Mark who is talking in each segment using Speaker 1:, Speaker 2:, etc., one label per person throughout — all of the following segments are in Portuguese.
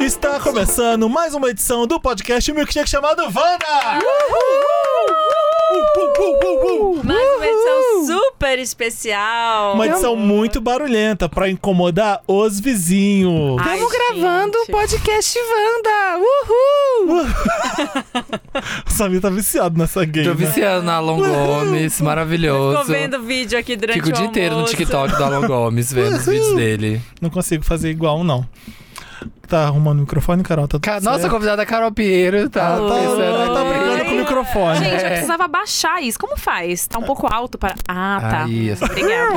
Speaker 1: Está começando mais uma edição do podcast Milkshake chamado Wanda! Uh, uh, uh, uh.
Speaker 2: Mais uma edição super especial.
Speaker 1: Uma edição muito barulhenta pra incomodar os vizinhos.
Speaker 2: Ai,
Speaker 3: Estamos gravando um
Speaker 2: gente.
Speaker 3: podcast Wanda! Uhul!
Speaker 1: O Samir tá viciado nessa game.
Speaker 4: Tô
Speaker 1: né?
Speaker 4: viciado na Alon Gomes,
Speaker 2: Tô
Speaker 4: maravilhoso.
Speaker 2: vendo vídeo aqui durante
Speaker 4: Fico o
Speaker 2: o
Speaker 4: dia inteiro no
Speaker 2: almoço.
Speaker 4: TikTok do Alon Gomes, vendo os vídeos dele.
Speaker 1: Não consigo fazer igual, não. Tá arrumando o microfone, Carol? Tá tudo
Speaker 4: Ca- Nossa, a
Speaker 1: certo?
Speaker 4: convidada Carol Pinheiro
Speaker 5: Ah,
Speaker 4: tá
Speaker 1: Ela tá, ela tá brincando com o microfone.
Speaker 5: Gente, eu
Speaker 4: É.
Speaker 5: precisava baixar isso. Como faz? Tá um pouco alto para. Ah, tá.
Speaker 4: Aí, essa-
Speaker 5: Obrigada.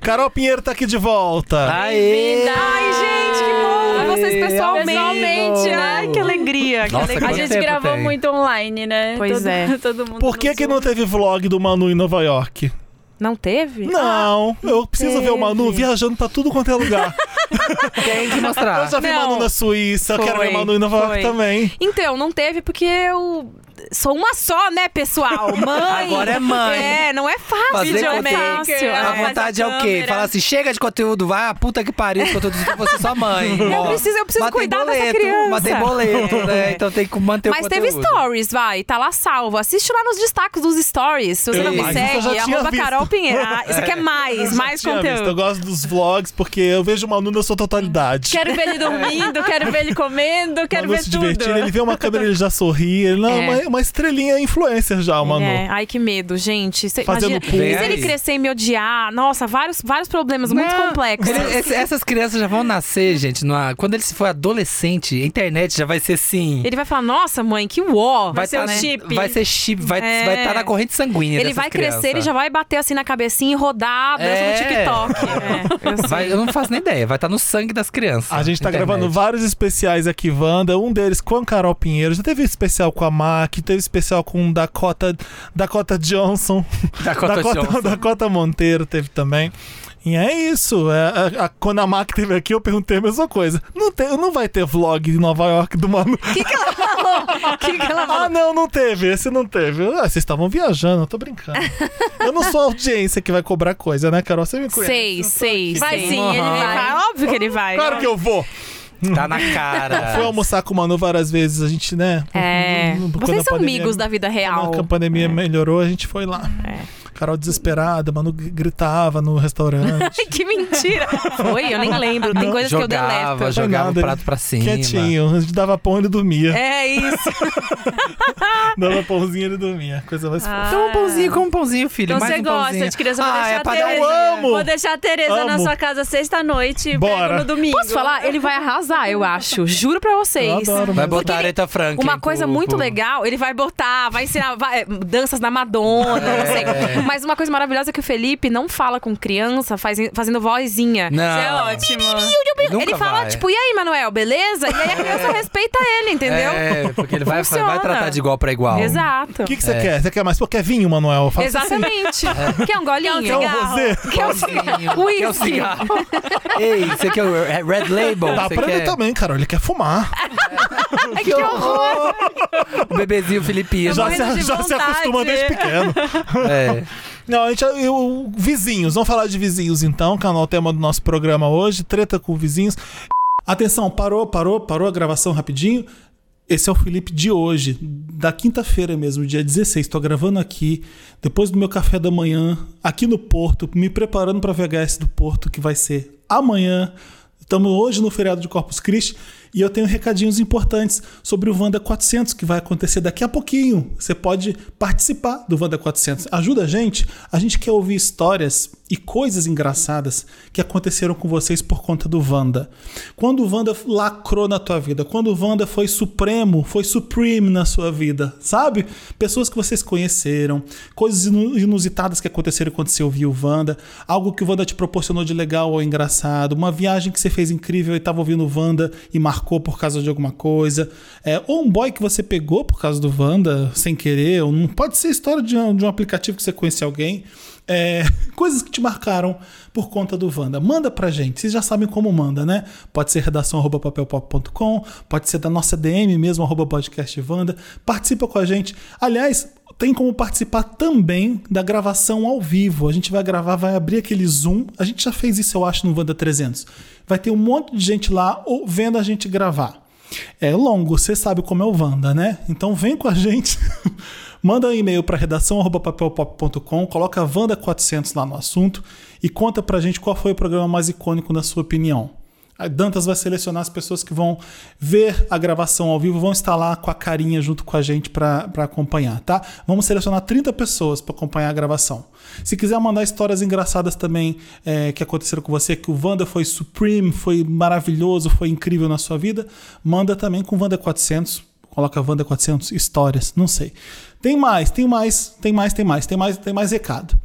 Speaker 1: Carol Pinheiro tá aqui de
Speaker 4: Ah,
Speaker 1: volta.
Speaker 4: Aê!
Speaker 5: Ai, gente, que bom ver vocês pessoalmente.
Speaker 4: Pessoalmente,
Speaker 5: Ai, que alegria. que
Speaker 4: Nossa,
Speaker 5: alegria.
Speaker 2: A
Speaker 4: Quanto
Speaker 2: gente
Speaker 4: tempo
Speaker 2: gravou
Speaker 4: tem?
Speaker 2: muito online, né?
Speaker 5: Pois
Speaker 2: Todo-
Speaker 5: é.
Speaker 2: Todo mundo
Speaker 1: Por que,
Speaker 2: no
Speaker 1: que
Speaker 2: Zoom.
Speaker 1: não teve vlog do Manu em Nova York?
Speaker 5: Não teve? Ah,
Speaker 1: Não, eu preciso ver o Manu viajando pra tudo quanto é lugar.
Speaker 4: Tem que
Speaker 1: Eu
Speaker 4: mostrar.
Speaker 1: já vi
Speaker 5: Não.
Speaker 1: Manu na Suíça, eu quero ver
Speaker 5: Foi,
Speaker 1: Manu em Nova York
Speaker 5: foi.
Speaker 1: também.
Speaker 5: Então, não teve porque eu sou uma só, né, pessoal? Mãe.
Speaker 4: Agora é mãe.
Speaker 5: É, não é fácil.
Speaker 4: Fazer
Speaker 5: não é
Speaker 4: conteúdo.
Speaker 5: fácil.
Speaker 2: Ah,
Speaker 4: A
Speaker 2: faz a
Speaker 5: É.
Speaker 4: vontade é o quê?
Speaker 2: câmera.
Speaker 4: Fala assim, chega de conteúdo, vai a puta que pariu, esse conteúdo eu você sua mãe.
Speaker 5: Eu preciso, eu preciso cuidar dessa criança.
Speaker 4: Mas tem boleto, né? Então tem que
Speaker 1: um
Speaker 4: manter
Speaker 5: Mas
Speaker 4: o
Speaker 5: teve
Speaker 4: conteúdo.
Speaker 5: stories, vai. Tá lá salvo. Assiste lá nos destaques dos stories. Se você
Speaker 1: Eu-
Speaker 5: não me
Speaker 1: mas isso eu já
Speaker 5: segue,
Speaker 1: tinha
Speaker 5: arroba
Speaker 1: visto.
Speaker 5: Carol Pinheiro. Ah, Você quer mais,
Speaker 1: Eu já
Speaker 5: mais
Speaker 1: tinha visto, Eu
Speaker 5: conteúdo.
Speaker 1: gosto dos vlogs porque eu vejo o Manu na sua totalidade.
Speaker 2: Quero ver ele dormindo, quero ver ele comendo, quero
Speaker 1: Manu
Speaker 2: ver
Speaker 1: se
Speaker 2: tudo.
Speaker 1: divertindo, ele vê uma câmera, ele já sorri. Ele não, é
Speaker 5: É.
Speaker 1: uma, uma estrelinha influencer já, o Manu.
Speaker 5: É, ai, que medo, gente. Cê,
Speaker 1: Fazendo
Speaker 5: imagina,
Speaker 1: pulso.
Speaker 5: e se
Speaker 4: Vem
Speaker 5: ele
Speaker 4: aí.
Speaker 5: crescer e me odiar? Nossa, vários, vários problemas muito
Speaker 4: Não,
Speaker 5: complexos.
Speaker 4: ele- é- esse- essas crianças já vão nascer, gente. Numa, quando ele se for adolescente, a internet já vai ser assim.
Speaker 5: Ele vai falar, nossa, mãe, que uó.
Speaker 4: vai
Speaker 2: ser
Speaker 4: tá-
Speaker 2: um chip.
Speaker 4: Vai ser chip, vai
Speaker 5: É.
Speaker 4: estar na corrente sanguínea.
Speaker 5: Ele
Speaker 4: dessas
Speaker 5: vai crescer
Speaker 4: crianças.
Speaker 5: e já vai bater assim na cabecinha e rodar dança
Speaker 4: É.
Speaker 5: no TikTok. É, eu sei.
Speaker 4: Vai- eu não faço nem ideia, vai estar no sangue das crianças.
Speaker 1: A gente tá
Speaker 4: Internet.
Speaker 1: gravando vários especiais aqui, Wanda. Um deles com a Carol Pinheiro. Já teve especial com a Mac, teve especial com Dakota, Dakota Johnson.
Speaker 4: Dakota Johnson.
Speaker 1: Dakota Monteiro teve também. E é isso. É, a- a- quando a Mac teve aqui, eu perguntei a mesma coisa. Não, tem, não vai ter vlog de Nova York do Manu.
Speaker 5: Que que ela fala?
Speaker 1: Ah, não, não teve. Esse não teve. Ah, vocês estavam viajando, eu tô brincando. eu não sou a audiência que vai cobrar coisa, né, Carol? Você me conhece.
Speaker 5: É. Sei, sei,
Speaker 2: Vai
Speaker 5: sei.
Speaker 2: sim, ele
Speaker 5: Ele
Speaker 2: vai.
Speaker 5: vai, óbvio que ele vai.
Speaker 1: Claro que eu vou.
Speaker 4: Tá na cara.
Speaker 1: Fui almoçar com o Manu várias vezes, a gente, né?
Speaker 5: É.
Speaker 1: quando a
Speaker 5: Vocês são
Speaker 1: pandemia-
Speaker 5: amigos da É. vida real.
Speaker 1: Quando a pandemia melhorou, a gente foi lá. Carol desesperada, Manu g- gritava no restaurante.
Speaker 5: Ai, que mentira. Foi, eu nem lembro. Tem coisas que eu deleto.
Speaker 4: jogava, jogava
Speaker 1: nada, né?
Speaker 4: o prato pra cima.
Speaker 1: Quietinho, a gente dava pão e ele dormia.
Speaker 5: É isso.
Speaker 1: Dava pãozinho e ele dormia. Coisa mais
Speaker 5: Ah,
Speaker 1: fofa.
Speaker 4: Então um pãozinho com um pãozinho, filho.
Speaker 2: Então
Speaker 4: mais
Speaker 2: você
Speaker 4: um
Speaker 2: gosta
Speaker 4: pãozinho.
Speaker 2: de criança, vou
Speaker 4: ah,
Speaker 2: deixar
Speaker 4: é pra
Speaker 2: ter-
Speaker 5: um
Speaker 4: dar
Speaker 1: Eu amo!
Speaker 2: Vou deixar a Tereza na
Speaker 1: Amo.
Speaker 2: sua casa sexta-noite e
Speaker 1: Bora.
Speaker 2: pego no domingo. É
Speaker 5: Posso falar? Ele vai arrasar, eu acho. Juro pra vocês.
Speaker 1: Eu adoro.
Speaker 4: Vai
Speaker 5: Porque
Speaker 4: botar
Speaker 5: ele-
Speaker 4: Aretha Franklin.
Speaker 5: Uma coisa
Speaker 4: pro-
Speaker 5: muito
Speaker 4: pro-
Speaker 5: legal, ele vai botar, vai ensinar vai- eh, danças da Madonna, não sei. Mas uma coisa maravilhosa é que o Felipe não fala com criança faz- fazendo vozinha.
Speaker 2: Isso é
Speaker 4: Não.
Speaker 2: ótimo.
Speaker 4: Nunca
Speaker 5: ele fala,
Speaker 4: vai.
Speaker 5: tipo, e aí, Manuel, beleza? E aí a criança respeita ele, entendeu?
Speaker 4: É, porque ele vai,
Speaker 5: Funciona.
Speaker 4: vai tratar de igual pra igual.
Speaker 5: Exato.
Speaker 1: O que, que
Speaker 4: É.
Speaker 1: você quer? Você quer mais? Pô, quer vinho, Manuel? Fala, assim.
Speaker 5: Exatamente. Quer um golinho?
Speaker 1: Quer um rosé?
Speaker 5: Quer um
Speaker 4: Pãozinho,
Speaker 5: Whisky.
Speaker 4: quer um cigarro. Ei, você quer o Red Label?
Speaker 1: Dá
Speaker 4: Você
Speaker 1: pra ele
Speaker 4: quer...
Speaker 1: Tá também, Carol. Ele quer fumar.
Speaker 5: Tá É
Speaker 4: Ai, que horror! o bebezinho filipino.
Speaker 1: Já,
Speaker 2: morrendo
Speaker 1: se,
Speaker 2: de
Speaker 1: já se
Speaker 2: vontade.
Speaker 1: acostuma desde pequeno.
Speaker 4: É.
Speaker 1: Não, a gente. Eu, vizinhos, vamos falar de vizinhos então, que é o tema do nosso programa hoje, treta com vizinhos. Atenção, parou, parou, parou a gravação rapidinho. Esse é o Felipe de hoje, da quinta-feira mesmo, dia 16. Estou gravando aqui, depois do meu café da manhã, aqui no Porto, me preparando para VHS do Porto, que vai ser amanhã. Estamos hoje no feriado de Corpus Christi e eu tenho recadinhos importantes sobre o Wanda 400 que vai acontecer daqui a pouquinho. Você pode participar do Wanda 400. Ajuda a gente. A gente quer ouvir histórias e coisas engraçadas que aconteceram com vocês por conta do Wanda. Quando o Wanda lacrou na tua vida, quando o Wanda foi supremo, foi supreme na sua vida, sabe? Pessoas que vocês conheceram, coisas inu- inusitadas que aconteceram quando você ouviu o Wanda, algo que o Wanda te proporcionou de legal ou engraçado, uma viagem que você fez incrível e estava ouvindo o Wanda e marcou por causa de alguma coisa, é, ou um boy que você pegou por causa do Wanda sem querer, ou não pode ser história de um, de um aplicativo que você conhece alguém é, coisas que te marcaram por conta do Wanda. Manda pra gente, vocês já sabem como manda, né? Pode ser redação arroba papelpop.com, pode ser da nossa DM mesmo, arroba podcast Wanda. Participa com a gente. Aliás, tem como participar também da gravação ao vivo. A gente vai gravar, vai abrir aquele Zoom. A gente já fez isso, eu acho, no Wanda 300. Vai ter um monte de gente lá ou- vendo a gente gravar. É longo, você sabe como é o Wanda, né? Então vem com a gente. Manda um e-mail para redação@papelpop.com, coloca Wanda 400 lá no assunto e conta pra gente qual foi o programa mais icônico na sua opinião. A Dantas vai selecionar as pessoas que vão ver a gravação ao vivo, vão estar lá com a carinha junto com a gente para acompanhar, tá? Vamos selecionar 30 pessoas para acompanhar a gravação. Se quiser mandar histórias engraçadas também é, que aconteceram com você, que o Wanda foi supreme, foi maravilhoso, foi incrível na sua vida, manda também com Wanda 400 Coloca Wanda 400 histórias, não sei. Tem mais, tem mais, tem mais, tem mais, tem mais, tem mais recado.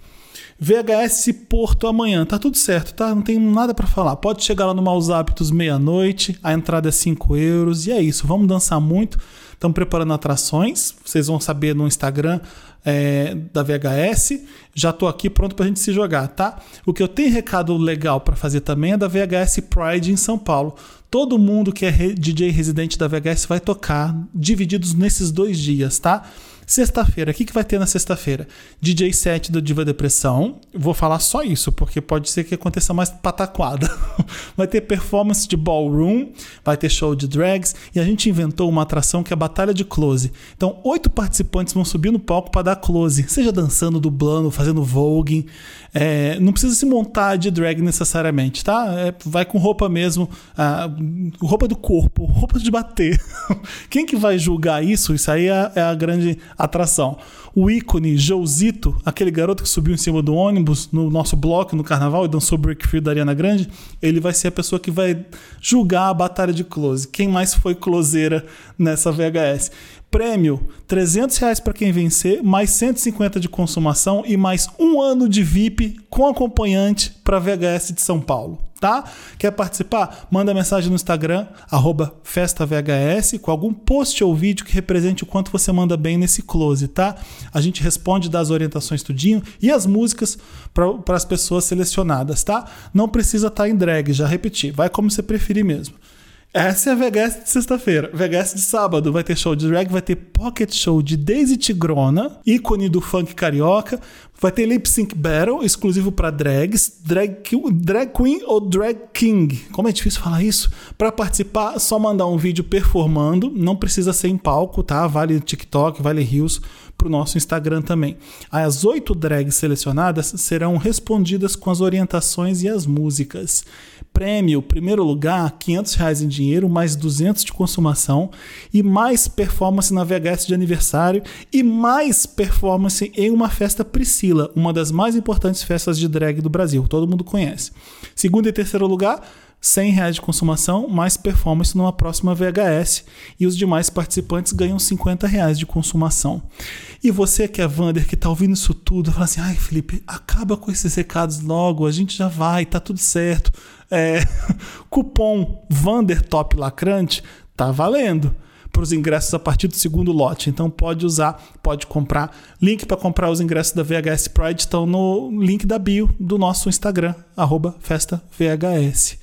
Speaker 1: VHS Porto amanhã, tá tudo certo, tá? Não tem nada pra falar. Pode chegar lá no Maus Hábitos meia-noite, a entrada é 5 euros, e é isso. Vamos dançar muito. Estamos preparando atrações, vocês vão saber no Instagram é, da VHS. Já tô aqui pronto pra gente se jogar, tá? O que eu tenho recado legal pra fazer também é da VHS Pride em São Paulo. Todo mundo que é re- DJ residente da VHS vai tocar, divididos nesses dois dias, tá? Sexta-feira, o que, que vai ter na sexta-feira? DJ 7 do Diva Depressão. Vou falar só isso, porque pode ser que aconteça mais pataquada. Vai ter performance de ballroom, vai ter show de drags, e a gente inventou uma atração que é a Batalha de Close. Então, oito participantes vão subir no palco para dar close, seja dançando, dublando, fazendo voguing. É, não precisa se montar de drag necessariamente, tá? É, vai com roupa mesmo, ah, roupa do corpo, roupa de bater. Quem que vai julgar isso? Isso aí é, é a grande atração. O ícone Jouzito, aquele garoto que subiu em cima do ônibus no nosso bloco no carnaval e dançou Break Free da Ariana Grande, ele vai ser a pessoa que vai julgar a batalha de close. Quem mais foi closeira nessa VHS? Prêmio, 300 reais para quem vencer, mais 150 de consumação e mais um ano de VIP com acompanhante para VHS de São Paulo, tá? Quer participar? Manda mensagem no Instagram, arroba FestaVHS, com algum post ou vídeo que represente o quanto você manda bem nesse close, tá? A gente responde das orientações tudinho e as músicas para as pessoas selecionadas, tá? Não precisa estar em drag, já repeti, vai como você preferir mesmo. Essa é a VHS de sexta-feira. VHS de sábado vai ter show de drag, vai ter pocket show de Daisy Tigrona, ícone do funk carioca. Vai ter lip sync battle, exclusivo pra drags, drag, que- drag queen ou drag king. Como é difícil falar isso? Pra participar, é só mandar um vídeo performando. Não precisa ser em palco, tá? Vale TikTok, vale Rios, pro nosso Instagram também. As oito drags selecionadas serão respondidas com as orientações e as músicas. Prêmio, primeiro lugar, 500 reais em dinheiro, mais 200 de consumação e mais performance na VHS de aniversário e mais performance em uma festa Priscila, uma das mais importantes festas de drag do Brasil, todo mundo conhece. Segundo e terceiro lugar, 100 reais de consumação, mais performance numa próxima VHS e os demais participantes ganham 50 reais de consumação. E você que é Vander, que tá ouvindo isso tudo, fala assim, ai Felipe, acaba com esses recados logo, a gente já vai, tá tudo certo é, cupom VanderTop Lacrante tá valendo para os ingressos a partir do segundo lote. Então pode usar, pode comprar. Link para comprar os ingressos da VHS Pride estão no link da bio do nosso Instagram, arroba festa VHS.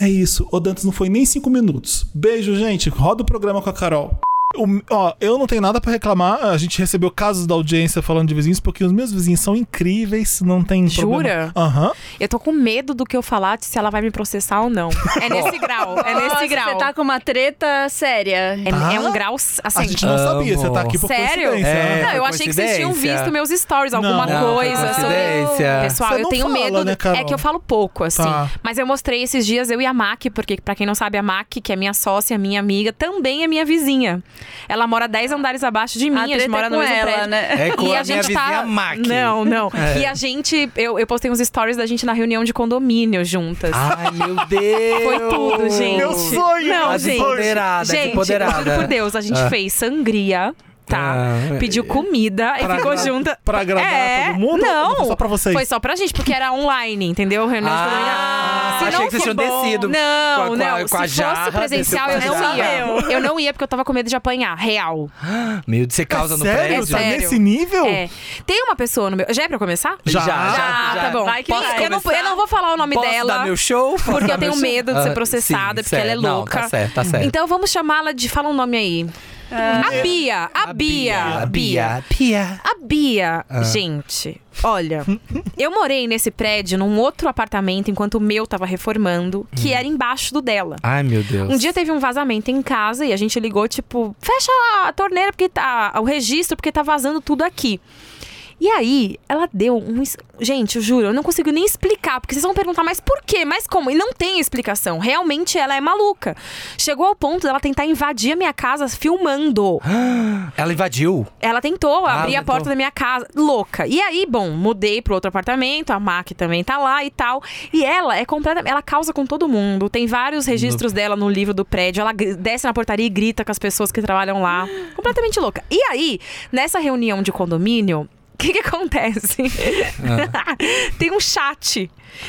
Speaker 1: É isso. O Dantas não foi nem cinco minutos. Beijo, gente. Roda o programa com a Carol. O- ó, eu não tenho nada pra reclamar. A gente recebeu casos da audiência falando de vizinhos, porque os meus vizinhos são incríveis, não tem
Speaker 5: Jura?
Speaker 1: problema. Aham.
Speaker 5: Eu tô com medo do que eu falar, de se ela vai me processar ou não. É nesse grau, é
Speaker 2: Nossa,
Speaker 5: nesse grau.
Speaker 2: Você tá com uma treta séria.
Speaker 5: É,
Speaker 1: Tá?
Speaker 5: é um grau, assim...
Speaker 1: A gente não sabia, você tá aqui por
Speaker 5: Sério?
Speaker 1: coincidência.
Speaker 4: É,
Speaker 1: né?
Speaker 5: Não, eu
Speaker 4: foi
Speaker 5: achei que vocês tinham
Speaker 4: coincidência.
Speaker 5: visto meus stories, alguma
Speaker 1: Não,
Speaker 4: foi
Speaker 5: coisa. sobre-
Speaker 4: coincidência.
Speaker 5: Pessoal,
Speaker 1: Você
Speaker 5: eu
Speaker 1: não
Speaker 5: tenho
Speaker 1: fala,
Speaker 5: medo.
Speaker 1: né, Carol?
Speaker 5: é que eu falo pouco, assim.
Speaker 1: Tá.
Speaker 5: Mas eu mostrei esses dias eu e a Mac, porque pra quem não sabe, a Mac, que é minha sócia, minha amiga, também é minha vizinha. Ela mora 10 andares abaixo de mim, a,
Speaker 2: a treta
Speaker 5: gente mora
Speaker 2: é
Speaker 5: no
Speaker 2: com
Speaker 5: mesmo
Speaker 2: ela,
Speaker 5: prédio.
Speaker 2: né?
Speaker 4: É com
Speaker 5: e
Speaker 4: a,
Speaker 5: a gente
Speaker 4: minha vizinha
Speaker 5: tá...
Speaker 4: Mac.
Speaker 5: Não, não.
Speaker 4: É.
Speaker 5: E a gente, eu, eu postei uns stories da gente na reunião de condomínio juntas.
Speaker 4: Ai, meu Deus.
Speaker 5: Foi tudo, gente.
Speaker 1: Meu sonho!
Speaker 5: Não,
Speaker 4: A
Speaker 5: gente.
Speaker 4: desempoderada,
Speaker 5: gente,
Speaker 4: desempoderada.
Speaker 5: juro por Deus, a gente
Speaker 4: Ah.
Speaker 5: fez sangria. tá?
Speaker 4: Ah,
Speaker 5: pediu comida e
Speaker 1: Pra
Speaker 5: ficou
Speaker 1: agradar-
Speaker 5: junta. É.
Speaker 1: pra agradar todo mundo ou
Speaker 5: Não.
Speaker 1: foi só pra vocês?
Speaker 5: Foi só pra gente, porque era online, entendeu? Reunião de
Speaker 4: Ah,
Speaker 5: comunidade. Se
Speaker 4: achei
Speaker 5: não
Speaker 4: que vocês
Speaker 5: for
Speaker 4: tinham
Speaker 5: bom-
Speaker 4: descido
Speaker 5: Não,
Speaker 4: com a- com a-
Speaker 5: não.
Speaker 4: com a
Speaker 5: Se
Speaker 4: jarra,
Speaker 5: fosse
Speaker 4: desceu
Speaker 5: presencial,
Speaker 4: com a
Speaker 5: eu não ia.
Speaker 2: jarra.
Speaker 5: Eu não ia porque eu tava com medo de apanhar. Real.
Speaker 4: Meu Deus, você causa no
Speaker 1: É sério?
Speaker 4: prédio?
Speaker 1: Tá
Speaker 5: É sério.
Speaker 1: nesse nível?
Speaker 5: É. Tem uma pessoa no meu. Já é pra começar?
Speaker 1: Já,
Speaker 5: Já,
Speaker 4: já,
Speaker 5: tá
Speaker 4: já.
Speaker 5: bom.
Speaker 2: Vai que
Speaker 5: Posso-
Speaker 2: vai.
Speaker 5: eu, não, eu não vou falar o nome
Speaker 4: Posso
Speaker 5: dela.
Speaker 4: dar meu show? Posso
Speaker 5: Porque
Speaker 4: dar
Speaker 5: eu tenho
Speaker 4: meu show?
Speaker 5: medo de
Speaker 4: Ah,
Speaker 5: ser processada,
Speaker 4: sim,
Speaker 5: porque ela é
Speaker 4: certo. Não,
Speaker 5: louca.
Speaker 4: tá certo, tá certo.
Speaker 5: Então vamos chamá-la de. Fala um nome aí. a Bia. A Bia.
Speaker 4: A Bia. Ah. Bia.
Speaker 5: A Bia, gente, olha, eu morei nesse prédio num outro apartamento enquanto o meu tava reformando, que
Speaker 4: Hum.
Speaker 5: era embaixo do dela.
Speaker 4: Ai, meu Deus.
Speaker 5: Um dia teve um vazamento em casa e a gente ligou, tipo, fecha a torneira, porque tá. O registro, porque tá vazando tudo aqui. E aí, ela deu um. es- Gente, eu juro, eu não consigo nem explicar, porque vocês vão perguntar, mas por quê? Mas como? E não tem explicação. Realmente ela é maluca. Chegou ao ponto dela tentar invadir a minha casa filmando.
Speaker 4: Ela invadiu.
Speaker 5: Ela tentou
Speaker 4: Ah,
Speaker 5: abrir a
Speaker 4: tentou.
Speaker 5: porta da minha casa, louca. E aí, bom, mudei pro outro apartamento, a Mac também tá lá e tal. E ela é completamente. Ela causa com todo mundo. Tem vários registros dela no livro do prédio. Ela gr- desce na portaria e grita com as pessoas que trabalham lá. completamente louca. E aí, nessa reunião de condomínio. O que, que acontece? tem um chat.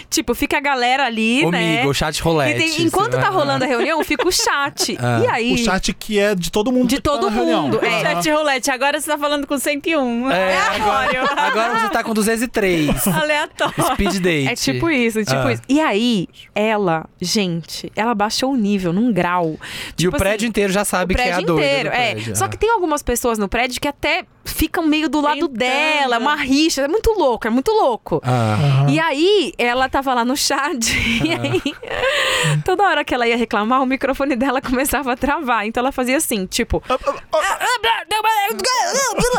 Speaker 5: Tipo, fica a galera ali,
Speaker 4: Ô,
Speaker 5: né?
Speaker 4: amigo, o chat rolete.
Speaker 5: E tem- enquanto tá
Speaker 4: Ah,
Speaker 5: rolando a reunião, fica o chat.
Speaker 4: Ah.
Speaker 5: E aí?
Speaker 1: O chat que é de todo mundo.
Speaker 5: De
Speaker 1: que tá
Speaker 5: todo
Speaker 1: na reunião.
Speaker 5: mundo, é.
Speaker 1: Aham.
Speaker 2: Chat roulette, agora você tá falando com 101.
Speaker 4: É,
Speaker 2: aleatório.
Speaker 4: Agora você tá com 203.
Speaker 2: Aleatório.
Speaker 4: Speed date.
Speaker 5: É tipo isso, é tipo
Speaker 4: Ah.
Speaker 5: isso. E aí, ela, gente, ela baixou o nível num
Speaker 4: E
Speaker 5: grau.
Speaker 4: o
Speaker 5: Tipo assim,
Speaker 4: prédio inteiro já
Speaker 5: o
Speaker 4: sabe que é a
Speaker 5: prédio
Speaker 4: doida
Speaker 5: inteiro,
Speaker 4: do
Speaker 5: é.
Speaker 4: prédio.
Speaker 5: Só que tem algumas pessoas no prédio que até ficam meio do lado
Speaker 2: Tentando.
Speaker 5: dela, é uma rixa, é muito louco, é muito louco.
Speaker 4: Ah.
Speaker 5: E aí, ela tava lá no chat, e aí, toda hora que ela ia reclamar, o microfone dela começava a travar. Então ela fazia assim, tipo.
Speaker 4: Ah,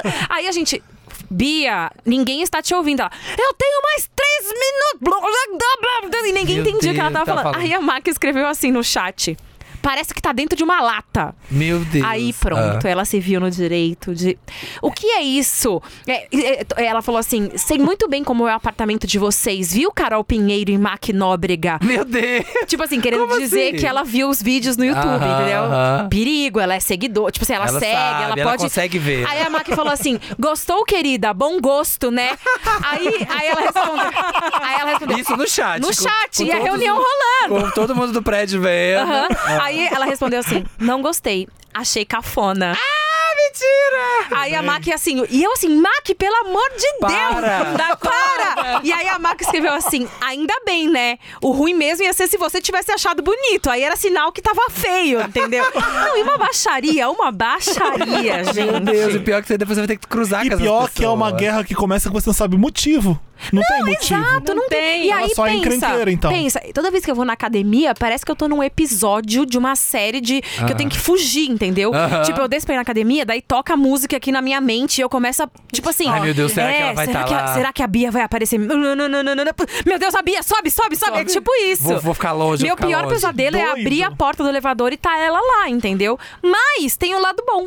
Speaker 5: Aí a gente. Bia, ninguém está te ouvindo. Ela, eu tenho mais três minutos. E ninguém
Speaker 4: Meu
Speaker 5: entendia o que ela
Speaker 4: Deus,
Speaker 5: tava
Speaker 4: tá
Speaker 5: falando.
Speaker 4: falando.
Speaker 5: Aí a Mac escreveu assim no chat. Parece que tá dentro de uma lata.
Speaker 4: Meu Deus.
Speaker 5: Aí pronto,
Speaker 4: Ah.
Speaker 5: ela se viu no direito de. O que é isso? É, é, é, ela falou assim: sei muito bem como é o apartamento de vocês, viu, Carol Pinheiro e Mac Nóbrega?
Speaker 4: Meu Deus.
Speaker 5: Tipo assim, querendo
Speaker 4: Como
Speaker 5: dizer
Speaker 4: assim?
Speaker 5: que ela viu os vídeos no YouTube,
Speaker 4: Aham, aham.
Speaker 5: entendeu? Perigo, ela é seguidora. Tipo assim, ela,
Speaker 4: Ela
Speaker 5: segue,
Speaker 4: sabe,
Speaker 5: ela pode.
Speaker 4: ela consegue ver.
Speaker 5: Aí a Mac falou assim: gostou, querida? Bom gosto, né? aí, aí ela respondeu. Aí ela respondeu.
Speaker 4: Isso no chat.
Speaker 5: No
Speaker 4: com-
Speaker 5: chat,
Speaker 4: com
Speaker 5: e a
Speaker 4: todos-
Speaker 5: reunião rolando.
Speaker 4: Com todo mundo do prédio vendo.
Speaker 5: Aham. Aí ela respondeu assim: não gostei, achei cafona.
Speaker 4: Ah, Mentira!
Speaker 5: Aí a Mac assim, e eu assim, Mac, pelo amor de
Speaker 4: Para!
Speaker 5: Deus! dá- para! E aí a Mac escreveu assim, ainda bem, né? O ruim mesmo ia ser se você tivesse achado bonito. Aí era sinal que tava feio, entendeu? Não, e uma baixaria, uma baixaria,
Speaker 4: Meu Deus, e
Speaker 5: gente.
Speaker 4: pior que você depois vai ter que cruzar com
Speaker 1: E
Speaker 4: essas
Speaker 1: pior que é uma
Speaker 4: pessoas.
Speaker 1: guerra que começa que você não sabe o motivo. Não, tem motivo.
Speaker 4: né?
Speaker 5: Exato, não tem. E
Speaker 1: Ela
Speaker 5: aí
Speaker 1: só é
Speaker 5: pensa,
Speaker 1: encrenqueira, então.
Speaker 5: pensa, toda vez que eu vou na academia, parece que eu tô num episódio de uma série de que eu tenho que fugir, entendeu?
Speaker 4: Ah. Aham.
Speaker 5: Tipo, eu desço pra ir na academia, daí toca a música aqui na minha mente e eu começo a, tipo assim,
Speaker 4: Ai, meu Deus, será que
Speaker 5: é,
Speaker 4: ela vai
Speaker 5: será
Speaker 4: tá
Speaker 5: que a-
Speaker 4: lá?
Speaker 5: será que a Bia vai aparecer? Meu Deus, a Bia, sobe, sobe, sobe, é tipo isso.
Speaker 4: Vou- vou ficar longe, vou
Speaker 5: Meu
Speaker 4: ficar
Speaker 5: pior
Speaker 4: longe.
Speaker 5: pesadelo é
Speaker 1: Doido.
Speaker 5: abrir a porta do elevador e tá ela lá, entendeu? Mas tem um lado bom.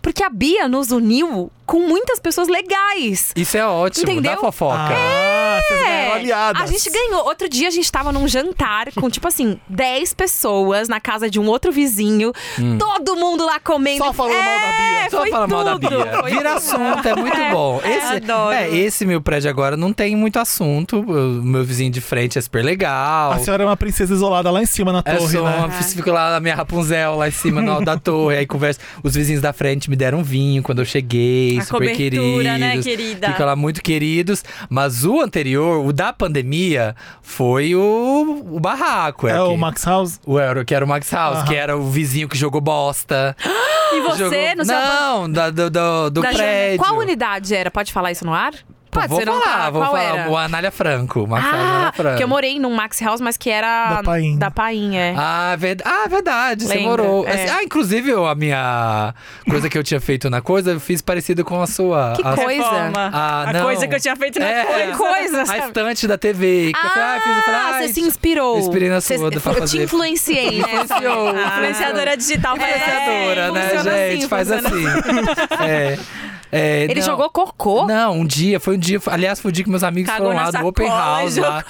Speaker 5: Porque a Bia nos uniu com muitas pessoas legais.
Speaker 4: Isso é ótimo, dá
Speaker 5: Entendeu?
Speaker 4: fofoca.
Speaker 1: Ah, vocês ganharam aliadas.
Speaker 5: É, A gente ganhou. Outro dia a gente tava num jantar com, tipo assim, 10 pessoas na casa de um outro vizinho.
Speaker 4: Hum.
Speaker 5: Todo mundo lá comendo.
Speaker 1: Só falando
Speaker 5: é,
Speaker 1: mal da Bia.
Speaker 4: Só
Speaker 5: foi
Speaker 4: fala mal da
Speaker 5: tudo.
Speaker 4: Bia.
Speaker 5: Foi
Speaker 4: Vira
Speaker 5: tudo.
Speaker 4: assunto, é muito bom. Esse,
Speaker 2: adoro.
Speaker 4: é, esse meu prédio agora não tem muito assunto. O meu vizinho de frente é super legal.
Speaker 1: A senhora é uma princesa isolada lá em cima na
Speaker 4: Eu
Speaker 1: torre,
Speaker 4: sou
Speaker 1: né?
Speaker 4: É uma, fico lá na minha Rapunzel, lá em cima no, da torre, aí conversa. Os vizinhos da frente me deram vinho quando eu cheguei,
Speaker 2: A
Speaker 4: super queridos.
Speaker 2: cobertura, né, querida?
Speaker 4: Ficam lá muito queridos. Mas o anterior, o da pandemia, foi o, o barraco.
Speaker 1: É
Speaker 4: aqui.
Speaker 1: o Max House.
Speaker 4: O Euro, que era o Max House,
Speaker 1: Aham.
Speaker 4: que era o vizinho que jogou bosta.
Speaker 5: E você,
Speaker 4: jogou...
Speaker 5: no seu
Speaker 4: Não, da- do, do, do
Speaker 5: da-
Speaker 4: prédio.
Speaker 5: Qual unidade era? Pode falar isso no ar?
Speaker 4: Pô,
Speaker 5: Pode,
Speaker 4: vou
Speaker 5: você não
Speaker 4: falar,
Speaker 5: tá.
Speaker 4: vou
Speaker 5: Qual
Speaker 4: falar.
Speaker 5: era?
Speaker 4: O Anália Franco. O Max House Anália
Speaker 5: Ah,
Speaker 4: Franco.
Speaker 5: que eu morei num Max House, mas que era
Speaker 1: Da Paim.
Speaker 5: Da Paim, é.
Speaker 4: Ah, verd- ah, verdade, você
Speaker 5: Lembra,
Speaker 4: morou.
Speaker 5: é.
Speaker 4: Ah, inclusive eu- a minha coisa que eu tinha feito na coisa, eu fiz parecido com a sua.
Speaker 5: Que
Speaker 4: a...
Speaker 5: coisa.
Speaker 2: Reforma.
Speaker 4: Ah,
Speaker 2: a
Speaker 4: não.
Speaker 2: coisa que eu tinha feito na
Speaker 4: É.
Speaker 2: coisa.
Speaker 5: Coisa,
Speaker 4: A
Speaker 5: sabe?
Speaker 4: estante da TV. Que eu falei, ah, eu fiz, eu falei,
Speaker 5: Ah,
Speaker 4: ah,
Speaker 5: você se inspirou.
Speaker 4: eu inspirei na sua, dá
Speaker 5: Você-
Speaker 4: pra
Speaker 5: Eu te
Speaker 4: fazer.
Speaker 5: influenciei, né?
Speaker 4: Influenciou,
Speaker 5: Ah,
Speaker 4: influenciou.
Speaker 2: Influenciadora digital,
Speaker 5: É,
Speaker 2: parece
Speaker 4: Influenciadora, né,
Speaker 5: funciona
Speaker 4: gente?
Speaker 5: assim,
Speaker 4: Faz
Speaker 5: funciona
Speaker 4: assim. é. É,
Speaker 5: Ele
Speaker 4: não.
Speaker 5: jogou cocô?
Speaker 4: Não, um dia, foi um dia. Aliás, foi o dia que meus amigos
Speaker 2: Cagou
Speaker 4: foram
Speaker 2: na
Speaker 4: lá no Open
Speaker 2: sacola e
Speaker 4: House. Lá.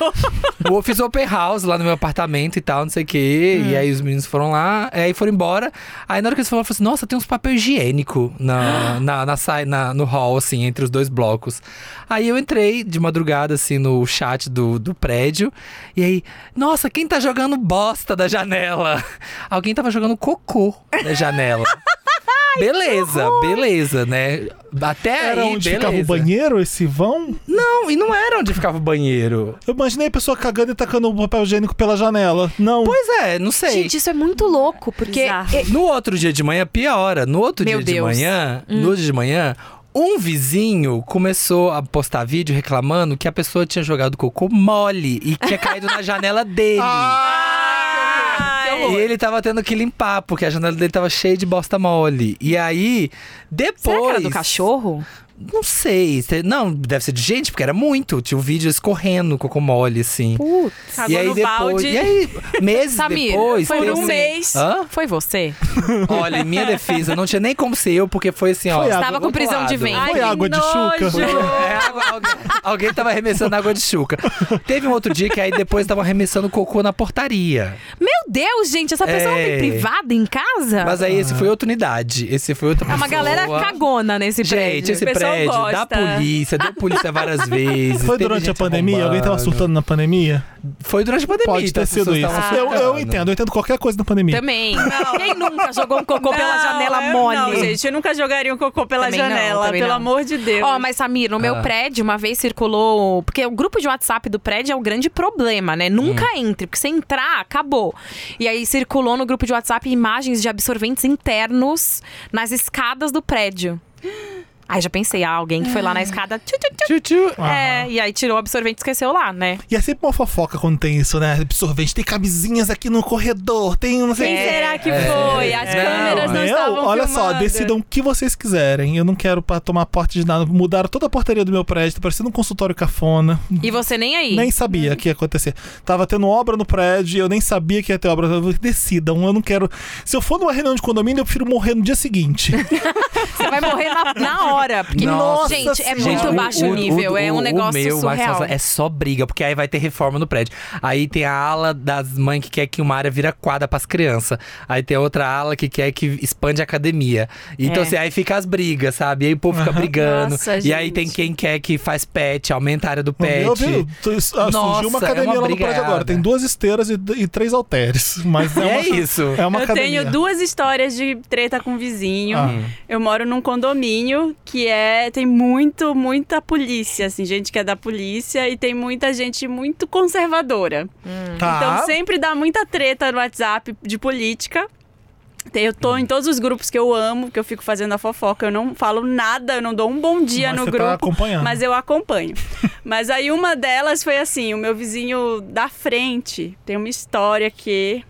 Speaker 4: Eu fiz Open House lá no meu apartamento e tal, não sei o quê. E aí os meninos foram lá, aí foram embora. Aí na hora que eles foram, eu falei assim: nossa, tem uns papel higiênico na, na, na, sai- na- no hall, assim, entre os dois blocos. Aí eu entrei de madrugada, assim, no chat do, do prédio. E aí, nossa, quem tá jogando bosta da janela? Alguém tava jogando cocô da janela. Beleza, beleza, né? Até
Speaker 1: Era
Speaker 4: aí,
Speaker 1: onde
Speaker 4: beleza.
Speaker 1: ficava o banheiro, esse vão?
Speaker 4: Não, e não era onde ficava o banheiro.
Speaker 1: Eu imaginei a pessoa cagando e tacando o papel higiênico pela janela. Não.
Speaker 4: Pois é, não sei.
Speaker 5: Gente, isso é muito louco, porque.
Speaker 2: Bizarro.
Speaker 5: e-
Speaker 4: No outro dia de manhã, piora. No outro
Speaker 5: Meu
Speaker 4: dia de
Speaker 5: Deus. Hum.
Speaker 4: manhã, no outro dia de manhã, um vizinho começou a postar vídeo reclamando que a pessoa tinha jogado cocô mole e tinha caído na janela dele.
Speaker 2: Ai,
Speaker 4: E ele tava tendo que limpar, porque a janela dele tava cheia de bosta mole. E aí, depois.
Speaker 5: Será que era do cachorro?
Speaker 4: Não sei. se- Não, deve ser de gente, porque era muito. Tinha o vídeo escorrendo, cocô mole, assim.
Speaker 5: Putz.
Speaker 2: Cagou
Speaker 4: E aí
Speaker 2: no
Speaker 4: depois.
Speaker 2: balde.
Speaker 4: E aí, meses
Speaker 5: Samir,
Speaker 4: depois.
Speaker 5: foi
Speaker 4: teve
Speaker 5: um
Speaker 4: assim-
Speaker 2: mês.
Speaker 4: Hã?
Speaker 5: Foi você?
Speaker 4: Olha, em minha defesa, não tinha nem como ser eu, porque foi assim, ó.
Speaker 1: Foi água.
Speaker 5: Estava com prisão de
Speaker 4: vento.
Speaker 5: ventre.
Speaker 1: Foi
Speaker 2: que
Speaker 1: água de chuca?
Speaker 2: nojo.
Speaker 4: É, água- alguém, alguém tava arremessando água de chuca. Teve um outro dia que aí depois estavam arremessando cocô na portaria.
Speaker 5: Meu Deus, gente, essa pessoa não
Speaker 4: É.
Speaker 5: tem privada em casa?
Speaker 4: Mas aí esse foi outra unidade. Esse foi outra
Speaker 5: É
Speaker 4: pessoa.
Speaker 5: uma galera cagona nesse
Speaker 4: Gente,
Speaker 5: prédio.
Speaker 4: esse
Speaker 2: O pessoal
Speaker 4: prédio da
Speaker 2: gosta.
Speaker 4: polícia, deu polícia várias vezes.
Speaker 1: Foi
Speaker 4: teve
Speaker 1: durante a
Speaker 4: gente
Speaker 1: pandemia? Alguém tava
Speaker 4: arrombando.
Speaker 1: surtando na pandemia?
Speaker 4: Foi durante a pandemia.
Speaker 1: Pode
Speaker 4: então
Speaker 1: ter
Speaker 4: as
Speaker 1: sido
Speaker 4: pessoas
Speaker 1: isso.
Speaker 4: estavam
Speaker 1: Eu, eu
Speaker 4: surtando.
Speaker 1: entendo, eu entendo qualquer coisa na pandemia.
Speaker 5: Também. Quem nunca jogou um cocô pela
Speaker 2: Não,
Speaker 5: janela
Speaker 4: é
Speaker 2: eu
Speaker 5: mole?
Speaker 2: Não, gente, eu nunca jogaria um cocô pela
Speaker 5: Também não,
Speaker 2: janela,
Speaker 5: também
Speaker 2: pelo
Speaker 5: não.
Speaker 2: amor de Deus.
Speaker 5: Ó, mas Samir, no meu
Speaker 4: Ah.
Speaker 5: prédio, uma vez circulou. Porque o grupo de WhatsApp do prédio é o grande problema, né? Nunca
Speaker 4: Hum.
Speaker 5: entre, porque se entrar, acabou. E aí circulou no grupo de WhatsApp imagens de absorventes internos nas escadas do prédio. Aí já pensei, ah, alguém que foi lá na escada. tchu, tchu, tchu.
Speaker 4: Tchutchu.
Speaker 5: É, e aí tirou o absorvente e esqueceu lá, né?
Speaker 1: E é sempre uma fofoca quando tem isso, né? Absorvente, tem camisinhas aqui no corredor, tem não sei
Speaker 2: Quem
Speaker 5: É.
Speaker 2: será que foi? As
Speaker 4: é.
Speaker 2: câmeras não
Speaker 1: Eu,
Speaker 2: estavam
Speaker 1: olha só,
Speaker 2: filmando.
Speaker 1: decidam o que vocês quiserem. Eu não quero pra tomar porta de nada. Mudaram toda a portaria do meu prédio, tá parecendo um consultório cafona.
Speaker 5: E você nem aí.
Speaker 1: Nem sabia que ia acontecer. Tava tendo obra no prédio e eu nem sabia que ia ter obra. Decidam, eu não quero. Se eu for numa reunião de condomínio, eu prefiro morrer no dia seguinte.
Speaker 5: Você vai morrer na, na hora. Porque,
Speaker 4: Nossa
Speaker 5: gente, é
Speaker 1: Senhora.
Speaker 5: muito
Speaker 1: Gente, o-
Speaker 5: baixo nível. é um negócio
Speaker 4: meu, Marcos
Speaker 5: surreal.
Speaker 4: Fala, é só briga, porque aí vai ter reforma no prédio. Aí tem a ala das mães que quer que uma área vira quadra pras crianças. Aí tem a outra ala que quer que expande a academia. Então,
Speaker 5: É.
Speaker 4: assim, aí fica as brigas, sabe? E aí o povo fica brigando.
Speaker 2: Nossa,
Speaker 4: e aí
Speaker 2: gente.
Speaker 4: tem quem quer que faz pet, aumenta a área do pet.
Speaker 1: Eu vi, tu- ah,
Speaker 4: Nossa,
Speaker 1: surgiu uma
Speaker 4: é
Speaker 1: academia
Speaker 4: uma
Speaker 1: lá no
Speaker 4: briga
Speaker 1: prédio agora.
Speaker 4: errada.
Speaker 1: Tem duas esteiras e, e três halteres. Mas
Speaker 4: E
Speaker 1: é, uma,
Speaker 4: é isso.
Speaker 1: é uma
Speaker 2: eu
Speaker 1: academia.
Speaker 2: tenho duas histórias de treta com um vizinho.
Speaker 1: Ah.
Speaker 2: Eu moro num condomínio que é tem muito, muita polícia, assim, gente que é da polícia e tem muita gente muito conservadora.
Speaker 1: Tá.
Speaker 2: Então sempre dá muita treta no WhatsApp de política. Tem- Eu
Speaker 1: Hum.
Speaker 2: tô em todos os grupos que eu amo, que eu fico fazendo a fofoca, eu não falo nada, eu não dou um bom dia
Speaker 1: Mas
Speaker 2: no
Speaker 1: você tá
Speaker 2: grupo,
Speaker 1: acompanhando.
Speaker 2: mas eu acompanho. mas aí uma delas foi assim, o meu vizinho da frente tem uma história que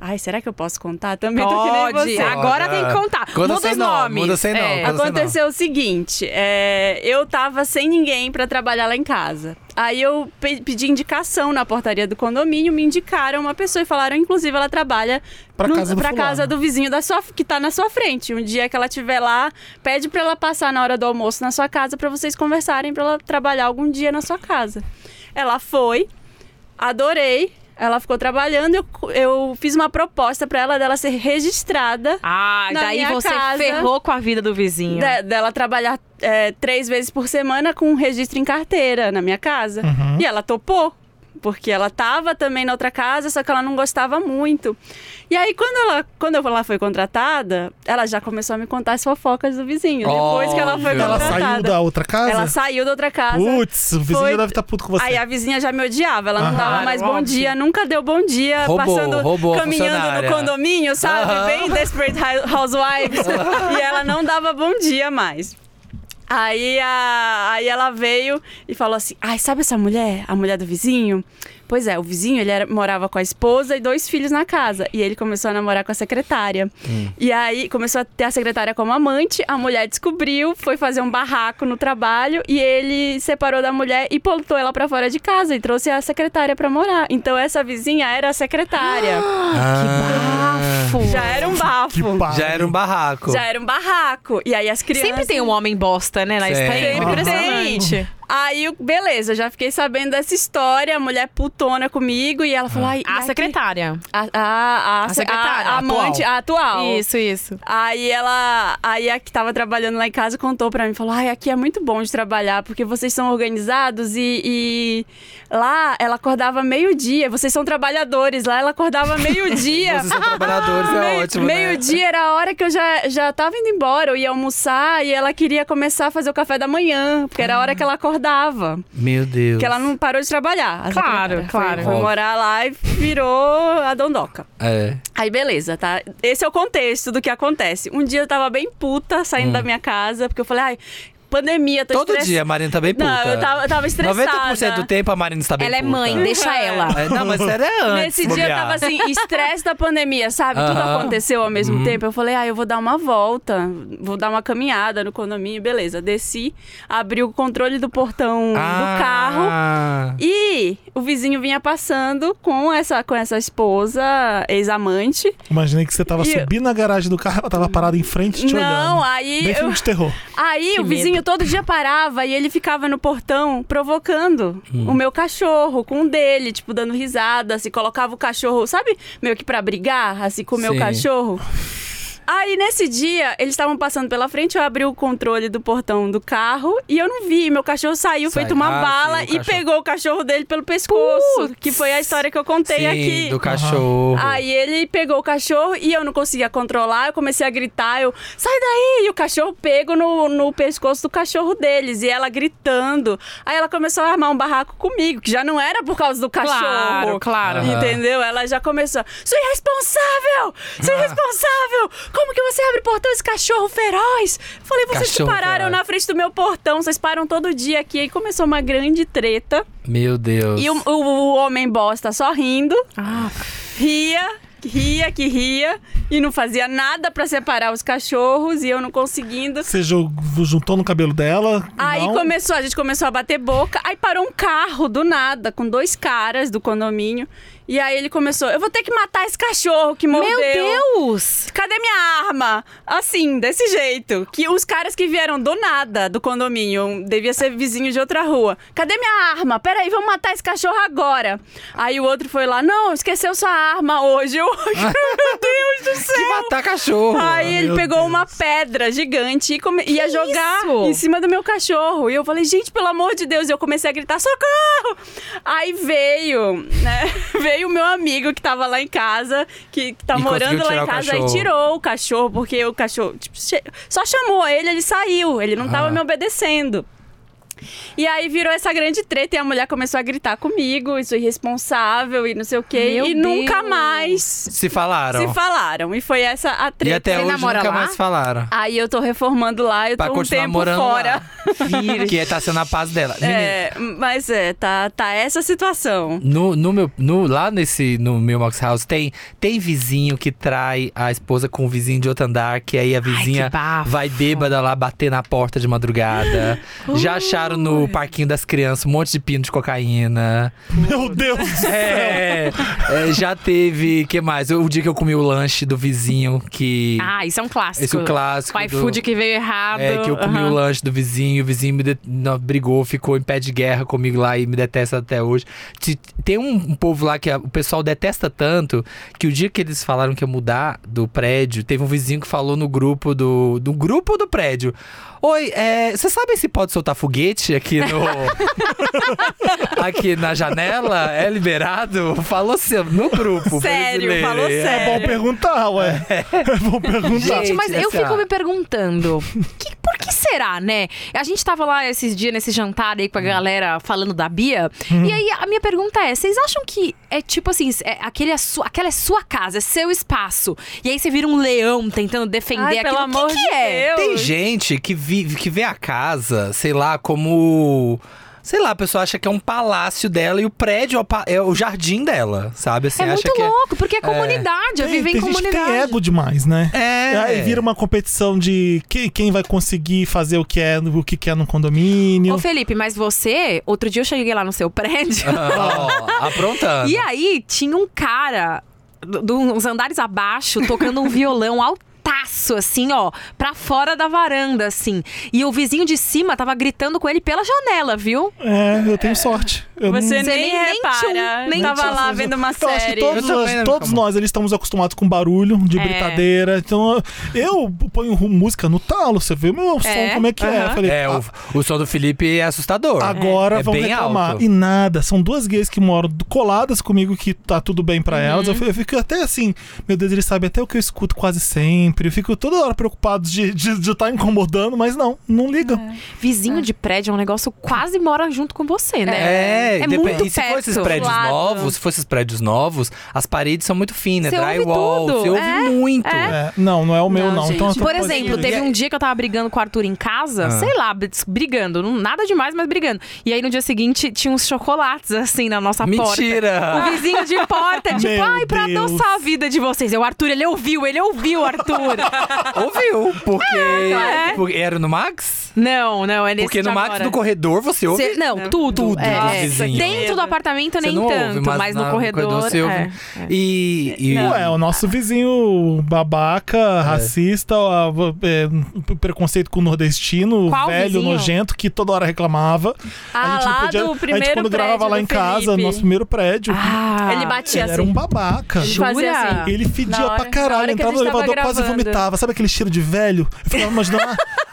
Speaker 2: Ai, será que eu posso contar? Também tô que nem
Speaker 5: Pode,
Speaker 2: você.
Speaker 5: agora tem que contar.
Speaker 4: Conta
Speaker 5: muda
Speaker 4: sem
Speaker 5: os
Speaker 4: nome,
Speaker 5: nomes.
Speaker 4: muda sem
Speaker 5: É.
Speaker 4: nome. Mas você não.
Speaker 2: Aconteceu o seguinte, é, eu tava sem ninguém pra trabalhar lá em casa. Aí eu pe- pedi indicação na portaria do condomínio, me indicaram uma pessoa e falaram, inclusive, ela trabalha
Speaker 1: Pra casa do
Speaker 2: pra
Speaker 1: fulano.
Speaker 2: casa do vizinho da sua, que tá na sua frente. Um dia que ela estiver lá, pede pra ela passar na hora do almoço na sua casa pra vocês conversarem, pra ela trabalhar algum dia na sua casa. Ela foi, adorei. Ela ficou trabalhando, eu, eu fiz uma proposta pra ela dela ser registrada
Speaker 5: Ah,
Speaker 2: Na
Speaker 5: daí
Speaker 2: minha
Speaker 5: você
Speaker 2: casa.
Speaker 5: ferrou com a vida do vizinho.
Speaker 2: de- dela trabalhar é, três vezes por semana com um registro em carteira na minha casa.
Speaker 1: Uhum.
Speaker 2: E ela topou. Porque ela tava também na outra casa, só que ela não gostava muito. E aí, quando ela, quando ela foi contratada, ela já começou a me contar as fofocas do vizinho. Depois que ela foi
Speaker 4: Óbvio.
Speaker 1: Ela
Speaker 2: contratada.
Speaker 1: saiu da outra casa?
Speaker 2: Ela saiu da outra casa.
Speaker 1: Putz, o vizinho
Speaker 2: Foi-
Speaker 1: deve estar puto com você.
Speaker 2: Aí a vizinha já me odiava, ela não
Speaker 1: Aham.
Speaker 2: dava mais bom
Speaker 5: Óbvio.
Speaker 2: dia, nunca deu bom dia,
Speaker 4: Roubou,
Speaker 2: passando,
Speaker 4: roubou a
Speaker 2: caminhando
Speaker 4: funcionária.
Speaker 2: no condomínio, sabe?
Speaker 4: Aham.
Speaker 2: Bem Desperate Housewives. e ela não dava bom dia mais. Aí, a, aí ela veio e falou assim: Ai, sabe essa mulher? A mulher do vizinho? Pois é, o vizinho ele era- morava com a esposa e dois filhos na casa. E ele começou a namorar com a secretária. E aí começou a ter a secretária como amante. A mulher descobriu, foi fazer um barraco no trabalho e ele separou da mulher e botou ela pra fora de casa e trouxe a secretária pra morar. Então essa vizinha era a secretária.
Speaker 4: Ah,
Speaker 5: bafo.
Speaker 2: Já era um bafo.
Speaker 1: Que pariu.
Speaker 4: Já era um barraco.
Speaker 2: Já era um barraco. E aí as crianças.
Speaker 5: Sempre tem um homem bosta, né, na
Speaker 4: Sempre.
Speaker 5: estante.
Speaker 2: Sempre
Speaker 5: Impressionante.
Speaker 2: tem. Aí, eu- beleza, já fiquei sabendo dessa história. A mulher putona comigo e ela falou: "Ai, e
Speaker 5: A
Speaker 2: aqui?"
Speaker 5: secretária.
Speaker 2: A, a, a,
Speaker 5: A secretária,
Speaker 2: a,
Speaker 5: a
Speaker 2: amante, a atual.
Speaker 5: Isso, isso.
Speaker 2: Aí ela, aí a que tava trabalhando lá em casa contou pra mim, falou, ai, aqui é muito bom de trabalhar, porque vocês são organizados e, e lá ela acordava meio-dia, vocês são trabalhadores, lá ela acordava meio-dia.
Speaker 4: Vocês são trabalhadores, é
Speaker 2: Meio-
Speaker 4: ótimo. né?
Speaker 2: Meio-dia era a hora que eu já, já tava indo embora, eu ia almoçar e ela queria começar a fazer o café da manhã, porque era a hora que ela acordava.
Speaker 4: Meu Deus.
Speaker 2: Porque ela não parou de trabalhar. a
Speaker 5: Claro,
Speaker 2: secretária.
Speaker 5: claro.
Speaker 2: Foi, foi morar lá e virou a dondoca.
Speaker 4: É.
Speaker 2: Aí beleza, tá? Esse é o contexto do que acontece. Um dia eu tava bem puta saindo da minha casa, porque eu falei, ai, pandemia, tô
Speaker 4: Hum. Todo
Speaker 2: estress-
Speaker 4: dia a Marina tá bem puta.
Speaker 2: Não, eu tava, eu tava estressada.
Speaker 4: 90% do tempo a Marina está bem
Speaker 5: Ela é
Speaker 4: puta.
Speaker 5: mãe, deixa ela.
Speaker 4: É, Não, mas era antes.
Speaker 2: Nesse dia eu
Speaker 4: bobear.
Speaker 2: tava assim, estresse da pandemia, sabe? Tudo
Speaker 4: Aham.
Speaker 2: aconteceu ao mesmo tempo. Eu falei, ah, eu vou dar uma volta, vou dar uma caminhada no condomínio, beleza. Desci, abri o controle do portão do carro.
Speaker 4: Ah.
Speaker 2: E o vizinho vinha passando com essa, com essa esposa, ex-amante.
Speaker 1: Imaginei que você tava
Speaker 2: E-
Speaker 1: subindo na garagem do carro, ela tava parada em frente te olhando.
Speaker 2: Não, aí.
Speaker 1: Bem filme
Speaker 2: eu-
Speaker 1: de terror.
Speaker 2: Aí
Speaker 5: Que
Speaker 2: o vizinho
Speaker 5: medo.
Speaker 2: todo dia parava e ele ficava no portão provocando
Speaker 4: Hum.
Speaker 2: o meu cachorro com o dele, tipo, dando risada, se colocava o cachorro, sabe, meio que pra brigar, assim, com o meu
Speaker 4: Sim.
Speaker 2: cachorro. Aí nesse dia, eles estavam passando pela frente, eu abri o controle do portão do carro e eu não vi. Meu cachorro saiu,
Speaker 4: Sai-
Speaker 2: feito uma
Speaker 4: Ah,
Speaker 2: bala
Speaker 4: sim, o
Speaker 2: e
Speaker 4: cachorro.
Speaker 2: pegou o cachorro dele pelo pescoço, que foi a história que eu contei
Speaker 4: Sim,
Speaker 2: aqui.
Speaker 4: do cachorro.
Speaker 2: Aí ele pegou o cachorro e eu não conseguia controlar, eu comecei a gritar, eu, sai daí! E o cachorro pego no, no pescoço do cachorro deles, e ela gritando. Aí ela começou a armar um barraco comigo, que já não era por causa do cachorro.
Speaker 5: Claro, claro.
Speaker 4: Aham.
Speaker 2: Entendeu? Ela já começou. Sou irresponsável! Sou irresponsável! Como que você abre o portão esse cachorro feroz? Falei, vocês que
Speaker 4: Cachorro
Speaker 2: pararam
Speaker 4: feroz.
Speaker 2: na frente do meu portão, vocês param todo dia aqui. Aí começou uma grande treta.
Speaker 4: Meu Deus.
Speaker 2: E um- o, o- o homem bosta só rindo
Speaker 5: Ah,
Speaker 2: ria, ria que ria e não fazia nada pra separar os cachorros e eu não conseguindo.
Speaker 1: Você jogou- juntou no cabelo dela.
Speaker 2: Aí
Speaker 1: não.
Speaker 2: começou, a gente começou a bater boca, aí parou um carro do nada com dois caras do condomínio e aí ele começou, eu vou ter que matar esse cachorro que mordeu.
Speaker 5: meu Deus!
Speaker 2: Cadê minha arma? Assim, desse jeito. Que os caras que vieram do nada do condomínio, um- devia ser vizinho de outra rua. Cadê minha arma? Peraí, vamos matar esse cachorro agora. Aí o outro foi lá, não, esqueceu sua arma hoje. Eu, meu Deus do
Speaker 4: que
Speaker 2: céu.
Speaker 4: matar Ah, tá cachorro.
Speaker 2: Aí ele
Speaker 1: Meu
Speaker 2: pegou
Speaker 1: Deus.
Speaker 2: uma pedra gigante e come- ia jogar
Speaker 5: isso?
Speaker 2: em cima do meu cachorro. E eu falei, gente, pelo amor de Deus. E eu comecei a gritar, socorro! Aí veio, né? Veio o meu amigo que tava lá em casa, que, que tá
Speaker 4: E
Speaker 2: morando
Speaker 4: conseguiu
Speaker 2: lá
Speaker 4: tirar
Speaker 2: em
Speaker 4: o
Speaker 2: casa. Aí
Speaker 4: cachorro.
Speaker 2: tirou o cachorro, porque o cachorro tipo, che- só chamou ele, ele saiu. Ele não tava
Speaker 4: Ah.
Speaker 2: me obedecendo. E aí virou essa grande treta e a mulher começou a gritar comigo, isso é irresponsável e não sei o quê.
Speaker 5: Meu
Speaker 2: e nunca
Speaker 5: Deus.
Speaker 2: mais
Speaker 4: Se falaram.
Speaker 2: se falaram. E foi essa a
Speaker 4: um- E
Speaker 2: treta.
Speaker 4: até
Speaker 5: Você
Speaker 4: hoje
Speaker 5: namora
Speaker 4: nunca
Speaker 5: lá?
Speaker 4: mais falaram.
Speaker 2: Aí eu tô reformando lá, eu
Speaker 4: Pra
Speaker 2: tô Ah, um
Speaker 4: continuar
Speaker 2: tempo
Speaker 4: morando
Speaker 2: fora.
Speaker 4: lá. que tá sendo a paz dela. Menina,
Speaker 2: É, mas é, tá, tá essa situação.
Speaker 4: No, no meu, no, lá nesse, no meu Mox House tem, tem vizinho que trai a esposa com o vizinho de outro andar, que aí a vizinha
Speaker 5: que bafo.
Speaker 4: vai bêbada lá bater na porta de madrugada. Já acharam no parquinho das crianças um monte de pino de cocaína.
Speaker 1: Meu Deus do céu.
Speaker 4: É, é, já teve, que mais? O dia que eu comi o lanche do vizinho, que
Speaker 5: Ah, isso é um clássico.
Speaker 4: Esse é o clássico
Speaker 5: O
Speaker 4: do-
Speaker 5: iFood que veio errado.
Speaker 4: é que eu comi
Speaker 5: Aham.
Speaker 4: o lanche do vizinho, o vizinho me de- não, brigou, ficou em pé de guerra comigo lá e me detesta até hoje. Te- Tem um, um povo lá que a- o pessoal detesta tanto que o dia que eles falaram que ia mudar do prédio, teve um vizinho que falou no grupo do, do grupo do prédio. Oi, é, você sabe se pode soltar foguete aqui no aqui na janela? É liberado? Falou assim, no grupo.
Speaker 2: Sério,
Speaker 4: brasileiro.
Speaker 2: falou
Speaker 1: É bom
Speaker 2: sério.
Speaker 1: perguntar, ué. É bom perguntar.
Speaker 5: Gente, mas
Speaker 4: Gente,
Speaker 5: eu
Speaker 4: assim,
Speaker 5: fico
Speaker 4: ó.
Speaker 5: me perguntando, que- por que será, né? A gente tava lá esses dias nesse jantar aí com a galera falando da Bia. E aí a minha pergunta é: vocês acham que é tipo assim, é aquele é sua, aquela é sua casa, é seu espaço. E aí você vira um leão tentando defender
Speaker 2: Ai,
Speaker 5: aquilo.
Speaker 2: pelo
Speaker 5: O que
Speaker 2: amor
Speaker 5: que
Speaker 2: de
Speaker 5: é?
Speaker 2: Deus.
Speaker 4: Tem gente que vive, que vê a casa, sei lá, como. Sei lá, a pessoa acha que é um palácio dela e o prédio é o pa- é o jardim dela, sabe? Assim,
Speaker 5: É
Speaker 4: acha
Speaker 5: muito
Speaker 4: que
Speaker 5: louco, porque é comunidade, eu
Speaker 1: Tem,
Speaker 5: vivo em
Speaker 1: tem gente que
Speaker 5: comunidade.
Speaker 1: tem ego demais, né?
Speaker 4: É.
Speaker 1: Aí vira uma competição de quem, quem vai conseguir fazer o que é, o que quer no condomínio.
Speaker 5: Ô, Felipe, mas você,
Speaker 1: um
Speaker 5: outro dia eu cheguei lá no seu prédio.
Speaker 4: Ah, ó, aprontando.
Speaker 5: E aí, tinha um cara d- de uns andares abaixo, tocando um violão altaço, assim, ó, pra fora da varanda, assim. E o vizinho de cima tava gritando com ele pela janela, viu?
Speaker 1: É, eu tenho sorte. Eu não-
Speaker 2: Você,
Speaker 5: Você
Speaker 2: nem,
Speaker 5: nem- nem
Speaker 2: repara.
Speaker 5: tchum, nem
Speaker 2: tava
Speaker 5: tchum.
Speaker 2: lá vendo uma
Speaker 1: Eu acho que
Speaker 2: série.
Speaker 1: todos,
Speaker 4: Eu também,
Speaker 1: nós-
Speaker 4: né,
Speaker 1: todos
Speaker 4: Mica?
Speaker 1: nós ali estamos acostumados com barulho
Speaker 5: É.
Speaker 1: de britadeira. Então eu ponho ru- música no talo, você vê meu som
Speaker 5: É,
Speaker 1: como é que é. Eu
Speaker 5: aham.
Speaker 1: falei,
Speaker 4: É,
Speaker 1: "Ah,
Speaker 4: o, o som do Felipe é assustador.
Speaker 1: agora
Speaker 4: é
Speaker 1: vão
Speaker 4: bem
Speaker 1: reclamar.
Speaker 4: alto.
Speaker 1: E nada, são duas gays que moram do- coladas comigo que tá tudo bem pra elas. Eu fico, eu fico até assim, meu Deus, eles sabem até o que eu escuto quase sempre. Eu fico toda hora preocupado de estar de, de tá incomodando, mas não, não ligam.
Speaker 5: Vizinho de prédio é um negócio que quase mora junto com você, né?
Speaker 4: Ah. É,
Speaker 5: é
Speaker 4: depe-
Speaker 5: muito
Speaker 4: e se for esses
Speaker 5: perto.
Speaker 4: prédios
Speaker 5: Lado.
Speaker 4: novos, se for esses prédios novos, as paredes são muito finas,
Speaker 5: Você ouve
Speaker 4: drywall,
Speaker 5: tudo,
Speaker 4: você ouve
Speaker 5: é,
Speaker 4: muito.
Speaker 1: É, não, não é o meu, não.
Speaker 2: Não, gente.
Speaker 4: tipo
Speaker 1: Então, eu tô-
Speaker 5: Por exemplo, teve um dia que eu tava brigando com o Arthur em casa,
Speaker 4: Ah.
Speaker 5: sei lá, br- brigando, não- nada demais, mas brigando. E aí no dia seguinte tinha uns chocolates assim na
Speaker 1: É.
Speaker 5: nossa porta.
Speaker 4: Mentira!
Speaker 5: O vizinho de porta, tipo,
Speaker 1: Meu
Speaker 5: ai, pra
Speaker 1: Deus.
Speaker 5: adoçar a vida de vocês. Eu, Arthur, ele ouviu, ele ouviu, Arthur.
Speaker 4: Ouviu, porque,
Speaker 5: É, claro.
Speaker 4: porque- Era no Max?
Speaker 5: não, não, é nesse
Speaker 4: Porque no
Speaker 5: de
Speaker 4: Max
Speaker 5: agora.
Speaker 4: do corredor você ouve.
Speaker 5: Cê- não, tudo.
Speaker 4: Tudo
Speaker 5: é,
Speaker 4: dos
Speaker 5: é.
Speaker 4: vizinhos.
Speaker 5: Dentro do apartamento
Speaker 4: você
Speaker 5: nem
Speaker 4: não ouve,
Speaker 5: tanto, mas,
Speaker 4: na-
Speaker 5: no corredor.
Speaker 4: você ouve.
Speaker 5: é.
Speaker 4: E. e-
Speaker 1: Ué, o nosso vizinho babaca, racista, ó, é, preconceito com o nordestino,
Speaker 5: Qual
Speaker 1: velho,
Speaker 5: vizinho?
Speaker 1: nojento, que toda hora reclamava.
Speaker 2: Ah,
Speaker 1: não
Speaker 2: lá do
Speaker 1: a gente
Speaker 2: primeiro
Speaker 1: quando gravava
Speaker 2: prédio
Speaker 1: lá
Speaker 2: do
Speaker 1: em casa,
Speaker 2: Felipe.
Speaker 1: nosso primeiro prédio,
Speaker 5: Ah,
Speaker 2: Ele
Speaker 1: ele
Speaker 2: batia assim.
Speaker 1: era um babaca.
Speaker 2: Ele fazia
Speaker 5: Jura?
Speaker 2: assim.
Speaker 1: Ele
Speaker 2: Na
Speaker 1: fedia
Speaker 2: hora-
Speaker 1: pra
Speaker 2: na hora
Speaker 1: caralho,
Speaker 2: que a
Speaker 1: entrava no
Speaker 2: gente tava
Speaker 1: elevador, quase
Speaker 2: gravando. Ah.
Speaker 1: vomitava. Sabe aquele cheiro de velho? Eu ficava imaginando,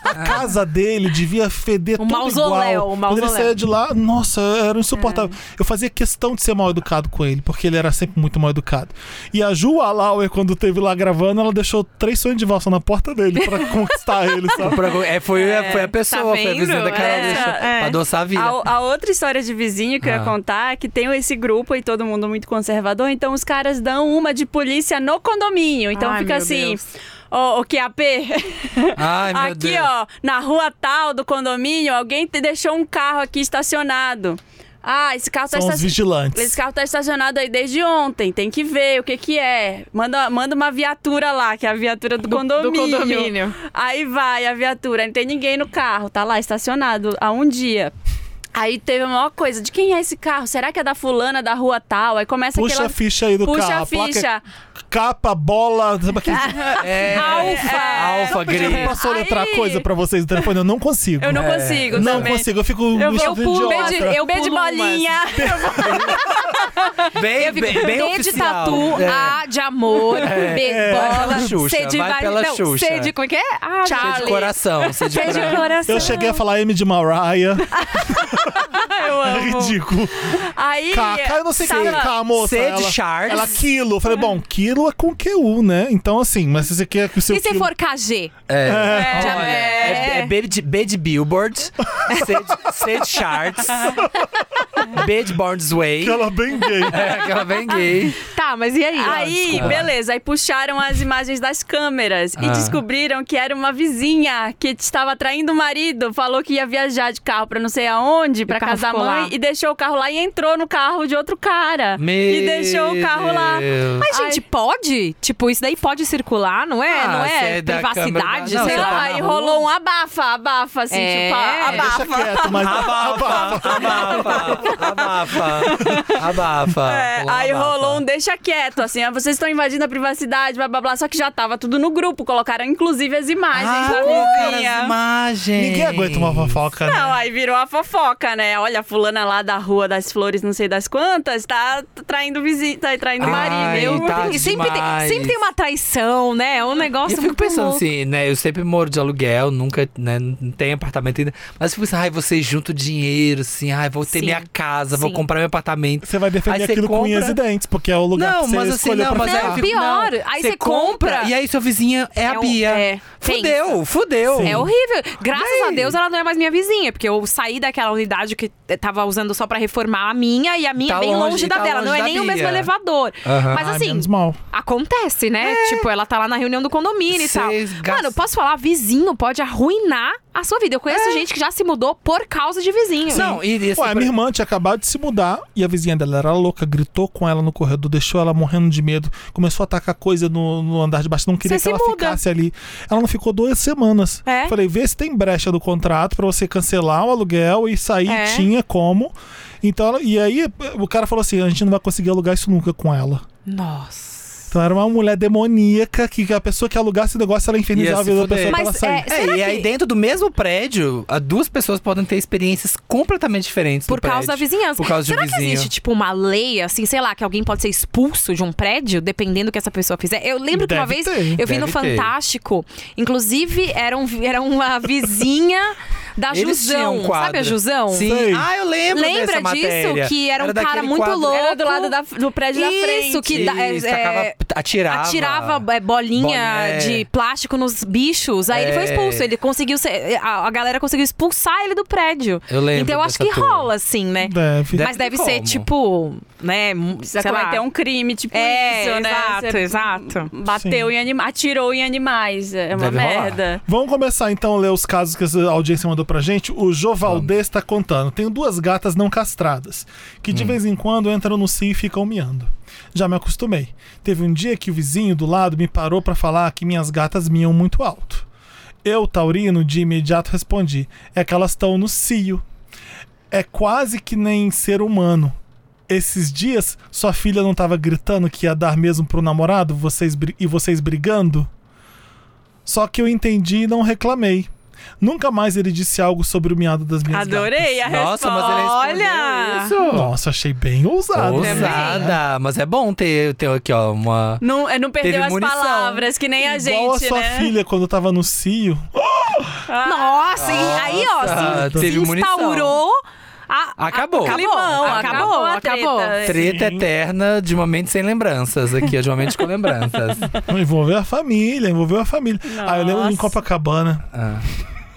Speaker 1: a casa dele devia feder
Speaker 5: Um
Speaker 1: tudo
Speaker 5: mausoléu,
Speaker 1: igual.
Speaker 5: um
Speaker 1: Quando ele
Speaker 5: mausoléu.
Speaker 1: saía de lá, nossa, era insuportável.
Speaker 2: É.
Speaker 1: Eu fazia questão de ser mal educado com ele, porque ele era sempre muito mal educado. E a Ju Alauer, quando teve lá gravando, ela deixou três sonhos de valsa na porta dele pra conquistar ele, sabe?
Speaker 4: Pra- é, foi, foi a pessoa, foi a
Speaker 5: tá vendo?
Speaker 4: vizinha da Carol
Speaker 5: É,
Speaker 4: deixou
Speaker 5: é.
Speaker 4: pra adoçar a vida.
Speaker 2: A, a outra história de vizinho que eu
Speaker 4: Ah.
Speaker 2: ia contar é que tem esse grupo e todo mundo muito conservador, então os caras dão uma de polícia no condomínio. Então
Speaker 5: Ai,
Speaker 2: fica
Speaker 5: meu
Speaker 2: assim,
Speaker 5: Deus.
Speaker 2: ó, o QAP,
Speaker 4: Ai, meu
Speaker 2: aqui
Speaker 4: Deus.
Speaker 2: ó, na rua tal do condomínio, alguém te deixou um carro aqui estacionado. Ah, esse carro tá
Speaker 1: São os
Speaker 2: estacionado. Esse
Speaker 1: vigilantes.
Speaker 2: carro tá estacionado aí desde ontem, tem que ver o que que é. Manda, manda uma viatura lá, que é a viatura do, condomínio.
Speaker 5: condomínio.
Speaker 2: Aí vai a viatura, não tem ninguém no carro, tá lá estacionado há um dia. Aí teve a maior coisa, de quem é esse carro? Será que é da fulana da rua tal? Aí começa
Speaker 1: Puxa
Speaker 2: aquela...
Speaker 1: a ficha aí do
Speaker 2: Puxa
Speaker 1: carro.
Speaker 2: a
Speaker 1: placa,
Speaker 2: ficha.
Speaker 1: capa, bola, sabe aquele
Speaker 4: É,
Speaker 5: Alfa.
Speaker 4: Alfa,
Speaker 1: Eu
Speaker 4: grego.
Speaker 1: posso letrar
Speaker 2: Aí-
Speaker 1: coisa pra vocês no telefone? Eu não consigo. né?
Speaker 2: Eu não
Speaker 4: É.
Speaker 2: consigo
Speaker 1: Não
Speaker 2: também.
Speaker 1: consigo, eu fico
Speaker 2: Eu,
Speaker 1: me
Speaker 2: eu
Speaker 1: chamando de
Speaker 2: pulo, B de,
Speaker 1: outra.
Speaker 2: eu B de
Speaker 5: pulo umas.
Speaker 2: bolinha.
Speaker 4: Bem, bem, bem
Speaker 5: D de
Speaker 4: oficial.
Speaker 5: tatu,
Speaker 4: É.
Speaker 5: A de amor, B
Speaker 4: é.
Speaker 5: de
Speaker 4: Vai
Speaker 5: bola,
Speaker 4: pela Xuxa,
Speaker 5: C de
Speaker 4: vai pela
Speaker 5: não,
Speaker 4: Xuxa.
Speaker 5: C de como é que é? Ah,
Speaker 4: Cê de coração, cê de
Speaker 5: C de
Speaker 4: coração.
Speaker 5: coração.
Speaker 1: Eu cheguei a falar M de Mariah.
Speaker 2: eu amo.
Speaker 1: Ridículo.
Speaker 2: Aí...
Speaker 1: Caca, eu não sei o que é
Speaker 2: tava-
Speaker 1: K, moça.
Speaker 4: C de
Speaker 1: Ela,
Speaker 4: Charles.
Speaker 1: ela quilo. Eu falei, bom, quilo é com QU, né? Então, assim, mas se você quer que o seu
Speaker 5: E se
Speaker 1: quilo...
Speaker 5: for KG?
Speaker 4: É.
Speaker 5: Já-
Speaker 4: Olha, é, é B, de, B de Billboard, C de, C de Charts, B de Born's Way,
Speaker 1: Ela bem gay.
Speaker 4: é, aquela bem gay.
Speaker 5: Tá, mas e aí?
Speaker 2: Aí,
Speaker 4: desculpa.
Speaker 2: beleza, aí puxaram as imagens das câmeras
Speaker 4: Ah.
Speaker 2: e descobriram que era uma vizinha que estava traindo o marido, falou que ia viajar de carro pra não sei aonde, pra
Speaker 5: carro
Speaker 2: casar a
Speaker 5: ficou
Speaker 2: mãe,
Speaker 5: lá.
Speaker 2: e deixou o carro lá e entrou no carro de outro cara.
Speaker 4: Meu
Speaker 2: e deixou o carro lá.
Speaker 4: Deus.
Speaker 5: Mas, gente, pode? Tipo, isso daí pode circular, não é?
Speaker 4: Ah,
Speaker 5: não
Speaker 4: se
Speaker 5: é,
Speaker 4: é da
Speaker 5: privacidade,
Speaker 4: câmera da-
Speaker 5: sei
Speaker 4: Não,
Speaker 2: Sei
Speaker 4: você
Speaker 5: lá.
Speaker 4: tá
Speaker 2: lá,
Speaker 4: na
Speaker 2: e
Speaker 4: rua?
Speaker 2: rolou um abafa, abafa, assim,
Speaker 5: É.
Speaker 2: tipo, a- abafa.
Speaker 1: Deixa quieto, mas...
Speaker 4: Abafa, abafa, abafa, abafa.
Speaker 2: É,
Speaker 4: Rolou tá.
Speaker 2: aí
Speaker 4: abafa.
Speaker 2: rolou um deixa quieto, assim, ah, vocês estão invadindo a privacidade, blá blá blá, só que já tava tudo no grupo, colocaram inclusive as imagens
Speaker 4: Ah,
Speaker 2: da
Speaker 4: colocaram
Speaker 2: vizinha.
Speaker 4: as imagens.
Speaker 1: Ninguém aguenta uma fofoca,
Speaker 2: Não,
Speaker 1: né?
Speaker 2: aí virou a fofoca, né? Olha, a fulana lá da rua das flores, não sei das quantas, tá traindo visita, tá traindo
Speaker 4: Ai,
Speaker 2: marido. Eu-
Speaker 4: tá
Speaker 5: E sempre tem,
Speaker 4: demais.
Speaker 5: sempre tem uma traição, né? É um
Speaker 4: E
Speaker 5: negócio
Speaker 4: eu fico
Speaker 5: muito
Speaker 4: pensando
Speaker 5: louco.
Speaker 4: assim, né? Eu sempre moro de aluguel, nunca, né? Não tenho apartamento ainda. Mas eu fico pensando, ai, você junta o dinheiro, assim, ai, vou ter
Speaker 5: Sim,
Speaker 4: minha casa, vou
Speaker 5: sim.
Speaker 4: comprar meu apartamento.
Speaker 1: Você vai defender
Speaker 4: Aí você
Speaker 1: aquilo com
Speaker 4: compra-
Speaker 1: unhas e dentes, porque é o lugar
Speaker 4: Não,
Speaker 1: que você
Speaker 4: mas assim,
Speaker 1: escolheu
Speaker 4: não,
Speaker 1: pra
Speaker 4: mas aí eu
Speaker 1: ficar.
Speaker 4: fico,
Speaker 5: É pior,
Speaker 4: não,
Speaker 5: aí você compra.
Speaker 4: E aí sua vizinha é,
Speaker 5: É
Speaker 4: a
Speaker 5: um-
Speaker 4: Bia.
Speaker 5: é,
Speaker 4: fudeu, fudeu.
Speaker 5: É horrível. Graças
Speaker 4: Véi.
Speaker 5: a Deus ela não é mais minha vizinha, porque eu saí daquela unidade que eh, tava usando só pra reformar a minha e a minha
Speaker 4: Tá
Speaker 5: é bem
Speaker 4: longe,
Speaker 5: longe,
Speaker 4: tá
Speaker 5: da dela,
Speaker 4: longe
Speaker 5: não é
Speaker 4: da
Speaker 5: nem o
Speaker 4: Bia.
Speaker 5: mesmo elevador.
Speaker 4: Aham. É.
Speaker 5: Mas
Speaker 1: Ah,
Speaker 5: assim,
Speaker 1: menos mal.
Speaker 5: acontece, né? Tipo, ela tá lá na reunião do condomínio
Speaker 4: Cês
Speaker 5: e tal.
Speaker 4: gastam-
Speaker 5: Mano, posso falar, vizinho pode arruinar a sua vida. Eu
Speaker 4: É.
Speaker 5: conheço gente que já se mudou por causa de vizinho.
Speaker 4: Não, e e assim,
Speaker 1: Ué, a
Speaker 4: pra-
Speaker 1: minha irmã tinha acabado de se mudar e a vizinha dela era louca, gritou com ela no corredor, deixou ela morrendo de medo, começou a atacar coisa no, no andar de baixo, não queria
Speaker 5: Você
Speaker 1: que
Speaker 5: se
Speaker 1: ela
Speaker 5: muda.
Speaker 1: ficasse ali. Ela não ficou duas semanas.
Speaker 5: É.
Speaker 1: Falei, vê se tem brecha do contrato pra você cancelar o aluguel e sair,
Speaker 5: É.
Speaker 1: tinha como. Então, ela- e aí o cara falou assim: a gente não vai conseguir alugar isso nunca com ela.
Speaker 5: Nossa.
Speaker 1: Então era uma mulher demoníaca que a pessoa que alugasse o negócio ela infernizava
Speaker 4: Ia
Speaker 1: a
Speaker 4: se
Speaker 1: vida da
Speaker 4: fuder.
Speaker 1: pessoa pra
Speaker 5: Mas
Speaker 1: ela sair.
Speaker 5: é, será
Speaker 4: É, e aí
Speaker 5: que-
Speaker 4: dentro do mesmo prédio, a duas pessoas podem ter experiências completamente diferentes
Speaker 5: Por
Speaker 4: no prédio.
Speaker 5: causa da vizinhança.
Speaker 4: Por causa de
Speaker 5: Será que
Speaker 4: vizinho.
Speaker 5: existe, tipo, uma lei, assim, sei lá, que alguém pode ser expulso de um prédio, dependendo do que essa pessoa fizer? Eu lembro que uma
Speaker 1: Deve
Speaker 5: vez
Speaker 1: ter,
Speaker 5: eu vi no
Speaker 4: deve ter.
Speaker 5: Fantástico, inclusive, era, um, era uma vizinha da
Speaker 4: Eles tinham
Speaker 5: Jusão.
Speaker 4: um quadro.
Speaker 5: Sabe a Jusão?
Speaker 4: Sim.
Speaker 1: Sei.
Speaker 4: Ah, eu lembro
Speaker 5: Lembra
Speaker 4: dessa
Speaker 5: disso?
Speaker 4: matéria.
Speaker 5: Que era um cara
Speaker 4: daquele
Speaker 5: muito
Speaker 4: quadro.
Speaker 5: louco.
Speaker 2: Era do lado da- do prédio da frente.
Speaker 5: Isso, que dá- é-
Speaker 4: Isso, tacava-
Speaker 5: é-
Speaker 4: atirava.
Speaker 5: atirava é, bolinha
Speaker 4: Bolinha, é.
Speaker 5: de plástico nos bichos. Aí ele foi
Speaker 4: É.
Speaker 5: expulso. Ele conseguiu ser- a, a galera conseguiu expulsar ele do prédio.
Speaker 4: Eu lembro
Speaker 5: Então eu acho
Speaker 4: dessa
Speaker 5: que
Speaker 4: turma.
Speaker 5: rola, assim, né?
Speaker 1: Deve.
Speaker 5: Mas deve
Speaker 4: ter
Speaker 5: ser
Speaker 4: como.
Speaker 5: tipo, né? mu-
Speaker 2: Precisa
Speaker 5: sei lá.
Speaker 2: cometer um crime, tipo
Speaker 5: É,
Speaker 2: isso, né?
Speaker 5: exato,
Speaker 2: Você
Speaker 5: exato.
Speaker 2: Bateu em animais, atirou em animais. É uma
Speaker 4: Deve rolar.
Speaker 2: merda.
Speaker 1: Vamos começar então a ler os casos que a audiência mandou pra gente. O Jovaldez está contando. Tenho duas gatas não castradas, que de vez em quando entram no cio e ficam miando. Já me acostumei. Teve um dia que o vizinho do lado me parou pra falar que minhas gatas miam muito alto. Eu, taurino, de imediato respondi: é que elas estão no cio. É quase que nem ser humano. Esses dias, sua filha não tava gritando que ia dar mesmo pro namorado vocês bri- e vocês brigando? Só que eu entendi e não reclamei. Nunca mais ele disse algo sobre o miado das minhas
Speaker 2: Adorei a
Speaker 4: Nossa,
Speaker 2: resposta.
Speaker 4: mas ele respondeu
Speaker 2: Olha!
Speaker 4: isso.
Speaker 1: gatas. Nossa, achei bem ousado. né?
Speaker 4: Ousada. Mas é bom ter, ter aqui, ó, uma...
Speaker 2: Não, é, não perdeu
Speaker 4: Teve
Speaker 2: as
Speaker 4: munição.
Speaker 2: palavras, que nem a
Speaker 1: Igual a
Speaker 2: gente,
Speaker 1: sua
Speaker 2: né?
Speaker 1: filha quando tava no cio.
Speaker 2: Ah.
Speaker 5: Nossa, e aí, ó,
Speaker 4: Nossa,
Speaker 5: se, se
Speaker 4: teve munição.
Speaker 5: instaurou. a- a-
Speaker 4: Acabou.
Speaker 5: Acabou, acabou, acabou.
Speaker 2: Acabou a treta.
Speaker 4: Treta eterna de uma mente sem lembranças. Aqui, ó, de uma mente com lembranças.
Speaker 1: Não, Envolveu a família, envolveu a família. Ah, eu lembro em
Speaker 2: Nossa.
Speaker 1: Copacabana
Speaker 4: Ah,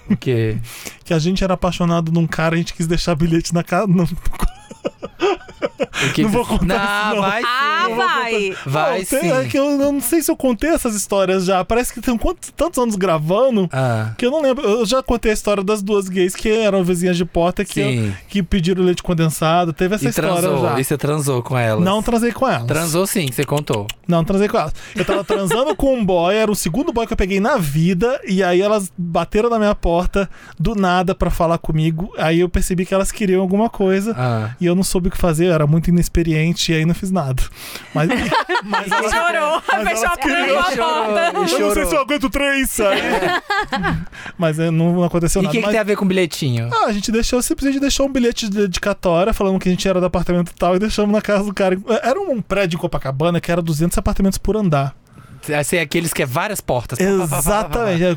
Speaker 4: o quê?
Speaker 1: que a gente era apaixonado num cara, a gente quis deixar bilhete na casa. Não,
Speaker 4: O que
Speaker 1: Não vou contar
Speaker 4: Não,
Speaker 1: isso, não.
Speaker 4: vai sim.
Speaker 5: Ah, vai.
Speaker 4: Vai
Speaker 1: Não, tem-
Speaker 4: sim.
Speaker 1: é que eu, eu não sei se eu contei essas histórias já. Parece que tem quantos, tantos anos gravando
Speaker 4: Ah,
Speaker 1: que eu não lembro. Eu já contei a história das duas gays que eram vizinhas de porta que,
Speaker 4: Sim.
Speaker 1: que pediram leite condensado. Teve essa
Speaker 4: e
Speaker 1: história
Speaker 4: transou.
Speaker 1: já.
Speaker 4: E você transou com elas.
Speaker 1: Não transei com elas.
Speaker 4: Transou sim, você contou.
Speaker 1: Não, transei com elas. Eu tava transando com um boy, era o segundo boy que eu peguei na vida, e aí elas bateram na minha porta do nada pra falar comigo. Aí eu percebi que elas queriam alguma coisa.
Speaker 4: Ah.
Speaker 1: E eu não soube o que fazer, eu era muito inexperiente e aí não fiz nada. Mas, mas elas-
Speaker 2: Chorou,
Speaker 1: mas
Speaker 2: fechou
Speaker 1: elas
Speaker 2: a
Speaker 1: queriam-
Speaker 2: porta.
Speaker 4: Chorou, e
Speaker 1: Eu não sei se eu
Speaker 4: chorou.
Speaker 1: aguento três, sabe? Mas é, não não aconteceu
Speaker 4: E o
Speaker 1: nada.
Speaker 4: que, que
Speaker 1: mas-
Speaker 4: tem a ver com bilhetinho?
Speaker 1: Ah, a gente deixou, simplesmente deixou um bilhete de dedicatória falando que a gente era do apartamento tal e deixamos na casa do cara. Era um prédio em Copacabana que era 200 apartamentos por andar.
Speaker 4: Assim, aqueles que é várias portas.
Speaker 1: Exatamente. É,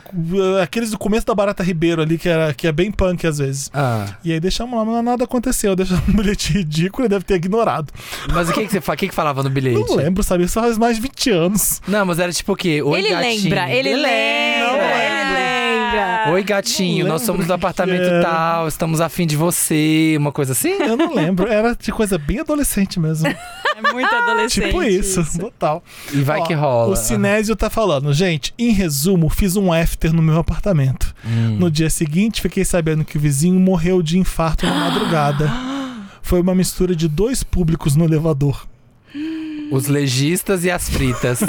Speaker 1: Aqueles do começo da Barata Ribeiro ali, que, era, que é bem punk às vezes.
Speaker 4: Ah,
Speaker 1: E aí deixamos lá, mas nada aconteceu. Deixamos um bilhete ridículo e deve ter ignorado.
Speaker 4: mas o que, que você fa- o que, que falava no bilhete?
Speaker 1: Não lembro, sabia? Isso faz mais de 20 anos.
Speaker 4: Não, mas era tipo o quê? Oi,
Speaker 5: Ele
Speaker 4: gatinho.
Speaker 5: lembra, ele
Speaker 1: Não
Speaker 5: lembra, ele
Speaker 1: lembro.
Speaker 5: lembra.
Speaker 4: Oi, gatinho,
Speaker 1: Não
Speaker 4: nós
Speaker 1: lembro
Speaker 4: somos do
Speaker 1: que
Speaker 4: apartamento
Speaker 1: era.
Speaker 4: tal, estamos afim de você, uma coisa assim?
Speaker 1: Eu não lembro. Era de coisa bem adolescente mesmo.
Speaker 2: É muito adolescente.
Speaker 1: Tipo isso, total.
Speaker 4: E vai
Speaker 1: Ó,
Speaker 4: que rola.
Speaker 1: O Sinésio tá falando, gente, em resumo, fiz um after no meu apartamento.
Speaker 4: Hum.
Speaker 1: No dia seguinte, fiquei sabendo que o vizinho morreu de infarto na madrugada. Foi uma mistura de dois públicos no elevador.
Speaker 4: Os legistas e as fritas.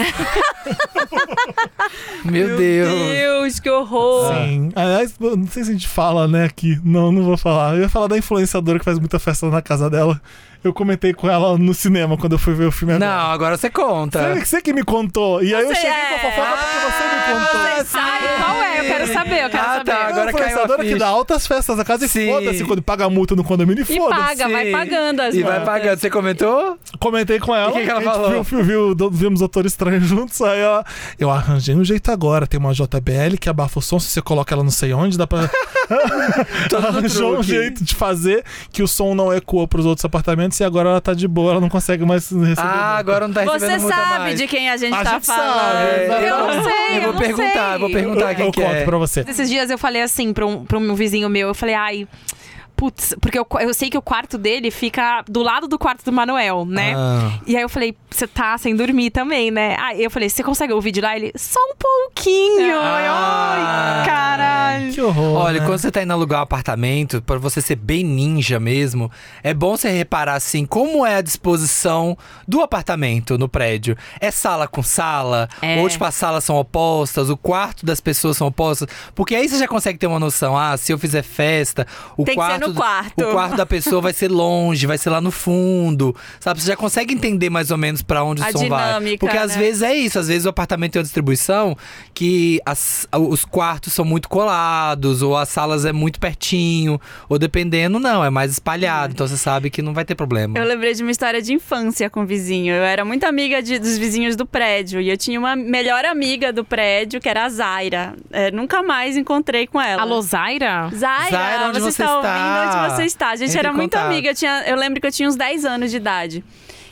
Speaker 4: Meu
Speaker 2: Meu
Speaker 4: Deus.
Speaker 2: Deus, que horror.
Speaker 1: Sim. Aliás, eu não sei se a gente fala, né, aqui. Não, não vou falar. Eu ia falar da influenciadora que faz muita festa na casa dela. Eu comentei com ela no cinema quando eu fui ver o filme agora.
Speaker 4: Não, agora você conta.
Speaker 1: Você- Você que me contou. E aí eu
Speaker 2: Você
Speaker 1: cheguei com a
Speaker 2: é.
Speaker 1: fofoca porque você me contou.
Speaker 5: Ah, Sabe qual é? Eu quero saber, eu quero
Speaker 4: Ah,
Speaker 5: saber.
Speaker 4: tá,
Speaker 1: Agora
Speaker 4: Ah,
Speaker 1: é
Speaker 4: agora
Speaker 1: uma
Speaker 4: caiu a
Speaker 1: influenciadora que dá
Speaker 4: ficha.
Speaker 1: altas festas na casa
Speaker 4: Sim.
Speaker 1: e foda-se quando paga a multa no condomínio e
Speaker 2: E
Speaker 1: foda-se.
Speaker 2: paga,
Speaker 4: Sim.
Speaker 2: vai pagando as
Speaker 4: E vai
Speaker 2: multas.
Speaker 4: pagando. Você comentou?
Speaker 1: Comentei com ela.
Speaker 4: E o que que ela
Speaker 1: a gente
Speaker 4: falou?
Speaker 1: Viu, viu, viu, do- vimos Doutor Estranho juntos. Aí ela, eu arranjei um jeito agora. Tem uma JBL que abafa o som. Se você coloca ela não sei onde, dá pra.
Speaker 4: Todo
Speaker 1: arranjou um
Speaker 4: truque.
Speaker 1: jeito de fazer que o som não ecoa pros outros apartamentos e agora ela tá de boa, ela não consegue mais receber.
Speaker 4: Ah, agora não tá recebendo
Speaker 2: Você
Speaker 4: multa
Speaker 2: sabe
Speaker 4: mais.
Speaker 2: de quem a gente
Speaker 1: A
Speaker 2: tá
Speaker 1: gente
Speaker 2: falando.
Speaker 1: sabe.
Speaker 4: É,
Speaker 5: Eu
Speaker 4: Eu
Speaker 5: não sei,
Speaker 4: vou
Speaker 5: eu não
Speaker 4: perguntar,
Speaker 5: sei.
Speaker 4: eu vou
Speaker 1: eu,
Speaker 4: perguntar quem
Speaker 1: eu
Speaker 4: que
Speaker 1: conto
Speaker 4: é.
Speaker 1: pra você.
Speaker 5: Esses dias eu falei assim pra um, pra um vizinho meu, eu falei, ai. Putz, porque eu, eu sei que o quarto dele fica do lado do quarto do Manuel, né?
Speaker 4: Ah.
Speaker 5: E aí eu falei, você tá sem dormir também, né? Aí eu falei, você consegue ouvir de lá? Ele, só um pouquinho. Ai,
Speaker 4: Ah.
Speaker 5: Ai, caralho.
Speaker 1: Que horror.
Speaker 4: Olha,
Speaker 1: né?
Speaker 4: quando você tá indo alugar um apartamento, pra você ser bem ninja mesmo, é bom você reparar assim como é a disposição do apartamento no prédio. É sala com sala,
Speaker 5: É.
Speaker 4: ou tipo as salas são opostas, o quarto das pessoas são opostas, porque aí você já consegue ter uma noção, ah, se eu fizer festa, o
Speaker 2: Tem que ser
Speaker 4: quarto
Speaker 2: no o quarto.
Speaker 4: O quarto da pessoa vai ser longe, vai ser lá no fundo. Sabe? Você já consegue entender mais ou menos pra onde o
Speaker 2: A
Speaker 4: som vai.
Speaker 2: dinâmica,
Speaker 4: Porque às
Speaker 2: né?
Speaker 4: vezes é isso. Às vezes o apartamento tem uma distribuição que as- os quartos são muito colados, ou as salas é muito pertinho, ou dependendo, não, é mais espalhado. Então você sabe que não vai ter problema.
Speaker 2: Uhum. Eu lembrei de uma história de infância com o vizinho. Eu era muito amiga de- dos vizinhos do prédio. E eu tinha uma melhor amiga do prédio, que era a Zaira. É, nunca mais encontrei com ela.
Speaker 5: A Lozaira?
Speaker 2: Zaira,
Speaker 4: Zaira, onde
Speaker 2: você
Speaker 4: você
Speaker 2: está
Speaker 4: está?
Speaker 2: ouvindo onde você está. A gente
Speaker 4: Entre
Speaker 2: era
Speaker 4: em
Speaker 2: muito
Speaker 4: contato.
Speaker 2: amiga, eu, tinha- eu lembro que eu tinha uns 10 anos de idade.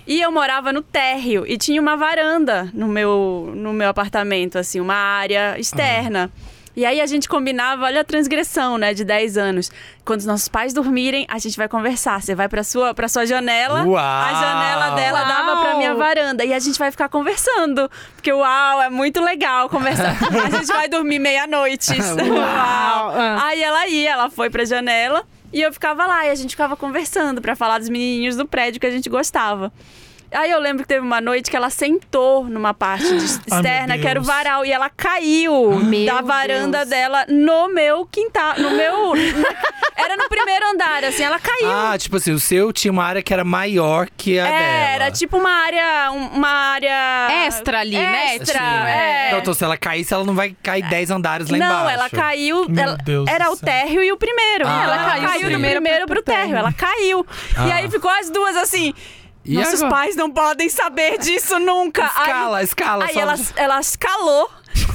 Speaker 2: E eu morava no térreo e tinha uma varanda no meu, no meu apartamento, assim, uma área externa. E aí a gente combinava, olha a transgressão, né, de 10 anos. Quando os nossos pais dormirem, a gente vai conversar. Você vai pra sua, pra sua janela,
Speaker 4: Uau!
Speaker 2: a janela dela dava pra minha
Speaker 5: Uau!
Speaker 2: varanda. E a gente vai ficar conversando. Porque, uau, é muito legal conversar. a gente vai dormir meia-noite. uau!
Speaker 5: Ah.
Speaker 2: Aí ela ia, ela foi pra janela e eu ficava lá e a gente ficava conversando pra falar dos menininhos do prédio que a gente gostava. Aí eu lembro que teve uma noite que ela sentou numa parte de-
Speaker 1: meu
Speaker 2: externa, que era o
Speaker 1: Deus.
Speaker 2: varal, e ela caiu
Speaker 5: Meu
Speaker 2: da varanda
Speaker 5: Deus.
Speaker 2: dela no meu quintal, no meu... era no primeiro andar, assim, ela caiu.
Speaker 4: Ah, tipo assim, o seu tinha uma área que era maior que a dela.
Speaker 2: É, era tipo uma área, um- uma área...
Speaker 5: Extra ali, né?
Speaker 2: Extra,
Speaker 4: Sim.
Speaker 2: é.
Speaker 4: Então, então, se ela caísse, ela não vai cair 10 andares lá
Speaker 2: não,
Speaker 4: embaixo.
Speaker 2: ela caiu.
Speaker 1: Meu
Speaker 2: ela-
Speaker 1: Deus do
Speaker 2: era o
Speaker 1: céu.
Speaker 2: térreo e o primeiro.
Speaker 4: Ah,
Speaker 2: ela caiu,
Speaker 4: sim.
Speaker 2: do primeiro pro térreo. Ela caiu. E
Speaker 4: Ah.
Speaker 2: aí ficou as duas assim.
Speaker 4: E
Speaker 2: Nossos
Speaker 4: agora?
Speaker 2: pais não podem saber disso nunca. Aí-
Speaker 4: Escala, escala.
Speaker 2: Aí
Speaker 4: só-
Speaker 2: ela, ela escalou.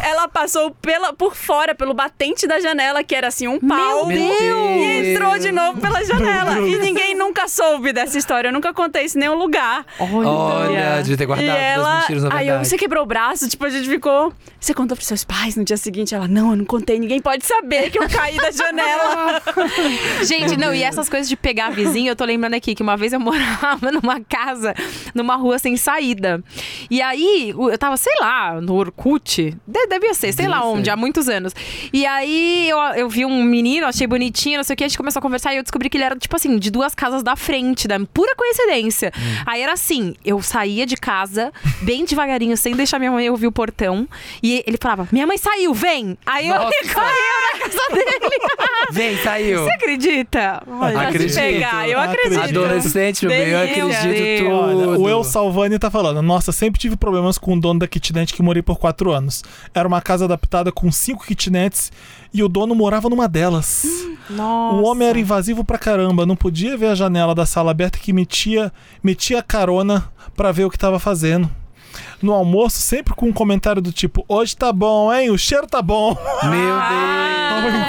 Speaker 2: Ela passou pela, por fora, pelo batente da janela, que era assim, um pau.
Speaker 4: Meu Deus!
Speaker 2: E entrou de novo pela janela. E ninguém nunca soube dessa história. Eu nunca contei isso em nenhum lugar.
Speaker 4: Olha,
Speaker 5: Olha.
Speaker 4: devia ter
Speaker 2: E
Speaker 4: guardado
Speaker 2: ela.
Speaker 4: duas mentiras na
Speaker 2: aí eu,
Speaker 4: verdade.
Speaker 2: você quebrou o braço? Tipo, a gente ficou. Você contou pros seus pais no dia seguinte? Ela, não, eu não contei, ninguém pode saber que eu caí da janela.
Speaker 5: Gente, não, e essas coisas de pegar vizinho, eu tô lembrando aqui que uma vez eu morava numa casa, numa rua sem saída. E aí, o- eu tava, sei lá, no Orkut, de- devia ser, sei lá
Speaker 4: Devia
Speaker 5: onde,
Speaker 4: ser.
Speaker 5: há muitos anos. E aí eu, eu vi um menino, achei bonitinho, não sei o que, a gente começou a conversar e eu descobri que ele era, tipo assim, de duas casas da frente, da pura coincidência.
Speaker 4: Hum.
Speaker 5: Aí era assim, eu saía de casa, bem devagarinho, sem deixar minha mãe ouvir o portão, e ele falava, minha mãe saiu, vem! Aí eu
Speaker 4: Nossa.
Speaker 5: corria na casa dele.
Speaker 4: Vem, saiu.
Speaker 5: Você acredita? Olha.
Speaker 4: Acredito.
Speaker 2: Pegar, eu acredito.
Speaker 4: Adolescente, meu bem, eu
Speaker 2: Delícia.
Speaker 4: acredito tudo.
Speaker 1: Olha, o El Salvani tá falando. Nossa, sempre tive problemas com o dono da kitnet que morei por quatro anos. Era uma casa adaptada com cinco kitnets e o dono morava numa delas.
Speaker 4: Hum.
Speaker 5: Nossa.
Speaker 1: O homem era invasivo pra caramba, não podia ver a janela da sala aberta que metia, metia a carona pra ver o que tava fazendo. No almoço, sempre com um comentário do tipo: Hoje tá bom, hein? O cheiro tá bom.
Speaker 4: Meu Deus.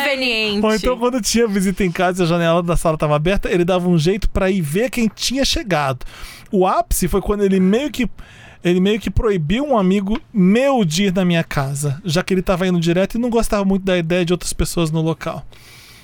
Speaker 5: Conveniente.
Speaker 1: Ou então, quando tinha visita em casa e a janela da sala estava aberta, ele dava um jeito pra ir ver quem tinha chegado. O ápice foi quando ele meio que. Ele meio que proibiu um amigo meu de ir na minha casa, já que ele tava indo direto e não gostava muito da ideia de outras pessoas no local.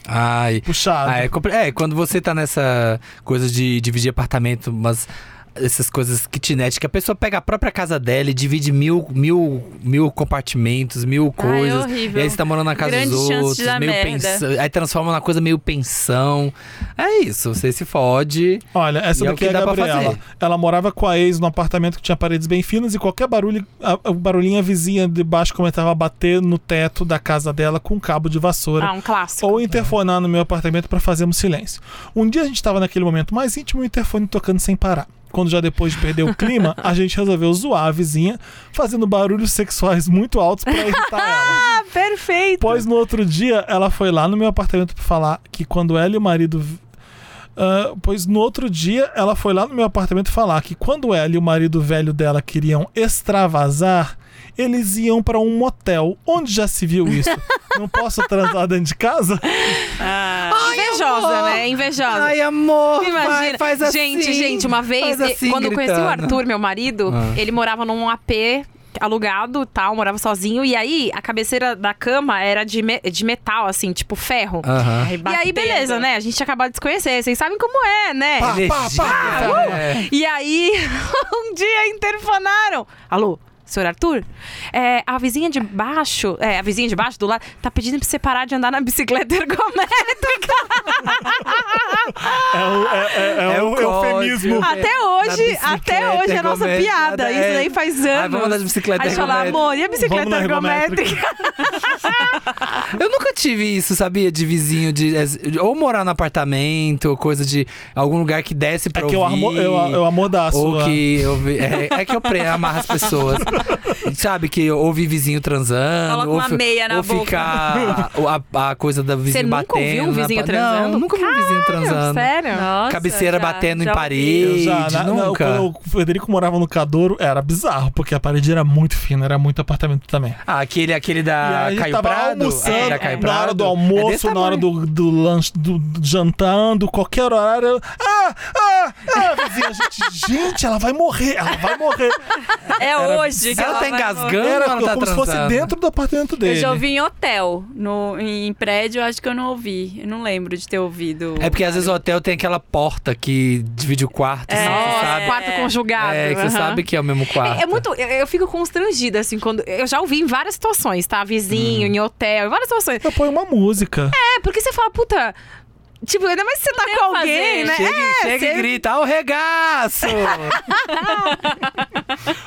Speaker 4: Ai.
Speaker 1: Puxado.
Speaker 4: Ah, é, compre- é, quando você tá nessa coisa de dividir apartamento, mas essas coisas kitnet, que a pessoa pega a própria casa dela e divide mil, mil, mil compartimentos, mil
Speaker 5: é
Speaker 4: coisas.
Speaker 2: horrível.
Speaker 4: e aí você tá morando na casa
Speaker 2: Grande
Speaker 4: dos
Speaker 2: chance de
Speaker 4: outros,
Speaker 2: dar
Speaker 4: meio
Speaker 2: merda.
Speaker 4: pensão. Aí transforma na coisa meio pensão. É isso, você se fode.
Speaker 1: Olha, essa
Speaker 4: E é o
Speaker 1: daqui
Speaker 4: que
Speaker 1: é a
Speaker 4: dá pra
Speaker 1: Gabriela.
Speaker 4: fazer.
Speaker 1: Ela morava com a ex num apartamento que tinha paredes bem finas e qualquer barulho, a, a barulhinha vizinha de baixo começava a bater no teto da casa dela com um cabo de vassoura.
Speaker 5: Ah, um clássico.
Speaker 1: Ou interfonar no meu apartamento pra fazermos silêncio. Um dia a gente tava naquele momento mais íntimo e o interfone tocando sem parar. Quando já depois de perder o clima, a gente resolveu zoar a vizinha, fazendo barulhos sexuais muito altos pra irritar ela.
Speaker 5: Ah, perfeito.
Speaker 1: Pois no outro dia, ela foi lá no meu apartamento pra falar que quando ela e o marido. vi- Ah, pois no outro dia, ela foi lá no meu apartamento falar que quando ela e o marido velho dela queriam extravasar, eles iam pra um motel. Onde já se viu isso? Não posso transar dentro de casa?
Speaker 5: Ah, Invejosa, né? Invejosa.
Speaker 4: Ai, amor,
Speaker 5: Imagina.
Speaker 4: vai, faz assim.
Speaker 5: gente, gente, uma vez,
Speaker 4: Faz assim,
Speaker 5: e- quando eu conheci o
Speaker 4: gritando.
Speaker 5: Arthur, meu marido,
Speaker 4: Ah.
Speaker 5: ele morava num AP alugado tal, morava sozinho. E aí, a cabeceira da cama era de, me- de metal, assim, tipo ferro.
Speaker 4: Aham.
Speaker 5: E aí, beleza, né? A gente tinha acabado de se conhecer, vocês sabem como é, né?
Speaker 1: Pá, pá, pá.
Speaker 4: É.
Speaker 5: E aí, um dia interfonaram. Alô, senhor Arthur? É, a vizinha de baixo, é, a vizinha de baixo do lado, tá pedindo pra você parar de andar na bicicleta ergométrica.
Speaker 1: É um, é, é- é
Speaker 4: É
Speaker 1: um
Speaker 4: o
Speaker 1: eufemismo.
Speaker 4: código.
Speaker 5: Até hoje,
Speaker 4: Na
Speaker 5: até hoje é a nossa
Speaker 4: bicicleta
Speaker 5: piada.
Speaker 4: ergométrica,
Speaker 5: Isso
Speaker 4: é.
Speaker 5: daí faz anos.
Speaker 4: Ai, vamos andar de bicicleta
Speaker 5: Aí você fala,
Speaker 4: ergométrica.
Speaker 5: amor, e a bicicleta
Speaker 1: Vamos na ergométrica.
Speaker 5: ergométrica?
Speaker 4: Eu nunca tive isso, sabia? De vizinho, de, ou morar no apartamento, ou coisa de algum lugar que desce pra
Speaker 1: É que eu,
Speaker 4: ouvir.
Speaker 1: armo, eu, eu amordaço.
Speaker 4: Ou
Speaker 1: né?
Speaker 4: que eu vi- é, é que eu pre- amarro as pessoas. Sabe, que eu ouvi vizinho transando.
Speaker 2: Coloca
Speaker 4: ou
Speaker 2: uma
Speaker 4: fi-
Speaker 2: meia na
Speaker 4: ou
Speaker 2: boca.
Speaker 4: ficar ou a, a coisa da vizinha
Speaker 5: Você nunca
Speaker 4: batendo.
Speaker 5: ouviu um
Speaker 4: na
Speaker 5: vizinho
Speaker 4: pa-
Speaker 5: transando?
Speaker 4: Não, nunca vi um vizinho transando.
Speaker 5: Sério?
Speaker 2: Nossa,
Speaker 4: Cabeceira
Speaker 2: já-
Speaker 4: batendo
Speaker 2: já ouvi.
Speaker 4: em
Speaker 1: Eu
Speaker 4: parede.
Speaker 1: já, na- na-
Speaker 4: nunca.
Speaker 1: quando o Frederico morava no Cadouro, era bizarro, porque a parede era muito fina, era muito apartamento também.
Speaker 4: Ah, aquele, aquele
Speaker 1: e
Speaker 4: da
Speaker 1: aí a gente
Speaker 4: Caio
Speaker 1: tava
Speaker 4: Prado.
Speaker 1: almoçando,
Speaker 4: aquele da Caio
Speaker 1: na hora
Speaker 4: Prado.
Speaker 1: do
Speaker 4: É
Speaker 1: almoço,
Speaker 4: desse
Speaker 1: na hora
Speaker 4: tamanho.
Speaker 1: do, do lanche, do, do jantando, qualquer horário. eu- Ah, ah, ah, vizinha, a gente, gente, ela vai morrer, ela vai morrer.
Speaker 2: É hoje que
Speaker 4: Ela
Speaker 2: ela
Speaker 4: tá
Speaker 2: vai-
Speaker 4: engasgando ou
Speaker 1: Era
Speaker 4: ela tá
Speaker 1: como se fosse
Speaker 4: transando?
Speaker 1: dentro do apartamento
Speaker 2: Eu
Speaker 1: dele.
Speaker 2: já ouvi em hotel, no, em prédio, eu acho que eu não ouvi. Eu não lembro de ter ouvido.
Speaker 4: É porque às vezes o hotel tem aquela porta que divide o quarto,
Speaker 2: É.
Speaker 4: assim, que você
Speaker 5: Nossa,
Speaker 4: sabe.
Speaker 5: quarto conjugado.
Speaker 4: É, que você
Speaker 5: aham.
Speaker 4: sabe que é o mesmo quarto.
Speaker 5: É, é muito. Eu, eu fico constrangida, assim, quando. Eu já ouvi em várias situações, tá?
Speaker 4: Hum.
Speaker 5: Vizinho, em hotel, em várias situações.
Speaker 1: Eu ponho uma música.
Speaker 5: É, porque você fala, puta. Tipo, ainda mais se você tá
Speaker 2: tem o
Speaker 5: com
Speaker 2: que fazer.
Speaker 5: alguém, né?
Speaker 4: Chega,
Speaker 5: é,
Speaker 4: chega e
Speaker 5: você-
Speaker 4: grita, ao regaço!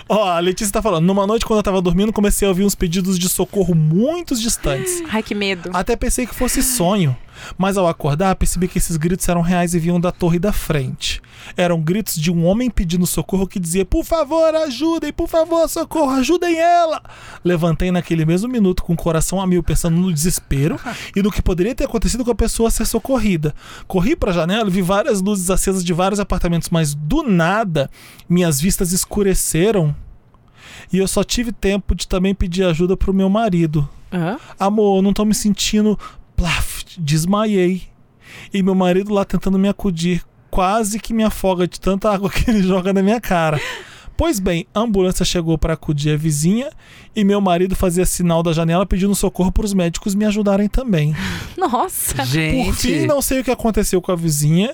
Speaker 1: Ó, a Letícia tá falando, numa noite quando eu tava dormindo, comecei a ouvir uns pedidos de socorro muito distantes.
Speaker 5: Ai, que medo.
Speaker 1: Até pensei que fosse sonho, mas ao acordar percebi que esses gritos eram reais e vinham da torre da frente. Eram gritos de um homem pedindo socorro que dizia: Por favor, ajudem, por favor, socorro, ajudem ela. Levantei naquele mesmo minuto com o coração a mil, pensando no desespero e no que poderia ter acontecido com a pessoa a ser socorrida. Corri para a janela e vi várias luzes acesas de vários apartamentos, mas do nada minhas vistas escureceram. E eu só tive tempo de também pedir ajuda pro meu marido.
Speaker 5: Aham.
Speaker 1: Amor, eu não tô me sentindo. Plaf, desmaiei. E meu marido lá tentando me acudir. Quase que me afoga de tanta água que ele joga na minha cara. Pois bem, a ambulância chegou para acudir a vizinha e meu marido fazia sinal da janela pedindo socorro para os médicos me ajudarem também.
Speaker 5: Nossa.
Speaker 4: Gente.
Speaker 1: Por fim, não sei o que aconteceu com a vizinha,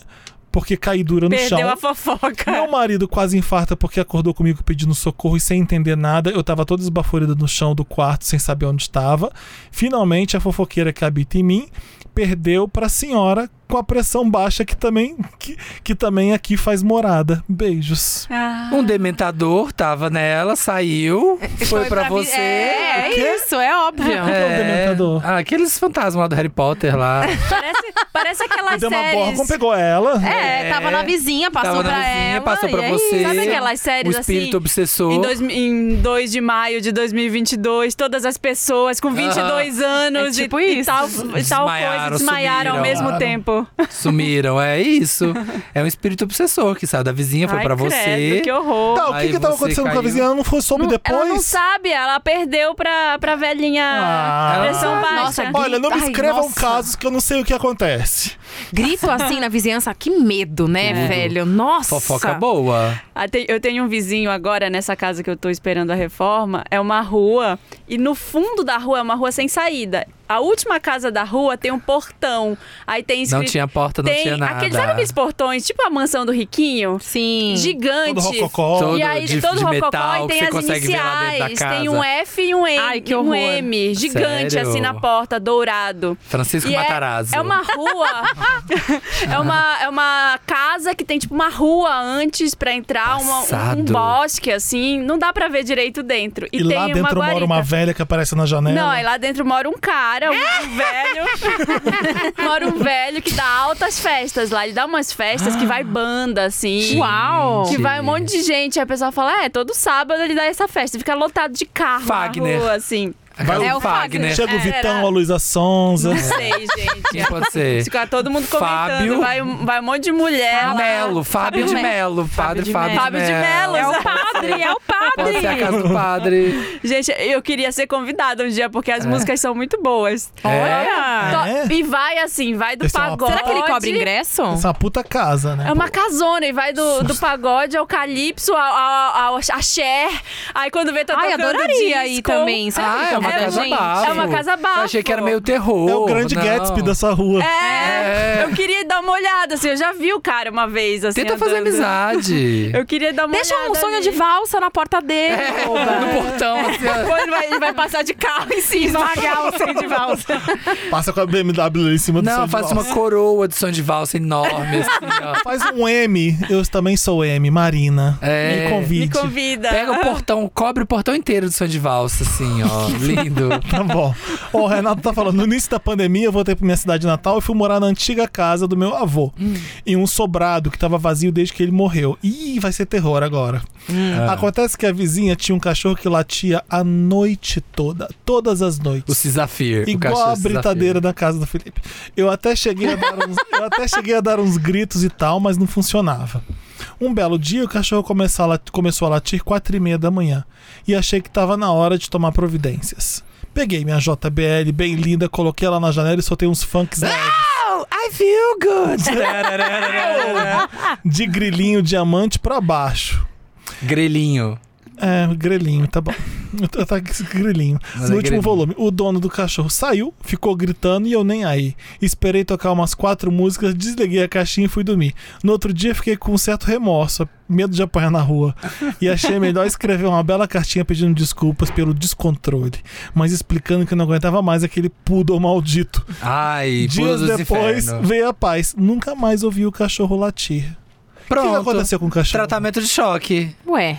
Speaker 1: porque caí dura no
Speaker 2: Perdeu
Speaker 1: chão.
Speaker 2: a fofoca.
Speaker 1: Meu marido quase infarta porque acordou comigo pedindo socorro e sem entender nada. Eu tava toda esbaforida no chão do quarto, sem saber onde estava. Finalmente, a fofoqueira que habita em mim perdeu pra senhora com a pressão baixa que também, que, que também aqui faz morada. Beijos.
Speaker 2: Ah,
Speaker 4: Um dementador tava nela, saiu, foi pra
Speaker 5: vi-
Speaker 4: você.
Speaker 5: É, é isso, é óbvio.
Speaker 1: que é um dementador?
Speaker 4: Ah, aqueles fantasmas lá do Harry Potter lá.
Speaker 2: parece, parece aquelas
Speaker 1: Deu uma
Speaker 2: séries.
Speaker 1: borra, pegou ela.
Speaker 5: É, tava na vizinha,
Speaker 4: Tava
Speaker 5: passou
Speaker 4: na
Speaker 5: pra
Speaker 4: vizinha,
Speaker 5: ela.
Speaker 4: passou pra
Speaker 5: e é aí-
Speaker 4: você.
Speaker 2: Sabe aquelas
Speaker 4: o
Speaker 2: séries
Speaker 4: espírito
Speaker 2: assim?
Speaker 4: obsessor.
Speaker 2: Em, dois, em 2 de maio de 2022, todas as pessoas com 22 anos
Speaker 5: É tipo
Speaker 2: e,
Speaker 5: isso.
Speaker 2: e tal, e tal coisa
Speaker 4: Desmaiaram,
Speaker 2: desmaiaram ao mesmo
Speaker 4: sumiram.
Speaker 2: tempo.
Speaker 4: Sumiram, é isso. É um espírito obsessor que saiu da vizinha, foi
Speaker 2: Ai,
Speaker 4: pra
Speaker 2: credo,
Speaker 4: você.
Speaker 2: Que horror.
Speaker 1: Tá, o que
Speaker 4: Aí
Speaker 1: que tava
Speaker 4: você
Speaker 1: acontecendo com a
Speaker 4: caiu.
Speaker 1: vizinha? Ela não foi soube depois?
Speaker 2: Ela não sabe, ela perdeu pra, pra velhinha
Speaker 1: Ah.
Speaker 2: pressão
Speaker 5: Nossa,
Speaker 2: baixa.
Speaker 5: nossa,
Speaker 1: Olha, não me
Speaker 5: Ai,
Speaker 1: escrevam
Speaker 5: nossa.
Speaker 1: casos que eu não sei o que acontece.
Speaker 5: Grito assim na vizinhança, que medo, né,
Speaker 4: Tudo.
Speaker 5: velho? Nossa.
Speaker 4: Fofoca boa.
Speaker 2: Ah, tem- Eu tenho um vizinho agora nessa casa que eu tô esperando a reforma. É uma rua e no fundo da rua é uma rua sem saída. A última casa da rua tem um portão. Aí tem escrito.
Speaker 4: Não tinha porta, não
Speaker 2: tem
Speaker 4: tinha nada.
Speaker 2: Aquele, sabe aqueles portões, tipo a mansão do Riquinho?
Speaker 5: Sim.
Speaker 1: Todo
Speaker 2: Gigante.
Speaker 1: rococó.
Speaker 4: Todo
Speaker 2: e aí
Speaker 4: de-
Speaker 2: todo
Speaker 4: de
Speaker 2: rococó
Speaker 4: metal
Speaker 2: e
Speaker 4: que
Speaker 2: tem
Speaker 4: você
Speaker 2: as
Speaker 4: consegue ver lá dentro da
Speaker 2: iniciais. Tem um
Speaker 4: casa.
Speaker 2: F e um M.
Speaker 5: Ai, que
Speaker 2: e um
Speaker 5: horror.
Speaker 2: M. Gigante
Speaker 4: Sério?
Speaker 2: assim na porta, dourado.
Speaker 4: Francisco
Speaker 2: E é-
Speaker 4: Matarazzo.
Speaker 2: É, uma rua. é, uma, é uma casa que tem tipo uma rua antes pra entrar, uma- um- um
Speaker 4: Passado.
Speaker 2: bosque assim. Não dá pra ver direito dentro. E,
Speaker 1: E
Speaker 2: tem
Speaker 1: lá
Speaker 2: uma
Speaker 1: dentro
Speaker 2: guarita.
Speaker 1: mora uma né? velha que aparece na janela.
Speaker 2: Não, aí lá dentro mora um cara, um velho. mora um velho que dá altas festas lá. Ele dá umas festas que vai banda, assim.
Speaker 5: Uau.
Speaker 2: Que vai um monte de gente. Aí a pessoa fala: é, todo sábado ele dá essa festa. Fica lotado de carro
Speaker 4: Fagner.
Speaker 2: na rua, assim.
Speaker 4: Aquela
Speaker 5: É
Speaker 4: do
Speaker 5: o Fagner.
Speaker 1: Chega o
Speaker 2: Era-
Speaker 1: Vitão, a Luísa Sonza.
Speaker 2: Não sei, gente.
Speaker 4: Quem é, pode ser?
Speaker 2: Fica todo mundo comentando.
Speaker 4: Fábio.
Speaker 2: Vai, um- vai um monte de mulher. lá.
Speaker 4: Melo, é Fábio de Melo, padre
Speaker 5: de
Speaker 4: Fábio de Melo.
Speaker 5: Melo.
Speaker 2: Fábio de Melo.
Speaker 5: É o
Speaker 2: exato.
Speaker 5: padre, é o padre.
Speaker 4: Pode ser a casa do padre.
Speaker 2: Gente, eu queria ser convidada um dia, porque
Speaker 4: É.
Speaker 2: as músicas são muito boas.
Speaker 5: Olha.
Speaker 1: É?
Speaker 2: To- E vai assim, vai do
Speaker 1: Esse é uma-
Speaker 2: pagode.
Speaker 5: Será que ele cobra ingresso?
Speaker 1: Essa é uma puta casa, né?
Speaker 2: É uma casona, e vai do, do pagode ao calypso, ao, ao, ao axé. Aí quando vê, tá
Speaker 5: Ai,
Speaker 2: tocando
Speaker 5: adoraria
Speaker 2: disco.
Speaker 5: ir também. Será que
Speaker 4: Ah,
Speaker 5: ele
Speaker 4: é uma
Speaker 5: É,
Speaker 4: casa
Speaker 5: gente,
Speaker 4: bafo.
Speaker 2: é uma casa bafo.
Speaker 4: Eu achei que era meio terror.
Speaker 1: É o grande
Speaker 4: não.
Speaker 1: Gatsby dessa rua.
Speaker 2: É,
Speaker 4: É.
Speaker 2: eu queria dar uma olhada, assim, eu já vi o cara uma vez, assim.
Speaker 4: Tenta fazer
Speaker 2: andando.
Speaker 4: amizade.
Speaker 2: Eu queria dar uma
Speaker 5: Deixa
Speaker 2: olhada.
Speaker 5: um sonho
Speaker 2: ali.
Speaker 5: de valsa na porta dele.
Speaker 1: É,
Speaker 4: No portão, assim, ó.
Speaker 2: Depois vai- ele vai passar de carro em cima. Esmagar o sonho de valsa.
Speaker 1: Passa com a BMW ali em cima do
Speaker 4: Não,
Speaker 1: seu
Speaker 4: faça
Speaker 1: divã.
Speaker 4: uma coroa de som de valsa enorme, assim, ó.
Speaker 1: Faz um M. Eu também sou M, Marina.
Speaker 4: É.
Speaker 1: Me convide.
Speaker 2: Me convida.
Speaker 4: Pega o portão, cobre o portão inteiro de som de valsa, assim, ó. Lindo.
Speaker 1: Tá bom. Ó, o Renato tá falando, no início da pandemia eu voltei pra minha cidade natal e fui morar na antiga casa do meu avô. Em um sobrado que tava vazio desde que ele morreu. Ih, vai ser terror agora. Acontece que a vizinha tinha um cachorro que latia a noite toda. Todas as noites.
Speaker 4: O Cisafir. o
Speaker 1: Igual
Speaker 4: cachorro
Speaker 1: a britadeira
Speaker 4: Cisafir.
Speaker 1: da casa do Felipe. Eu até, cheguei a dar uns, eu até cheguei a dar uns gritos e tal, mas não funcionava. Um belo dia, o cachorro começou a, lat- começou a latir quatro e meia da manhã. E achei que estava na hora de tomar providências. Peguei minha JBL bem linda, coloquei ela na janela e soltei uns funks né, leves.
Speaker 4: Oh, I feel good.
Speaker 1: De grilinho diamante pra baixo.
Speaker 4: Grelhinho.
Speaker 1: É, grelhinho, tá bom. Tá- Tá esse grelhinho.
Speaker 4: Mas
Speaker 1: no
Speaker 4: é
Speaker 1: último
Speaker 4: grelhinho.
Speaker 1: volume, o dono do cachorro saiu, ficou gritando e eu nem aí. Esperei tocar umas quatro músicas, desliguei a caixinha e fui dormir. No outro dia fiquei com um certo remorso, medo de apanhar na rua. E achei melhor escrever uma bela cartinha pedindo desculpas pelo descontrole, mas explicando que eu não aguentava mais aquele poodle maldito.
Speaker 4: Ai, pula
Speaker 1: Dias
Speaker 4: dos
Speaker 1: depois
Speaker 4: infernos.
Speaker 1: veio a paz. Nunca mais ouvi o cachorro latir. O que que
Speaker 4: Pronto.
Speaker 1: aconteceu com o cachorro?
Speaker 4: Tratamento de choque.
Speaker 5: Ué,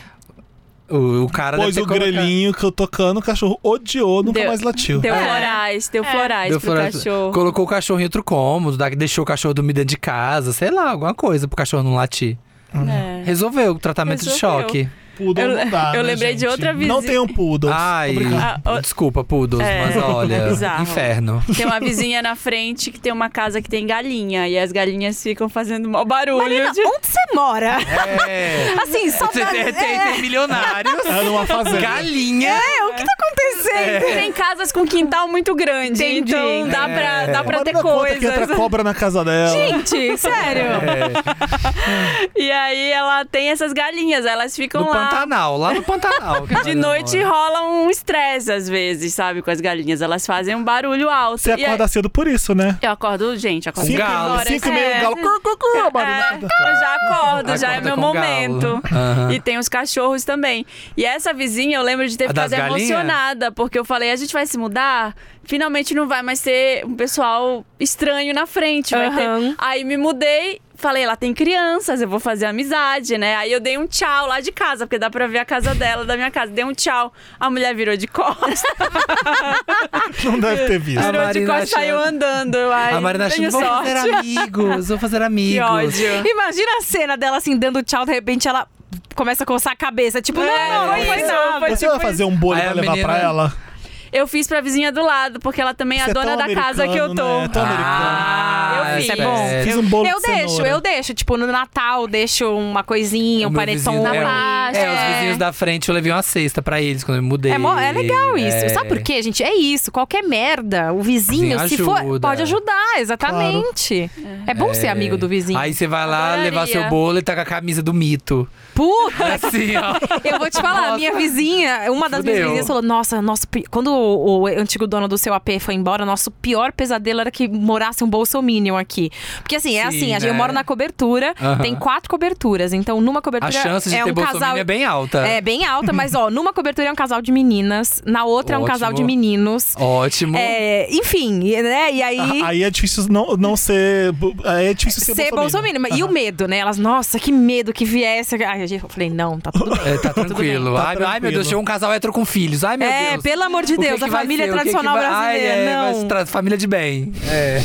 Speaker 4: O, o cara
Speaker 1: Pois o
Speaker 4: deve ter colocado-
Speaker 1: grelhinho que eu tocando, o cachorro odiou, nunca
Speaker 2: Deu-
Speaker 1: mais latiu.
Speaker 2: Deu
Speaker 5: É.
Speaker 2: florais, deu florais
Speaker 4: Deu
Speaker 2: pro
Speaker 4: fora-
Speaker 2: cachorro.
Speaker 4: Colocou o cachorro em outro cômodo, da- deixou o cachorro dormir dentro de casa, sei lá, alguma coisa pro cachorro não latir.
Speaker 2: É.
Speaker 4: Resolveu o tratamento
Speaker 2: Resolveu.
Speaker 4: de choque.
Speaker 1: Poodle
Speaker 2: Eu-
Speaker 1: não dá,
Speaker 2: eu
Speaker 1: né,
Speaker 2: lembrei
Speaker 1: gente?
Speaker 2: de outra
Speaker 1: Não
Speaker 2: visita.
Speaker 1: tenham poodles.
Speaker 4: Ai,
Speaker 1: Obrigado.
Speaker 2: Ah, o-
Speaker 4: desculpa, Poodles,
Speaker 2: É,
Speaker 4: mas olha,
Speaker 2: é bizarro.
Speaker 4: inferno.
Speaker 2: Tem uma vizinha na frente que tem uma casa que tem galinha e as galinhas ficam fazendo mau barulho. de-
Speaker 5: um,
Speaker 3: onde você mora?
Speaker 2: Ah,
Speaker 4: É.
Speaker 3: Assim, só
Speaker 4: Você
Speaker 3: pra...
Speaker 4: tem, tem- tem milionários,
Speaker 1: É numa fazenda.
Speaker 4: galinha.
Speaker 5: É tá
Speaker 3: Acontecendo.
Speaker 2: Tem casas com quintal muito grande,
Speaker 5: Entendi.
Speaker 2: então dá pra, dá pra
Speaker 1: Agora
Speaker 2: ter
Speaker 1: dá conta que entra
Speaker 2: coisas.
Speaker 1: cobra na casa dela.
Speaker 2: Gente, sério.
Speaker 4: É,
Speaker 2: E aí ela tem essas galinhas, elas ficam
Speaker 4: no
Speaker 2: lá.
Speaker 4: Pantanal, lá no Pantanal. que a
Speaker 2: De
Speaker 4: Marina
Speaker 2: noite
Speaker 4: mora.
Speaker 2: rola um estresse às vezes, sabe? Com as galinhas. Elas fazem um barulho alto.
Speaker 1: Você
Speaker 2: E aí-
Speaker 1: acorda cedo por isso, né?
Speaker 2: Eu acordo, gente, eu acordo
Speaker 4: Sim,
Speaker 1: Cinco,
Speaker 4: galo.
Speaker 1: e- cinco e meio,
Speaker 2: É.
Speaker 1: galo. Cu, cu, cu, a marinada.
Speaker 2: É, eu já acordo, já é
Speaker 4: Acorda
Speaker 2: meu
Speaker 4: com o galo.
Speaker 2: momento.
Speaker 4: Aham.
Speaker 2: E tem os cachorros também. E essa vizinha, eu lembro de ter
Speaker 4: A das
Speaker 2: ficado
Speaker 4: galinhas?
Speaker 2: emocionada, porque eu falei: a gente vai se mudar, finalmente não vai mais ter um pessoal estranho na frente. vai ter-
Speaker 5: Aham.
Speaker 2: Aí me mudei. Falei, lá tem crianças, eu vou fazer amizade, né? Aí eu dei um tchau lá de casa, porque dá pra ver a casa dela, da minha casa. Dei um tchau, a mulher virou de costas,
Speaker 1: Não deve ter visto.
Speaker 4: A
Speaker 2: virou de
Speaker 4: Marina
Speaker 2: costas,
Speaker 4: achando-
Speaker 2: saiu andando. Ai,
Speaker 4: A Marina
Speaker 2: tenho
Speaker 4: achando, vou
Speaker 2: sorte.
Speaker 4: fazer amigos, vou fazer amigos.
Speaker 2: Que ódio.
Speaker 5: Imagina a cena dela assim, dando tchau, de repente ela começa a coçar a cabeça. Tipo,
Speaker 4: É,
Speaker 5: não, não, não
Speaker 2: foi
Speaker 5: foi
Speaker 2: isso,
Speaker 5: nada.
Speaker 2: foi
Speaker 1: Você
Speaker 2: tipo
Speaker 1: vai fazer um bolo
Speaker 4: Aí
Speaker 1: pra
Speaker 4: a
Speaker 1: levar
Speaker 4: menina-
Speaker 1: pra ela?
Speaker 2: Eu fiz pra vizinha do lado, porque ela também é
Speaker 1: Isso
Speaker 2: a
Speaker 1: é
Speaker 2: dona
Speaker 1: tão
Speaker 2: da casa que eu
Speaker 1: americano,
Speaker 2: tô.
Speaker 1: né? É tão
Speaker 4: Ah,
Speaker 5: eu
Speaker 4: isso
Speaker 5: vi. É bom.
Speaker 1: Fiz um bolo
Speaker 5: Eu
Speaker 1: de
Speaker 5: deixo,
Speaker 1: cenoura.
Speaker 5: eu deixo. Tipo, no Natal, deixo uma coisinha,
Speaker 4: O
Speaker 5: um
Speaker 4: meu
Speaker 5: paretom.
Speaker 4: vizinho-
Speaker 5: uma
Speaker 4: é, o-
Speaker 5: faixa.
Speaker 4: É, os vizinhos da frente eu levei uma cesta pra eles quando eu me mudei.
Speaker 5: É, mó- é legal isso.
Speaker 4: É.
Speaker 5: Sabe por quê, gente? É isso. Qualquer merda, o vizinho,
Speaker 4: Vizinho
Speaker 5: se for,
Speaker 4: ajuda.
Speaker 5: pode ajudar, exatamente. É bom ser amigo do vizinho.
Speaker 4: Aí você vai lá
Speaker 2: Adoraria.
Speaker 4: levar seu bolo e tá com a camisa do mito.
Speaker 5: Puta,
Speaker 4: Assim, ó.
Speaker 5: eu vou te falar, a minha vizinha, uma das minhas
Speaker 4: Fudeu.
Speaker 5: vizinhas falou: Nossa, nosso, pi- quando o, o antigo dono do seu AP foi embora, nosso pior pesadelo era que morasse um Bolsominion aqui. Porque assim, é
Speaker 4: Sim,
Speaker 5: assim, a gente- eu
Speaker 4: né?
Speaker 5: moro na cobertura,
Speaker 4: Aham.
Speaker 5: tem quatro coberturas, então numa
Speaker 4: A
Speaker 5: cobertura
Speaker 4: chance de
Speaker 5: é
Speaker 4: ter
Speaker 5: um
Speaker 4: Bolsonaro
Speaker 5: casal
Speaker 4: é bem alta.
Speaker 5: É, bem alta, mas ó, numa cobertura é um casal de meninas, na outra é um
Speaker 4: Ótimo.
Speaker 5: casal de meninos.
Speaker 4: Ótimo.
Speaker 5: É, enfim, e- né? E aí.
Speaker 1: Ah, Aí é difícil não, não ser. bu- Aí é difícil ser,
Speaker 5: Ser
Speaker 1: bolsominion.
Speaker 5: bolsominion. E o medo, né? Elas, nossa, que medo que viesse. Ai, a gente- eu falei, não, tá tudo bem.
Speaker 4: É, tá tranquilo.
Speaker 1: Tá
Speaker 4: ai, meu- ai, meu
Speaker 1: tranquilo.
Speaker 4: Deus, chegou um casal hétero com filhos. Ai, meu
Speaker 5: é,
Speaker 4: Deus.
Speaker 5: pelo amor de
Speaker 4: O que
Speaker 5: Deus,
Speaker 4: que
Speaker 5: a
Speaker 4: vai
Speaker 5: família
Speaker 4: ser? O que que
Speaker 5: tradicional
Speaker 4: vai- Ai,
Speaker 5: brasileira.
Speaker 4: é, vai
Speaker 5: não.
Speaker 4: se tra- Família de bem. É.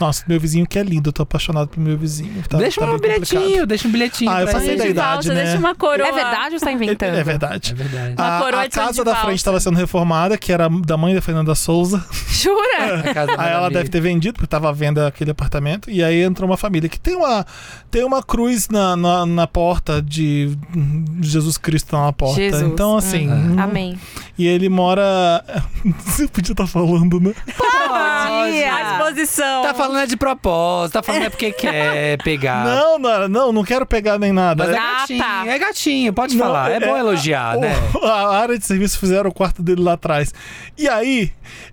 Speaker 1: Nossa, meu vizinho que é lindo, eu tô apaixonado pelo meu vizinho. Tá,
Speaker 4: deixa
Speaker 1: tá
Speaker 4: um
Speaker 1: bem complicado.
Speaker 4: bilhetinho, deixa um bilhetinho.
Speaker 1: Ah, eu
Speaker 4: pra
Speaker 1: passei
Speaker 4: ele.
Speaker 1: da
Speaker 2: de
Speaker 1: idade,
Speaker 2: valsa,
Speaker 1: né?
Speaker 2: deixa uma coroa.
Speaker 5: É verdade ou você tá inventando?
Speaker 1: É verdade.
Speaker 4: É verdade.
Speaker 1: A,
Speaker 2: Então. Uma coroa
Speaker 1: a
Speaker 2: de sonho
Speaker 1: casa
Speaker 2: de
Speaker 1: da
Speaker 2: valsa.
Speaker 1: frente estava sendo reformada, que era da mãe da Fernanda Souza.
Speaker 5: Jura?
Speaker 4: A casa da
Speaker 1: Aí ela
Speaker 4: amiga.
Speaker 1: deve ter vendido, porque estava à venda aquele apartamento. E aí entrou uma família que tem uma, tem uma cruz na, na, na porta de Jesus Cristo tá na porta.
Speaker 5: Jesus. Ah.
Speaker 1: Então, assim.
Speaker 4: Uhum.
Speaker 1: hum,
Speaker 5: Amém.
Speaker 1: E ele mora. Você podia estar tá falando, né?
Speaker 5: Maria.
Speaker 2: à disposição.
Speaker 4: Tá falando é de propósito, tá falando é porque quer pegar.
Speaker 1: Não, Nara, não, não quero pegar nem nada.
Speaker 4: Ah. Mas é
Speaker 1: É-
Speaker 5: Ah,
Speaker 4: gatinho,
Speaker 5: tá.
Speaker 4: é gatinho, pode
Speaker 1: Não,
Speaker 4: falar. É, bom
Speaker 1: a,
Speaker 4: elogiar, né?
Speaker 1: o- A área de serviço fizeram o quarto dele lá atrás. E aí,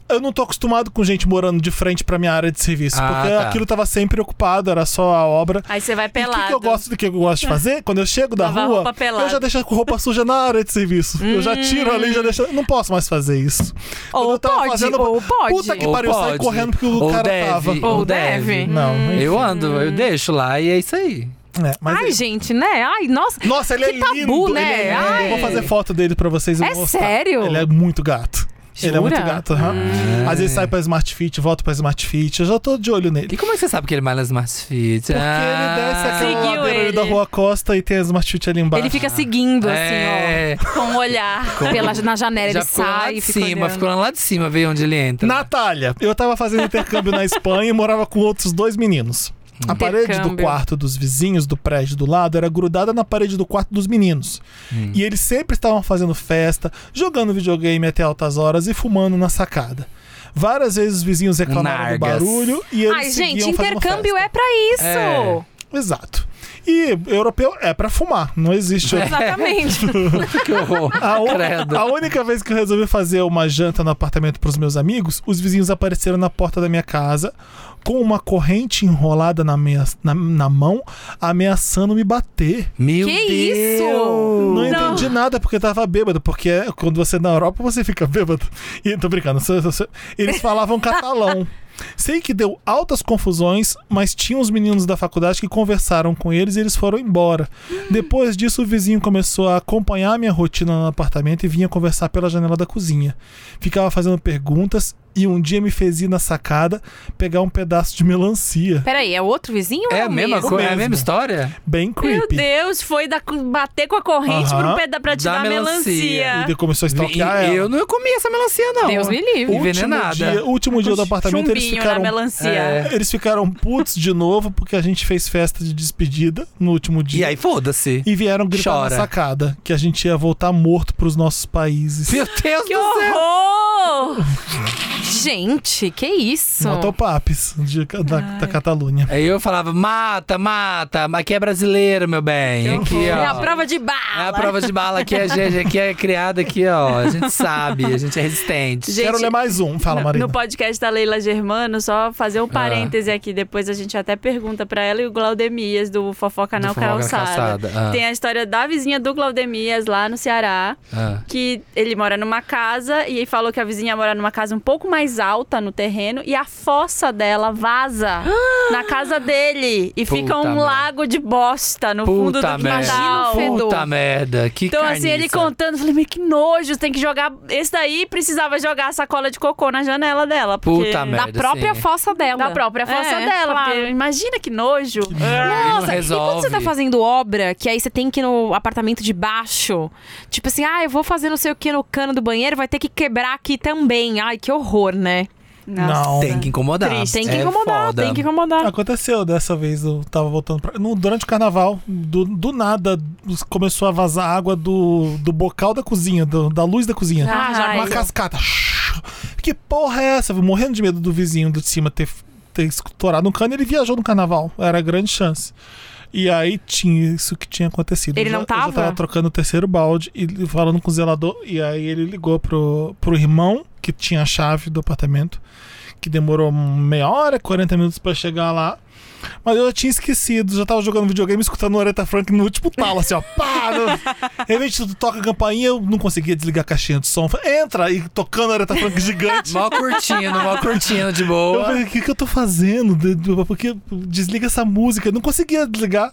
Speaker 1: eu não tô acostumado com gente morando de frente pra minha área de serviço,
Speaker 4: Ah,
Speaker 1: porque
Speaker 4: tá.
Speaker 1: aquilo tava sempre ocupado, era só a obra.
Speaker 2: Aí você vai
Speaker 1: E o que,
Speaker 2: pelado.
Speaker 1: que eu gosto do que eu gosto de fazer? Quando eu chego da
Speaker 2: Lavar
Speaker 1: rua,
Speaker 2: roupa pelado.
Speaker 1: eu já deixo com roupa suja na área de serviço. Eu já tiro ali, já deixo. Não posso mais fazer isso.
Speaker 5: Hum. Ou
Speaker 1: Quando eu tava
Speaker 5: pode, ou pode.
Speaker 1: Puta que
Speaker 4: Ou
Speaker 1: pariu, sai
Speaker 4: pode,
Speaker 1: correndo porque o
Speaker 4: ou
Speaker 1: cara
Speaker 4: deve,
Speaker 1: tava.
Speaker 5: Ou
Speaker 4: Ou
Speaker 5: deve.
Speaker 4: deve.
Speaker 1: Não,
Speaker 5: Hum.
Speaker 1: enfim.
Speaker 4: Eu ando, eu deixo lá e é isso aí.
Speaker 1: É, mas
Speaker 5: Ai,
Speaker 1: ele-
Speaker 5: gente, né? Ai, nossa.
Speaker 1: Nossa, ele
Speaker 5: que
Speaker 1: é
Speaker 5: tabu,
Speaker 1: lindo.
Speaker 5: né?
Speaker 1: Ele é lindo.
Speaker 5: Ai.
Speaker 1: Eu vou fazer foto dele pra vocês. eu
Speaker 5: É
Speaker 1: vou mostrar.
Speaker 5: sério?
Speaker 1: Ele é muito gato. Ele é
Speaker 5: Jura?
Speaker 1: muito gato, aham.
Speaker 4: Hum.
Speaker 1: Às vezes sai pra Smart Fit, volta pra Smart Fit. Eu já tô de olho nele.
Speaker 4: E como é que você sabe que ele malha Smart Fit? Ah,
Speaker 1: Porque ele desce aquela
Speaker 2: Seguiu
Speaker 1: ladeira ali
Speaker 2: ele.
Speaker 1: da Rua Costa e tem a Smart Fit ali embaixo.
Speaker 5: Ele fica seguindo, assim,
Speaker 4: é,
Speaker 2: Com o olhar.
Speaker 5: ó. Pela, na janela
Speaker 4: já
Speaker 5: ele
Speaker 4: ficou lá
Speaker 5: sai
Speaker 4: de
Speaker 5: e fica
Speaker 4: cima,
Speaker 5: olhando.
Speaker 4: ficou lá de cima, ver onde ele entra.
Speaker 1: Natália, eu tava fazendo intercâmbio na Espanha e morava com outros dois meninos. A parede do
Speaker 5: Intercâmbio.
Speaker 1: quarto dos vizinhos do prédio do lado era grudada na parede do quarto dos meninos. E eles sempre estavam fazendo festa, jogando videogame até altas horas e fumando na sacada. Várias vezes os vizinhos reclamaram
Speaker 4: Nargas.
Speaker 1: do barulho e eles
Speaker 5: Ai, gente,
Speaker 1: seguiam fazendo
Speaker 5: intercâmbio
Speaker 1: festa.
Speaker 5: é pra isso.
Speaker 4: É.
Speaker 1: Exato. E europeu é pra fumar, não existe
Speaker 4: É.
Speaker 1: outra
Speaker 5: Exatamente.
Speaker 4: que horror.
Speaker 1: A, un-
Speaker 4: Credo.
Speaker 1: a única vez que eu resolvi fazer uma janta no apartamento pros meus amigos, os vizinhos apareceram na porta da minha casa com uma corrente enrolada na, minha, na, na mão, ameaçando me bater.
Speaker 4: Meu
Speaker 5: Que
Speaker 4: Deus.
Speaker 5: isso?
Speaker 1: Não
Speaker 2: Não.
Speaker 1: entendi nada porque tava bêbado, porque é- quando você é na Europa você fica bêbado. E tô brincando, só- só- só- eles falavam catalão. Sei que deu altas confusões, mas tinha uns meninos da faculdade que conversaram com eles e eles foram embora.
Speaker 2: Hum.
Speaker 1: Depois disso, o vizinho começou a acompanhar a minha rotina no apartamento e vinha conversar pela janela da cozinha. Ficava fazendo perguntas e um dia me fez ir na sacada pegar um pedaço de melancia.
Speaker 5: Peraí, é outro vizinho ou
Speaker 4: É
Speaker 5: é
Speaker 4: a
Speaker 5: o
Speaker 4: mesma
Speaker 5: mesmo?
Speaker 4: coisa, é a
Speaker 1: mesmo.
Speaker 4: mesma história?
Speaker 1: Bem
Speaker 2: Meu
Speaker 1: creepy.
Speaker 2: Deus, foi da- bater com a corrente
Speaker 1: Aham.
Speaker 2: pro pé da pra te
Speaker 4: Da
Speaker 2: dar
Speaker 4: melancia.
Speaker 2: melancia.
Speaker 1: Ele começou a stalkear
Speaker 4: E-
Speaker 1: ela.
Speaker 4: ah, eu não comi essa melancia, não.
Speaker 5: Deus me livre.
Speaker 1: Último
Speaker 4: envenenada.
Speaker 1: Dia, último dia do apartamento, eles
Speaker 2: Chumbinho na
Speaker 1: ficaram
Speaker 2: melancia.
Speaker 4: É.
Speaker 1: Eles ficaram putos de novo porque a gente fez festa de despedida no último
Speaker 4: E
Speaker 1: dia.
Speaker 4: aí, foda-se.
Speaker 1: E vieram gritar
Speaker 4: Chora.
Speaker 1: na sacada que a gente ia voltar morto pros nossos países.
Speaker 4: Meu Deus
Speaker 2: Que
Speaker 4: do céu.
Speaker 2: horror!
Speaker 5: Gente, que isso?
Speaker 1: Motopapes de- da, da Catalunha.
Speaker 4: Aí eu falava, mata, mata, mas aqui é brasileiro, meu bem. Aqui,
Speaker 5: É a
Speaker 4: ó.
Speaker 5: prova de
Speaker 4: É a
Speaker 5: bala.
Speaker 4: prova de bala aqui, a gente aqui é criada aqui, ó. A gente sabe, a gente é resistente.
Speaker 2: Gente,
Speaker 1: Quero ler mais um. Fala, Marina.
Speaker 2: No podcast da Leila Germano, só fazer um
Speaker 1: Ah.
Speaker 2: parêntese aqui, depois a gente até pergunta pra ela e o Glaudemias do Fofoca na
Speaker 4: Do Fofoca na
Speaker 2: Calçada.
Speaker 4: Calçada, ah.
Speaker 2: Tem a história da vizinha do Glaudemias lá no Ceará,
Speaker 4: Ah.
Speaker 2: que ele mora numa casa e ele falou que a vizinha mora numa casa um pouco mais alta no terreno e a fossa dela vaza na casa dele e
Speaker 4: Puta
Speaker 2: fica um
Speaker 4: merda.
Speaker 2: lago de bosta no fundo do
Speaker 4: Puta
Speaker 2: quintal.
Speaker 4: merda.
Speaker 5: Imagina o fedor.
Speaker 4: Puta merda, que
Speaker 2: Então, assim, ele
Speaker 4: carniça.
Speaker 2: contando, eu falei, mas que nojo, tem que jogar. Esse daí precisava jogar a sacola de cocô na janela dela. Porque...
Speaker 4: Puta merda.
Speaker 5: Da própria
Speaker 4: sim.
Speaker 5: fossa dela.
Speaker 2: Da própria força
Speaker 5: É,
Speaker 2: dela.
Speaker 5: claro.
Speaker 2: Porque imagina que nojo.
Speaker 4: Não
Speaker 5: Nossa, e quando
Speaker 4: resolve.
Speaker 5: você tá fazendo obra, que aí você tem que ir no apartamento de baixo, tipo assim, ah, eu vou fazer não sei o que no cano do banheiro, vai ter que quebrar aqui também. Ai, que horror, né?
Speaker 1: Não.
Speaker 4: Tem que incomodar.
Speaker 5: Triste. Tem que
Speaker 4: É
Speaker 5: incomodar,
Speaker 4: foda.
Speaker 5: tem que incomodar.
Speaker 1: Aconteceu dessa vez, eu tava voltando pra. no- durante o carnaval, do, do nada os- começou a vazar água do, do bocal da cozinha, do- da luz da cozinha.
Speaker 2: Ah, já
Speaker 1: Uma
Speaker 2: viu.
Speaker 1: cascata. Que porra é essa? Eu Morrendo de medo do vizinho do de cima ter, ter estourado um cano, ele viajou no carnaval. Era grande chance. E aí tinha isso que tinha acontecido.
Speaker 5: Ele
Speaker 1: Eu já-
Speaker 5: não
Speaker 1: Eu
Speaker 5: tava?
Speaker 1: já tava trocando o terceiro balde e falando com o zelador. E aí ele ligou pro, pro irmão, que tinha a chave do apartamento, que demorou meia hora, 40 minutos pra chegar lá. Mas eu já tinha esquecido, já tava jogando videogame escutando o Aretha Frank no último talo, assim, ó. Pá! no- De repente tu toca a campainha, eu não conseguia desligar a caixinha de som. Falei, Entra! E tocando Aretha Frank gigante.
Speaker 4: Mó curtindo, mó curtindo, de
Speaker 1: Eu
Speaker 4: boa.
Speaker 1: falei, o que, que eu tô fazendo? De- de- Porque desliga essa música. Eu não conseguia desligar.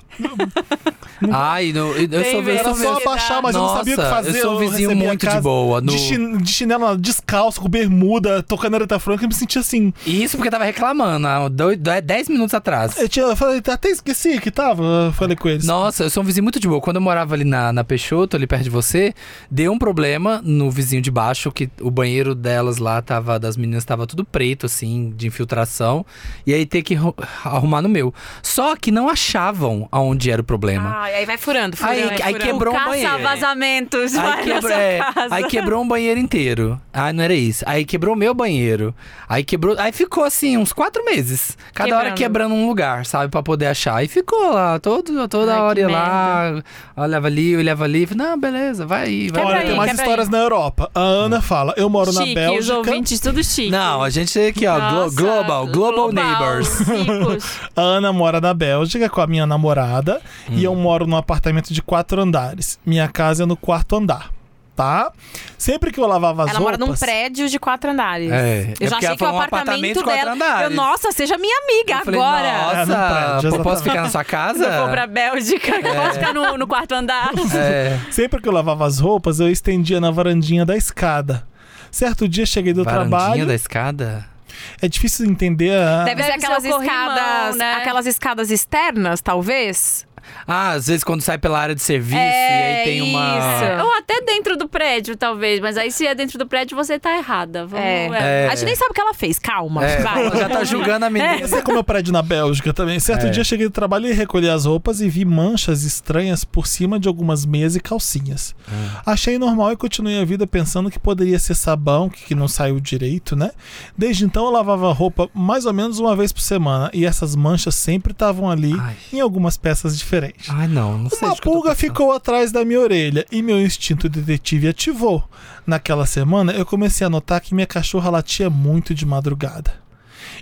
Speaker 4: Ai, não, eu
Speaker 2: Tem
Speaker 4: sou, eu
Speaker 1: Era
Speaker 2: mesmo.
Speaker 4: sou
Speaker 1: só
Speaker 4: mesmo.
Speaker 1: abaixar, mas eu não sabia o que
Speaker 4: Nossa,
Speaker 1: fazer.
Speaker 4: eu sou um vizinho
Speaker 1: recebia a
Speaker 4: muito de
Speaker 1: casa
Speaker 4: boa, no-
Speaker 1: De, chin- de chinela descalço, com bermuda, tocando Aretha Frank. Eu me sentia assim...
Speaker 4: E Isso porque tava reclamando há ah, dois- dez minutos frase.
Speaker 1: Eu, tinha, eu falei, até esqueci que tava. Eu falei com eles.
Speaker 4: Nossa, eu sou um vizinho muito de boa. Quando eu morava ali na, na Peixoto, ali perto de você, deu um problema no vizinho de baixo, que o banheiro delas lá tava, das meninas tava tudo preto, assim, de infiltração. E aí ter que arru- arrumar no meu. Só que não achavam aonde era o
Speaker 1: Ah,
Speaker 4: problema.
Speaker 5: Ai, aí vai furando, furando.
Speaker 4: Aí-
Speaker 1: é
Speaker 5: vai
Speaker 4: aí
Speaker 5: furando.
Speaker 4: quebrou um
Speaker 2: Caça
Speaker 4: banheiro.
Speaker 2: vazamentos, vai na
Speaker 4: quebrou-
Speaker 2: sua
Speaker 4: é,
Speaker 2: casa.
Speaker 4: aí quebrou um banheiro inteiro. Ah, não era isso. Aí quebrou o meu banheiro. Aí quebrou. Aí ficou assim, uns quatro meses. Cada hora
Speaker 5: Quebrando.
Speaker 4: quebrando um lugar, sabe? Pra poder achar. E ficou lá, todo, toda
Speaker 5: Ai,
Speaker 4: hora
Speaker 5: que
Speaker 4: ia lá. Olhava ali, olhava ali. Falei, Não, beleza, vai aí, vai
Speaker 1: Olha,
Speaker 5: aí,
Speaker 1: tem mais
Speaker 5: quebra
Speaker 1: histórias
Speaker 5: aí.
Speaker 1: na Europa. A Ana fala, eu moro na
Speaker 2: chique, os
Speaker 1: Bélgica.
Speaker 2: ouvintes tudo chique.
Speaker 4: Não, a gente é aqui, ó. glo-
Speaker 2: Nossa,
Speaker 4: global, global, neighbors.
Speaker 2: ricos.
Speaker 1: A Ana mora na Bélgica com a minha namorada e eu moro num apartamento de quatro andares. Minha casa é no quarto andar, tá? Sempre que eu lavava as
Speaker 5: Ela mora
Speaker 1: roupas...
Speaker 5: num prédio de quatro andares.
Speaker 4: É, é
Speaker 5: eu já
Speaker 4: porque ela
Speaker 5: achei que o
Speaker 4: falou um apartamento
Speaker 5: apartamento,
Speaker 4: de quatro
Speaker 5: dela. Eu,
Speaker 4: andares.
Speaker 5: nossa, seja minha amiga
Speaker 4: Eu falei,
Speaker 5: agora.
Speaker 1: É, no prédio,
Speaker 4: Nossa, pô, posso
Speaker 1: exatamente.
Speaker 4: ficar na sua
Speaker 2: Se eu for
Speaker 4: casa?
Speaker 2: pra Bélgica, que pode ficar no, no quarto andar.
Speaker 4: É.
Speaker 1: Sempre que eu lavava as roupas, eu estendia na varandinha da escada. Certo dia cheguei do
Speaker 4: Varandinha
Speaker 1: trabalho.
Speaker 4: da escada?
Speaker 1: É difícil entender a.
Speaker 5: Deve, ser
Speaker 2: Deve ser
Speaker 5: aquelas
Speaker 2: o corrimão,
Speaker 5: escadas,
Speaker 2: né?
Speaker 5: aquelas escadas externas, talvez.
Speaker 4: Ah, às vezes quando sai pela área de serviço e aí
Speaker 5: É,
Speaker 4: tem uma.
Speaker 5: isso.
Speaker 2: Ou até dentro do prédio, talvez. Mas aí, se é dentro do prédio, você tá errada. Vamos, é.
Speaker 4: É.
Speaker 5: A gente nem sabe o que ela fez, calma.
Speaker 4: É,
Speaker 5: Vai. é.
Speaker 4: já tá julgando a menina.
Speaker 1: Assim como meu prédio na Bélgica também. Certo
Speaker 4: É.
Speaker 1: dia cheguei do trabalho e recolhi as roupas e vi manchas estranhas por cima de algumas meias e calcinhas.
Speaker 4: É.
Speaker 1: Achei normal e continuei a vida pensando que poderia ser sabão, que que não saiu direito, né? Desde então eu lavava a roupa mais ou menos uma vez por semana e essas manchas sempre estavam ali
Speaker 4: Ai.
Speaker 1: em algumas peças diferentes.
Speaker 4: Ai, não, não sei
Speaker 1: Uma
Speaker 4: de que eu tô
Speaker 1: pulga
Speaker 4: pensando.
Speaker 1: ficou atrás da minha orelha e meu instinto detetive ativou. Naquela semana, eu comecei a notar que minha cachorra latia muito de madrugada.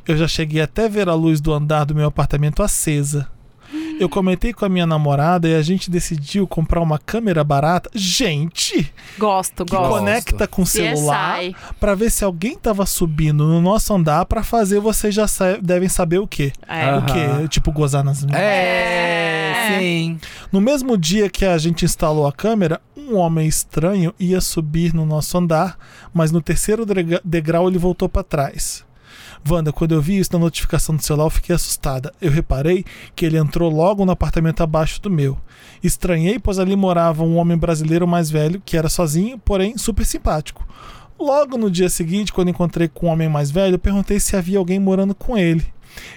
Speaker 1: Eu já cheguei até ver a luz do andar do meu apartamento acesa. Eu comentei com a minha namorada e a gente decidiu comprar uma câmera barata. Gente!
Speaker 5: Gosto,
Speaker 1: que
Speaker 5: gosto.
Speaker 1: conecta com o
Speaker 2: é,
Speaker 1: celular
Speaker 2: CSI.
Speaker 1: pra ver se alguém tava subindo no nosso andar pra fazer, vocês já sa- devem saber o quê?
Speaker 5: É.
Speaker 1: O
Speaker 4: Aham.
Speaker 1: quê? Tipo gozar nas
Speaker 4: É,
Speaker 5: É.
Speaker 4: sim.
Speaker 1: No mesmo dia que a gente instalou a câmera, um homem estranho ia subir no nosso andar, mas no terceiro drega- degrau ele voltou para trás. Wanda, quando eu vi isso na notificação do celular, eu fiquei assustada. Eu reparei que ele entrou logo no apartamento abaixo do meu. Estranhei, pois ali morava um homem brasileiro mais velho, que era sozinho, porém super simpático. Logo no dia seguinte, quando encontrei com o homem mais velho, eu perguntei se havia alguém morando com ele.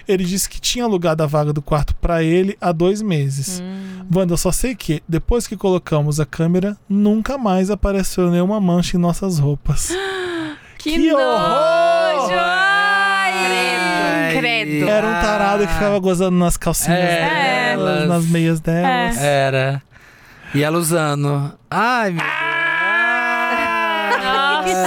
Speaker 1: Ele disse que tinha alugado a vaga do quarto para ele há dois meses.
Speaker 2: Hum.
Speaker 1: Wanda, eu só sei que, depois que colocamos a câmera, nunca mais apareceu nenhuma mancha em nossas roupas.
Speaker 2: Que,
Speaker 1: Que horror!
Speaker 2: nojo! Ai!
Speaker 4: Ai.
Speaker 5: credo.
Speaker 1: Era um tarado que ficava gozando nas calcinhas
Speaker 4: É,
Speaker 1: delas,
Speaker 4: elas- É.
Speaker 1: nas meias delas.
Speaker 4: Ah. Era. E ela usando. Ai,
Speaker 5: Ah.
Speaker 4: meu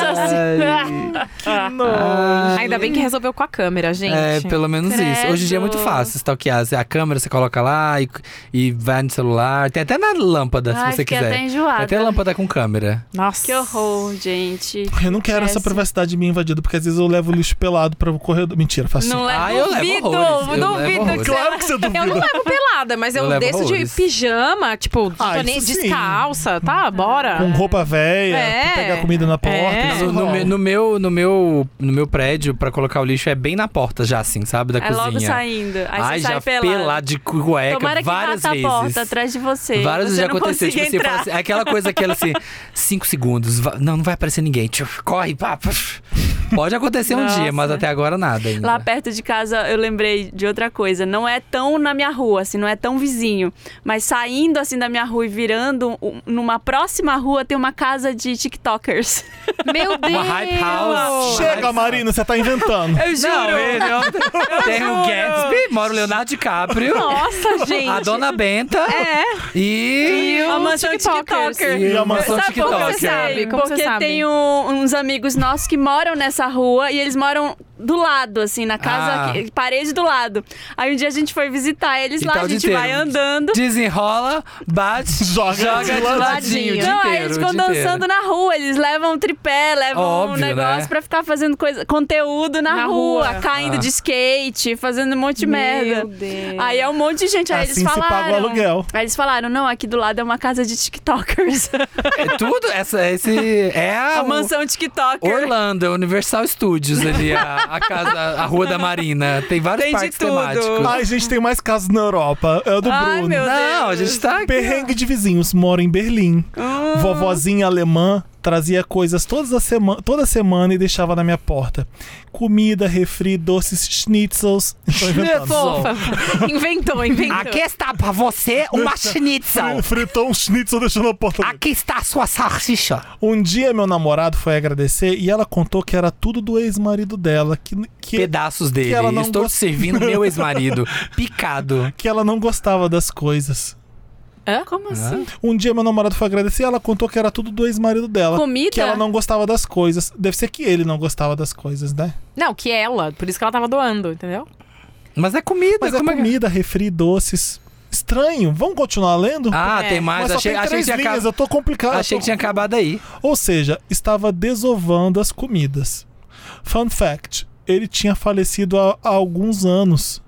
Speaker 2: Nossa
Speaker 4: Deus. Ai.
Speaker 5: Ainda bem que resolveu com a câmera, gente.
Speaker 4: É, pelo menos isso. Hoje em dia é muito
Speaker 2: Credo.
Speaker 4: fácil stalkear. Você- A câmera você coloca lá e, e vai no celular. Tem até na lâmpada,
Speaker 2: Ai,
Speaker 4: se você
Speaker 2: fiquei
Speaker 4: quiser.
Speaker 2: até enjoada.
Speaker 4: Tem até lâmpada com câmera.
Speaker 5: Nossa.
Speaker 2: Que horror, gente.
Speaker 1: Eu não quero essa
Speaker 2: Esquece.
Speaker 1: privacidade minha invadida, porque às vezes eu levo o lixo pelado para o corredor. Mentira, faço assim. isso.
Speaker 2: Não é
Speaker 4: Ah, eu levo
Speaker 2: duvido,
Speaker 4: horrores, eu
Speaker 2: duvido
Speaker 4: levo
Speaker 2: que
Speaker 4: horrores.
Speaker 2: você
Speaker 1: Claro que você
Speaker 5: Eu não
Speaker 1: duvida.
Speaker 5: levo pelada, mas eu,
Speaker 4: Eu levo
Speaker 5: desço
Speaker 4: horrores.
Speaker 5: de pijama, tipo, de
Speaker 1: Ah,
Speaker 5: tone-
Speaker 1: isso sim.
Speaker 5: descalça, tá? Bora.
Speaker 1: Com roupa velha,
Speaker 5: É.
Speaker 1: pra pegar comida na porta.
Speaker 5: É.
Speaker 1: isso
Speaker 4: No, no
Speaker 1: rola.
Speaker 4: me- no meu, no, meu, no meu prédio, pra colocar o lixo, é bem na porta já, assim, sabe? Da
Speaker 2: É
Speaker 4: cozinha.
Speaker 2: logo saindo. Aí
Speaker 4: Ai,
Speaker 2: você sai
Speaker 4: já
Speaker 2: pelado.
Speaker 4: pelado de cueca
Speaker 2: Tomara que
Speaker 4: várias
Speaker 2: bata
Speaker 4: vezes.
Speaker 2: a porta atrás de você.
Speaker 4: Várias
Speaker 2: você
Speaker 4: vezes já
Speaker 2: não
Speaker 4: aconteceu. Tipo
Speaker 2: consiga
Speaker 4: assim, eu falo
Speaker 2: entrar.
Speaker 4: assim, aquela coisa que ela assim, cinco segundos, va- não, não vai aparecer ninguém. Tchuf, corre, pá, puf. Pode acontecer um dia, mas até agora nada. Ainda.
Speaker 2: Lá perto de casa eu lembrei de outra coisa. Não é tão na minha rua, assim, não é tão vizinho. Mas saindo assim da minha rua e virando um- numa próxima rua tem uma casa de TikTokers.
Speaker 5: Meu Deus.
Speaker 4: Uma hype house.
Speaker 1: Chega, Marina, você tá inventando.
Speaker 2: Eu juro.
Speaker 4: Não, ele é o- tem o Gatsby, mora o Leonardo DiCaprio,
Speaker 5: Nossa, gente.
Speaker 4: a Dona Benta
Speaker 2: É.
Speaker 4: e...
Speaker 5: E
Speaker 2: a
Speaker 5: o
Speaker 2: mansão
Speaker 5: TikTokers.
Speaker 2: TikToker.
Speaker 1: E a mansão
Speaker 2: Sabe como
Speaker 4: TikToker.
Speaker 2: eu sei?
Speaker 5: Sabe, como
Speaker 2: Porque
Speaker 5: você sabe?
Speaker 2: tem um- uns amigos nossos que moram nessa rua e eles moram do lado, assim, na casa,
Speaker 4: Ah.
Speaker 2: que- parede do lado. Aí um dia a gente foi visitar eles
Speaker 4: E
Speaker 2: lá,
Speaker 4: tá
Speaker 2: a
Speaker 4: o
Speaker 2: gente
Speaker 4: dia
Speaker 2: vai
Speaker 4: inteiro.
Speaker 2: andando.
Speaker 4: Desenrola, bate,
Speaker 1: Joga
Speaker 4: joga,
Speaker 1: de
Speaker 4: de ladinho, o dia
Speaker 2: Não, aí
Speaker 4: inteiro,
Speaker 2: eles
Speaker 4: o
Speaker 2: ficam
Speaker 4: dia inteiro.
Speaker 2: dançando na rua, eles levam um tripé, levam um
Speaker 4: Óbvio,
Speaker 2: negócio
Speaker 4: né?
Speaker 2: pra ficar fazendo coisa, conteúdo na,
Speaker 5: Na
Speaker 2: rua,
Speaker 5: rua.
Speaker 2: caindo
Speaker 4: Ah.
Speaker 2: de skate, fazendo um monte de merda.
Speaker 5: Deus.
Speaker 2: Aí é um monte de gente, aí
Speaker 1: Assim se
Speaker 2: eles falaram.
Speaker 1: paga o aluguel.
Speaker 2: Aí eles falaram: não, aqui do lado é uma casa de TikTokers.
Speaker 4: É tudo, essa, esse... É
Speaker 2: a
Speaker 4: o-
Speaker 2: mansão TikToker.
Speaker 4: Orlando, Universal Studios ali, a, a casa, a Rua da Marina. Tem vários
Speaker 5: Tem de
Speaker 4: parques
Speaker 5: tudo.
Speaker 4: temáticos.
Speaker 1: Ai, gente, tem mais casos na Europa. É o do
Speaker 2: Ai,
Speaker 1: Bruno.
Speaker 2: meu
Speaker 4: Não,
Speaker 2: Deus.
Speaker 4: a gente tá aqui.
Speaker 1: Perrengue de vizinhos, mora em Berlim. Vovozinha alemã trazia coisas todas a sema toda semana e deixava na minha porta. Comida, refri, doces, schnitzels. Estou
Speaker 5: Tá
Speaker 1: inventando.
Speaker 5: é Fofa. inventou, inventou.
Speaker 4: Aqui está pra você uma schnitzel.
Speaker 1: Fritou um schnitzel deixou na porta. dele.
Speaker 4: Aqui está a sua salsicha.
Speaker 1: Um dia meu namorado foi agradecer e ela contou que era tudo do ex-marido dela, que, que,
Speaker 4: Pedaços dele.
Speaker 1: ela não
Speaker 4: Estou
Speaker 1: gosta-
Speaker 4: servindo meu ex-marido. Picado.
Speaker 1: que ela não gostava das coisas.
Speaker 2: Como assim?
Speaker 1: Um dia meu namorado foi agradecer e ela contou que era tudo do ex-marido dela.
Speaker 2: Comida?
Speaker 1: Que ela não gostava das coisas. Deve ser que ele não gostava das coisas, né?
Speaker 5: Não, que ela. Por isso que ela tava doando, entendeu?
Speaker 4: Mas é comida.
Speaker 1: Mas é
Speaker 4: como é que-
Speaker 1: comida, refri, doces. Estranho. Vamos continuar lendo?
Speaker 4: Ah,
Speaker 5: É.
Speaker 4: tem
Speaker 1: Mas
Speaker 4: mais.
Speaker 1: só
Speaker 4: achei,
Speaker 1: tem
Speaker 4: achei
Speaker 1: três
Speaker 4: que tinha
Speaker 1: linhas,
Speaker 4: acab-
Speaker 1: eu tô complicado.
Speaker 4: achei que tinha acabado aí.
Speaker 1: Ou seja, estava desovando as comidas. Fun fact: ele tinha falecido há, há alguns anos.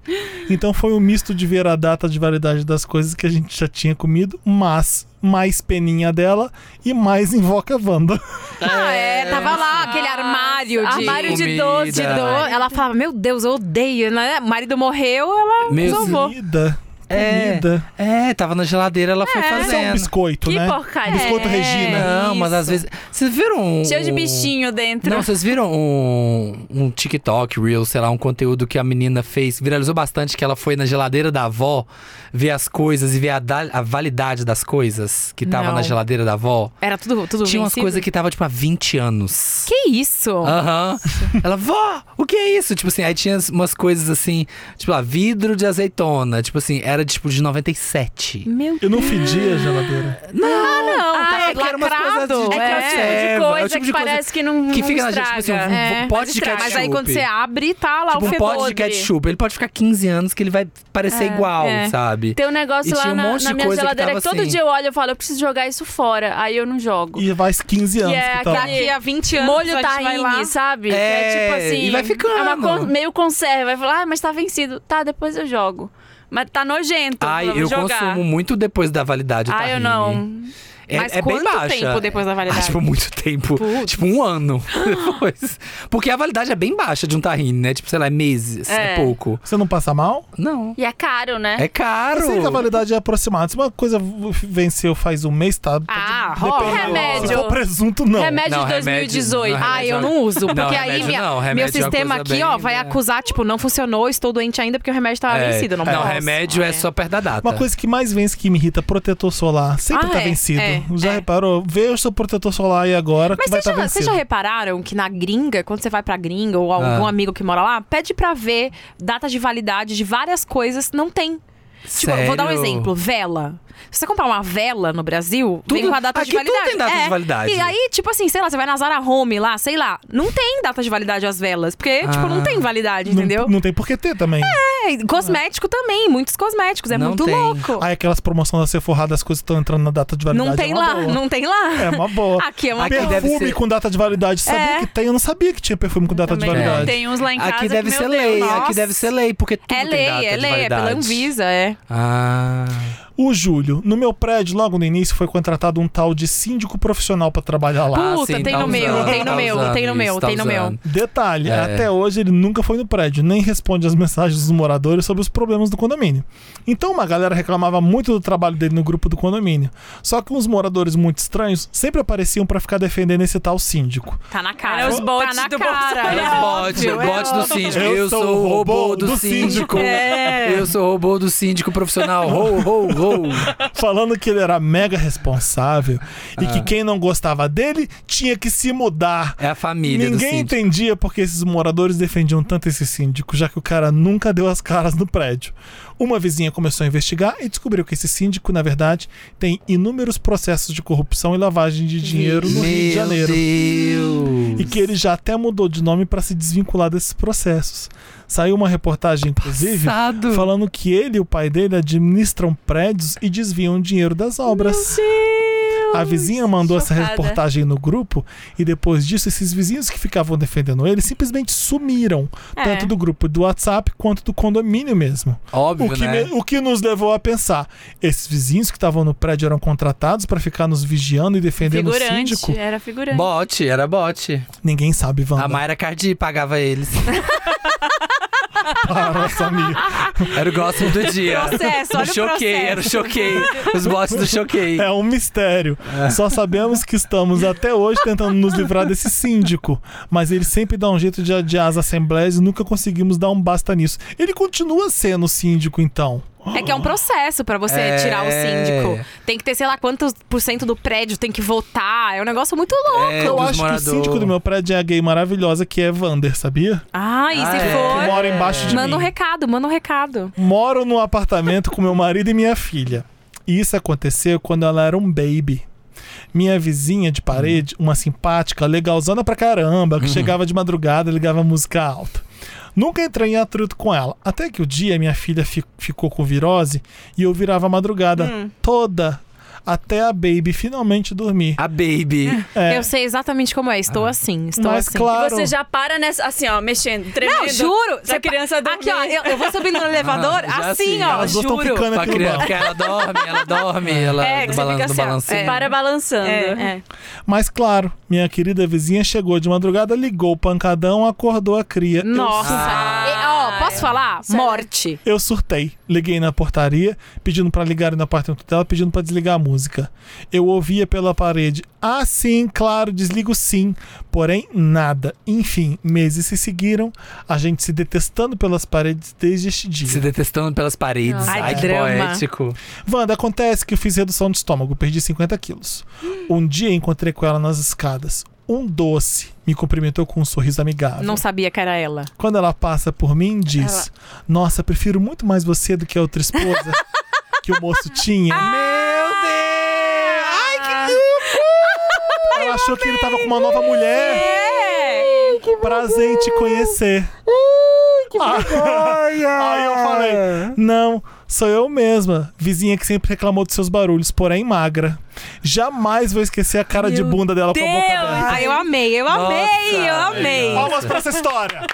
Speaker 1: Então foi um misto de ver a data de validade das coisas que a gente já tinha comido, mas mais peninha dela e mais invoca Wanda.
Speaker 5: Ah, é. Tava lá aquele armário de...
Speaker 2: Armário de
Speaker 4: Comida.
Speaker 2: doce, de
Speaker 5: de dor.
Speaker 2: doce.
Speaker 5: Ela falava, meu Deus, eu odeio, né? Marido morreu, ela
Speaker 4: Meu
Speaker 5: resolveu.
Speaker 1: Comida.
Speaker 4: É. tá
Speaker 1: Comida.
Speaker 4: É, tava na geladeira, ela foi
Speaker 1: Isso é um
Speaker 4: fazendo.
Speaker 1: biscoito,
Speaker 2: Que
Speaker 1: né?
Speaker 2: porcaria.
Speaker 1: Biscoito
Speaker 2: É.
Speaker 1: Regina.
Speaker 4: Não, mas
Speaker 5: Isso.
Speaker 4: às vezes. Vocês viram um.
Speaker 2: Cheio de bichinho dentro.
Speaker 4: Não, vocês viram um, um TikTok, Reel, sei lá, um conteúdo que a menina fez, viralizou bastante, que ela foi na geladeira da avó ver as coisas e ver a, da- a validade das coisas que tava
Speaker 5: Não.
Speaker 4: na geladeira da avó.
Speaker 5: Era tudo, tudo
Speaker 4: Tinha umas
Speaker 5: vencido. Ah,
Speaker 4: coisas que tava, tipo, há 20 anos.
Speaker 5: Que isso?
Speaker 4: Aham. Ela, vó, o que é isso? Tipo assim, aí tinha umas coisas assim, tipo lá, vidro de azeitona. Tipo assim, era tipo de 97.
Speaker 5: Meu
Speaker 1: Eu não fedia a geladeira.
Speaker 5: Não,
Speaker 2: Ah,
Speaker 5: tá
Speaker 2: é que era
Speaker 4: umas coisas de-
Speaker 5: lacrado. assim,
Speaker 2: É que é o tipo
Speaker 4: É,
Speaker 2: de
Speaker 4: é o
Speaker 2: coisa
Speaker 4: tipo de
Speaker 2: que
Speaker 4: coisa
Speaker 2: parece que não
Speaker 4: que fica
Speaker 2: não
Speaker 4: na gente,
Speaker 2: estraga.
Speaker 4: tipo assim, um
Speaker 5: É,
Speaker 4: pote de
Speaker 2: estraga.
Speaker 4: ketchup.
Speaker 5: Mas aí quando você abre, tá lá
Speaker 4: Tipo,
Speaker 5: o
Speaker 4: um
Speaker 5: fedor.
Speaker 4: pote de ketchup. Ele pode ficar 15 anos que ele vai parecer igual,
Speaker 5: é.
Speaker 4: sabe?
Speaker 2: Tem um negócio
Speaker 4: E
Speaker 2: lá
Speaker 4: tinha um
Speaker 2: na,
Speaker 4: monte
Speaker 2: na
Speaker 4: de
Speaker 2: minha
Speaker 4: coisa que
Speaker 2: geladeira que,
Speaker 4: tava
Speaker 2: todo
Speaker 4: assim.
Speaker 2: dia eu olho e falo, eu preciso jogar isso fora. Aí eu não jogo.
Speaker 1: E faz 15 anos
Speaker 2: é
Speaker 4: então.
Speaker 1: que tá. lá.
Speaker 2: aquele-
Speaker 5: Daqui a 20 anos a
Speaker 2: Molho
Speaker 5: gente vai lá.
Speaker 2: tahine, sabe? Que
Speaker 4: É, e vai ficando.
Speaker 2: É uma con- meio conserva. Vai falar, ah, mas tá vencido. Tá, depois eu jogo. Mas tá nojento.
Speaker 4: Ai,
Speaker 2: vamos
Speaker 4: eu
Speaker 2: jogar.
Speaker 4: consumo muito depois da validade
Speaker 2: Ah, eu
Speaker 4: tahine.
Speaker 2: não.
Speaker 4: É,
Speaker 5: Mas
Speaker 4: é bem
Speaker 5: quanto
Speaker 4: baixa.
Speaker 5: tempo depois da
Speaker 4: Ah,
Speaker 5: validade?
Speaker 4: tipo, muito tempo.
Speaker 5: Putz.
Speaker 4: Tipo, um ano depois. Porque a validade é bem baixa de um tahine, né? Tipo, sei lá, é meses, é,
Speaker 2: É.
Speaker 4: pouco.
Speaker 1: Você não passa mal?
Speaker 4: Não.
Speaker 2: E é caro, né?
Speaker 4: É caro.
Speaker 1: Sei que a validade é aproximada. Se uma coisa venceu faz um mês, tá?
Speaker 5: Ah,
Speaker 1: Depende
Speaker 5: rola.
Speaker 1: do-
Speaker 2: Remédio.
Speaker 1: Se for presunto, não.
Speaker 2: Remédio
Speaker 4: Não,
Speaker 2: de
Speaker 4: remédio-
Speaker 2: 2018.
Speaker 4: não,
Speaker 5: Ah,
Speaker 4: remédio-
Speaker 5: eu não uso, porque
Speaker 4: Não,
Speaker 5: aí
Speaker 4: remédio
Speaker 5: minha-
Speaker 4: não, remédio
Speaker 5: meu
Speaker 4: é uma
Speaker 5: sistema
Speaker 4: coisa
Speaker 5: aqui, ó,
Speaker 4: bem-
Speaker 5: vai acusar, tipo, não funcionou, estou doente ainda porque o remédio tava
Speaker 4: É.
Speaker 5: vencido, não
Speaker 4: Não,
Speaker 5: posso.
Speaker 4: remédio é. só perto da data.
Speaker 1: Uma coisa que mais vence que me irrita, protetor solar. Sempre
Speaker 5: Ah,
Speaker 1: tá
Speaker 5: é,
Speaker 1: vencido.
Speaker 5: é,
Speaker 1: Já
Speaker 5: é.
Speaker 1: reparou? Vê o seu protetor solar aí agora
Speaker 5: Mas
Speaker 1: que vai
Speaker 5: vocês
Speaker 1: estar
Speaker 5: já,
Speaker 1: tá
Speaker 5: vocês
Speaker 1: vencido.
Speaker 5: já repararam que na gringa, quando você vai pra gringa ou algum
Speaker 4: Ah.
Speaker 5: amigo que mora lá, pede pra ver datas de validade de várias coisas, não tem. Tipo, eu vou dar um
Speaker 4: Sério?
Speaker 5: exemplo. Vela. Se você comprar uma vela no Brasil, vem
Speaker 4: Tudo-
Speaker 5: com a data de
Speaker 4: aqui tudo
Speaker 5: validade.
Speaker 4: tem data de
Speaker 5: É.
Speaker 4: validade.
Speaker 5: E aí, tipo assim, sei lá, você vai na Zara Home lá, sei lá. Não tem data de validade as velas. Porque, tipo, não
Speaker 4: Ah.
Speaker 5: tem validade,
Speaker 1: Não-
Speaker 5: entendeu?
Speaker 1: Não, tem por que ter também.
Speaker 5: É, cosmético também, muitos cosméticos. É
Speaker 4: Não
Speaker 5: muito
Speaker 4: tem.
Speaker 5: louco.
Speaker 1: Aí aquelas promoções da Sephora das coisas que estão entrando na data de validade.
Speaker 5: não tem
Speaker 1: é uma
Speaker 5: lá,
Speaker 1: boa.
Speaker 5: não tem lá.
Speaker 1: É uma boa.
Speaker 5: Aqui é uma
Speaker 4: Aqui deve
Speaker 1: perfume
Speaker 4: ser-
Speaker 1: com data de validade. Sabia
Speaker 5: É.
Speaker 1: que tem? Eu não sabia que tinha perfume com data de
Speaker 2: Também não.
Speaker 1: validade.
Speaker 2: Tem uns
Speaker 5: Tá
Speaker 2: lá em casa
Speaker 4: Aqui deve
Speaker 2: que,
Speaker 4: ser
Speaker 2: meu
Speaker 4: lei,
Speaker 2: Deus,
Speaker 4: aqui
Speaker 2: nossa.
Speaker 4: deve ser lei, porque tudo
Speaker 5: É
Speaker 4: tem data
Speaker 5: lei, é
Speaker 4: de
Speaker 5: lei, é pela
Speaker 4: validade.
Speaker 5: Anvisa, é.
Speaker 4: Ah.
Speaker 1: O Júlio, no meu prédio, logo no início, foi contratado um tal de síndico profissional pra trabalhar lá.
Speaker 5: Puta, tem
Speaker 4: então,
Speaker 5: no meu, tem no meu, tem no meu, tem no meu.
Speaker 4: usando.
Speaker 1: Detalhe,
Speaker 4: É.
Speaker 1: até hoje ele nunca foi no prédio, nem responde as mensagens dos moradores sobre os problemas do condomínio. Então uma galera reclamava muito do trabalho dele no grupo do condomínio. Só que uns moradores muito estranhos sempre apareciam pra ficar defendendo esse tal síndico.
Speaker 5: Tá na cara.
Speaker 2: Era os bots
Speaker 5: tá na
Speaker 2: do
Speaker 5: cara.
Speaker 2: Bolsonaro.
Speaker 5: é
Speaker 4: Os bots,
Speaker 5: óbvio,
Speaker 4: o
Speaker 5: é
Speaker 4: bot do
Speaker 5: óbvio.
Speaker 4: síndico. Eu sou o robô do síndico.
Speaker 5: É.
Speaker 4: Eu sou o robô do síndico profissional. Ho, ho, ho.
Speaker 1: Falando que ele era mega responsável e que quem não gostava dele tinha que se mudar.
Speaker 4: É a família do
Speaker 1: Ninguém
Speaker 4: síndico.
Speaker 1: entendia porque esses moradores defendiam tanto esse síndico, já que o cara nunca deu as caras no prédio. Uma vizinha começou a investigar e descobriu que esse síndico, na verdade, tem inúmeros processos de corrupção e lavagem de dinheiro no Rio de
Speaker 4: Meu
Speaker 1: Janeiro.
Speaker 4: Deus.
Speaker 1: E que ele já até mudou de nome para se desvincular desses processos. Saiu uma reportagem, inclusive,
Speaker 4: Passado.
Speaker 1: falando que ele e o pai dele administram prédios e desviam dinheiro das obras. A vizinha mandou essa
Speaker 2: chocada.
Speaker 1: reportagem no grupo e depois disso, esses vizinhos que ficavam defendendo ele simplesmente sumiram,
Speaker 5: É.
Speaker 1: tanto do grupo do WhatsApp quanto do condomínio mesmo.
Speaker 4: Óbvio,
Speaker 1: O que,
Speaker 4: né?
Speaker 1: me- o que nos levou a pensar: esses vizinhos que estavam no prédio eram contratados para ficar nos vigiando e defendendo o
Speaker 2: Figurante,
Speaker 1: síndico?
Speaker 2: era figurante.
Speaker 4: Bote, era bote.
Speaker 1: Ninguém sabe,
Speaker 4: A
Speaker 1: Wanda.
Speaker 4: Mayra Cardi pagava eles.
Speaker 1: Para, nossa amiga.
Speaker 4: Era o gossip do dia.
Speaker 5: Processo, olha o
Speaker 4: choquei,
Speaker 5: processo.
Speaker 4: era o choquei. Os bots do choquei.
Speaker 1: É um mistério. Só sabemos que estamos até hoje tentando nos livrar desse síndico. Mas ele sempre dá um jeito de adiar as assembleias e nunca conseguimos dar um basta nisso. Ele continua sendo síndico, então.
Speaker 5: É que é um processo pra você
Speaker 4: É.
Speaker 5: tirar o síndico. Tem que ter, sei lá, quantos por cento do prédio tem que votar. É um negócio muito louco.
Speaker 4: É,
Speaker 1: Eu
Speaker 4: dos
Speaker 1: acho que
Speaker 4: morador.
Speaker 1: o síndico do meu prédio é a gay maravilhosa, que é Vander, sabia?
Speaker 5: Ai,
Speaker 4: Ah,
Speaker 5: se
Speaker 4: é.
Speaker 1: Que
Speaker 5: for.
Speaker 1: mora embaixo de
Speaker 5: Manda um
Speaker 1: mim.
Speaker 5: recado, manda um recado.
Speaker 1: Moro num apartamento com meu marido e minha filha. E isso aconteceu quando ela era um baby. Minha vizinha de parede, uma simpática, legalzona pra caramba, que chegava de madrugada e ligava música alta. Nunca entrei em atrito com ela. Até que o dia minha filha fi- ficou com virose e eu virava a madrugada toda até a baby finalmente dormir.
Speaker 4: A Baby.
Speaker 1: É,
Speaker 5: Eu sei exatamente como é.
Speaker 4: Ah.
Speaker 5: Estou assim, estou
Speaker 1: mas
Speaker 5: assim.
Speaker 2: E
Speaker 1: claro.
Speaker 2: você já para nessa, assim, ó, mexendo, tremendo.
Speaker 5: Não, juro.
Speaker 2: Se a criança
Speaker 5: pa- Aqui, ó,
Speaker 2: dormir.
Speaker 5: eu, eu vou subindo no elevador,
Speaker 4: Ah, já
Speaker 5: assim,
Speaker 4: assim,
Speaker 5: ó,
Speaker 1: elas duas tão
Speaker 5: juro.
Speaker 1: ficando-
Speaker 4: Pra
Speaker 1: Aqui no
Speaker 4: criança,
Speaker 1: bar.
Speaker 4: porque ela dorme, ela dorme, ela
Speaker 5: É, que
Speaker 4: do,
Speaker 5: você
Speaker 4: balan
Speaker 5: fica
Speaker 4: do
Speaker 5: assim, ó,
Speaker 4: balancinho.
Speaker 5: é.
Speaker 2: Para balançando.
Speaker 5: É, é.
Speaker 1: Mas claro, minha querida vizinha chegou de madrugada, ligou o pancadão, acordou a cria. Eu
Speaker 5: Nossa. E,
Speaker 2: Ah, é.
Speaker 5: ó, posso falar?
Speaker 4: Ah,
Speaker 5: Morte.
Speaker 1: Eu surtei. Liguei na portaria, pedindo pra ligar no apartamento dela, pedindo pra desligar a música. Eu ouvia pela parede. Ah, sim, claro, desligo sim. Porém, nada. Enfim, meses se seguiram, a gente se detestando pelas paredes desde este
Speaker 4: Se
Speaker 1: dia.
Speaker 4: detestando pelas paredes.
Speaker 5: Ai,
Speaker 4: Ai,
Speaker 5: que
Speaker 4: que
Speaker 5: drama.
Speaker 4: poético.
Speaker 1: Wanda, acontece que eu fiz redução de estômago, perdi 50 quilos. Um dia encontrei com ela nas escadas. Um doce me cumprimentou com um sorriso amigável.
Speaker 5: Não sabia que era ela.
Speaker 1: Quando ela passa por mim, diz: Nossa, prefiro muito mais você do que a outra esposa que o moço tinha.
Speaker 4: Meu Deus! Ai, que
Speaker 1: Ela achou que ele tava com uma nova mulher.
Speaker 5: É!
Speaker 1: Prazer em te conhecer. que Aí eu falei, não, sou eu mesma, vizinha que sempre reclamou dos seus barulhos, porém magra. Jamais vou esquecer a cara de bunda dela com a boca aberta.
Speaker 5: Ai, Ah, eu amei, eu amei, eu
Speaker 4: Nossa,
Speaker 5: amei.
Speaker 1: Palmas pra essa história.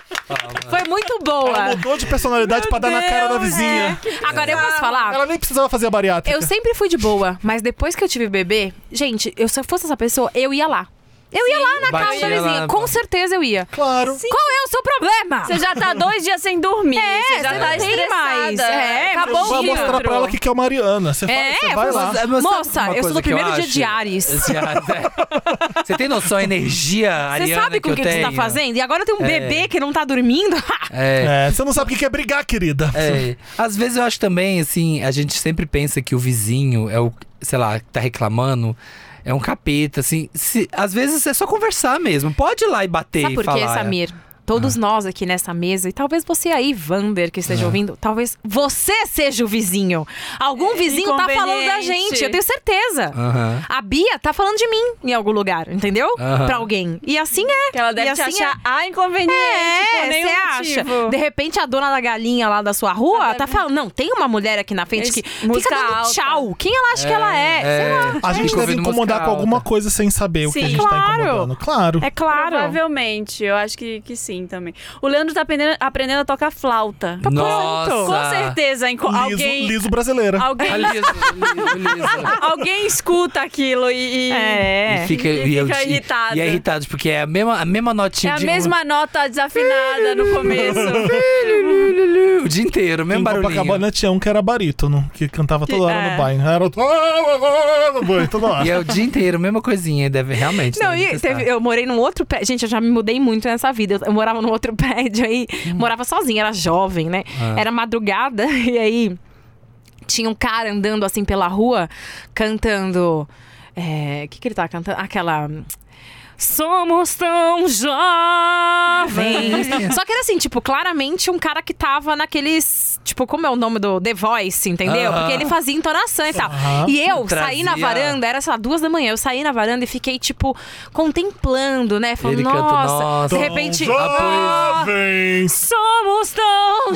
Speaker 5: Foi muito
Speaker 1: Ela
Speaker 5: boa. é.
Speaker 1: mudou de personalidade pra dar na cara da vizinha.
Speaker 5: Agora eu posso falar?
Speaker 1: Ela nem precisava fazer a bariátrica.
Speaker 5: Eu sempre fui de boa, mas depois que eu tive bebê, gente, eu, se eu fosse essa pessoa, eu ia lá. Eu ia lá na casa da
Speaker 4: Batia lá
Speaker 5: vizinha,
Speaker 4: na-
Speaker 5: com certeza eu ia.
Speaker 1: Claro.
Speaker 5: Qual é o seu problema?
Speaker 2: Você já tá dois dias sem dormir.
Speaker 5: É,
Speaker 2: você já tá
Speaker 5: você não tem
Speaker 2: estressada.
Speaker 5: mais. É,
Speaker 2: Acabou
Speaker 1: Vai
Speaker 2: o dia.
Speaker 1: mostrar pra ela que que é o Mariana. Você, fala,
Speaker 5: É,
Speaker 1: você vai
Speaker 5: eu
Speaker 1: lá.
Speaker 5: faço- Moça, eu sou do primeiro dia de Ares.
Speaker 4: é. Você tem noção da energia
Speaker 5: Você
Speaker 4: ariana
Speaker 5: sabe com o que,
Speaker 4: eu
Speaker 5: que você tá
Speaker 4: tenho?
Speaker 5: fazendo? E agora tem um
Speaker 4: É.
Speaker 5: bebê que não tá dormindo.
Speaker 4: É.
Speaker 1: É, você não sabe o que que é brigar, querida.
Speaker 4: É. Às vezes eu acho também, assim, a gente sempre pensa que o vizinho é o, sei lá, que tá reclamando, é um capeta, assim. Se, às vezes é só conversar mesmo. Pode ir lá e bater
Speaker 5: Sabe
Speaker 4: e
Speaker 5: por quê,
Speaker 4: falar. Ah.
Speaker 5: Samir? Todos nós aqui nessa mesa, e talvez você aí, Vander, que esteja ouvindo, talvez você seja o vizinho. Algum vizinho tá falando da
Speaker 2: É, inconveniente.
Speaker 5: gente, eu tenho certeza.
Speaker 4: Aham.
Speaker 5: A Bia tá falando de mim em algum lugar, entendeu?
Speaker 4: Aham.
Speaker 5: Pra alguém. E assim é.
Speaker 2: Que ela deve
Speaker 5: e
Speaker 2: te
Speaker 5: assim
Speaker 2: achar a inconveniente. por
Speaker 5: É,
Speaker 2: nenhum
Speaker 5: você acha?
Speaker 2: motivo.
Speaker 5: De repente a dona da galinha lá da sua rua
Speaker 2: Ela
Speaker 5: tá
Speaker 2: deve-
Speaker 5: falando, não, tem uma mulher aqui na frente
Speaker 2: Es-
Speaker 5: que
Speaker 2: música
Speaker 5: fica dando
Speaker 2: alta.
Speaker 5: tchau. Quem ela acha que ela é? Sei lá.
Speaker 1: A gente
Speaker 4: Envolvido
Speaker 1: deve incomodar
Speaker 4: musical,
Speaker 1: com alguma
Speaker 4: tá?
Speaker 1: coisa sem saber o que
Speaker 2: Sim.
Speaker 1: a gente tá
Speaker 5: Claro.
Speaker 1: incomodando. Claro.
Speaker 5: É claro.
Speaker 2: Provavelmente, eu acho que, que sim também. O Leandro tá aprendendo, aprendendo a tocar flauta.
Speaker 5: Tá
Speaker 4: Nossa.
Speaker 2: Com certeza, inco-
Speaker 1: liso,
Speaker 2: alguém,
Speaker 1: liso brasileira.
Speaker 2: alguém,
Speaker 4: A Lisa, o Lisa, o Lisa.
Speaker 2: alguém escuta aquilo e, e-
Speaker 5: É.
Speaker 4: E fica, e eu-
Speaker 2: fica
Speaker 4: e-
Speaker 2: irritado.
Speaker 4: E é irritado, porque é a mesma, a mesma
Speaker 2: é
Speaker 4: notinha
Speaker 2: a
Speaker 4: de- um
Speaker 2: mesma nota desafinada no começo.
Speaker 4: o dia inteiro, o mesmo
Speaker 1: Em
Speaker 4: barulhinho.
Speaker 1: Copacabana tinha um que era barítono, que cantava toda hora
Speaker 2: é.
Speaker 1: no banho. Era o- no banho, toda hora.
Speaker 4: E é o dia inteiro, a mesma coisinha, deve realmente.
Speaker 5: Não,
Speaker 4: deve
Speaker 5: e
Speaker 4: detestar.
Speaker 5: teve- eu morei num outro prédio. Gente, eu já me mudei muito nessa vida. Eu, eu morava num outro prédio aí,
Speaker 4: Uhum.
Speaker 5: morava sozinha, era jovem, né?
Speaker 4: Ah.
Speaker 5: Era madrugada, e aí tinha um cara andando assim pela rua, cantando. é, O que, que ele tava cantando? Aquela. Somos tão jovens.
Speaker 4: É,
Speaker 5: Só que era assim, tipo, claramente um cara que tava naqueles. Tipo, como é o nome do The Voice, entendeu?
Speaker 4: Aham.
Speaker 5: Porque ele fazia entonação e tal.
Speaker 1: Aham.
Speaker 5: E eu saí na
Speaker 4: Trazia-
Speaker 5: varanda, era, sei lá, duas da manhã. Eu saí na varanda e fiquei, tipo, contemplando, né? Falando,
Speaker 4: Ele canta,
Speaker 5: nossa.
Speaker 4: nossa.
Speaker 5: De repente.
Speaker 1: Tão
Speaker 5: "Ah,
Speaker 1: jovens.
Speaker 5: Somos tão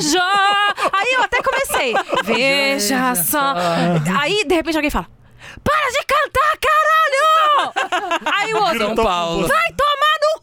Speaker 5: jovens. Aí eu até comecei. Veja só. Aí, de repente, alguém fala. Para de cantar, caralho! Aí o
Speaker 4: São
Speaker 5: outro,
Speaker 4: Paulo.
Speaker 5: vai tomar no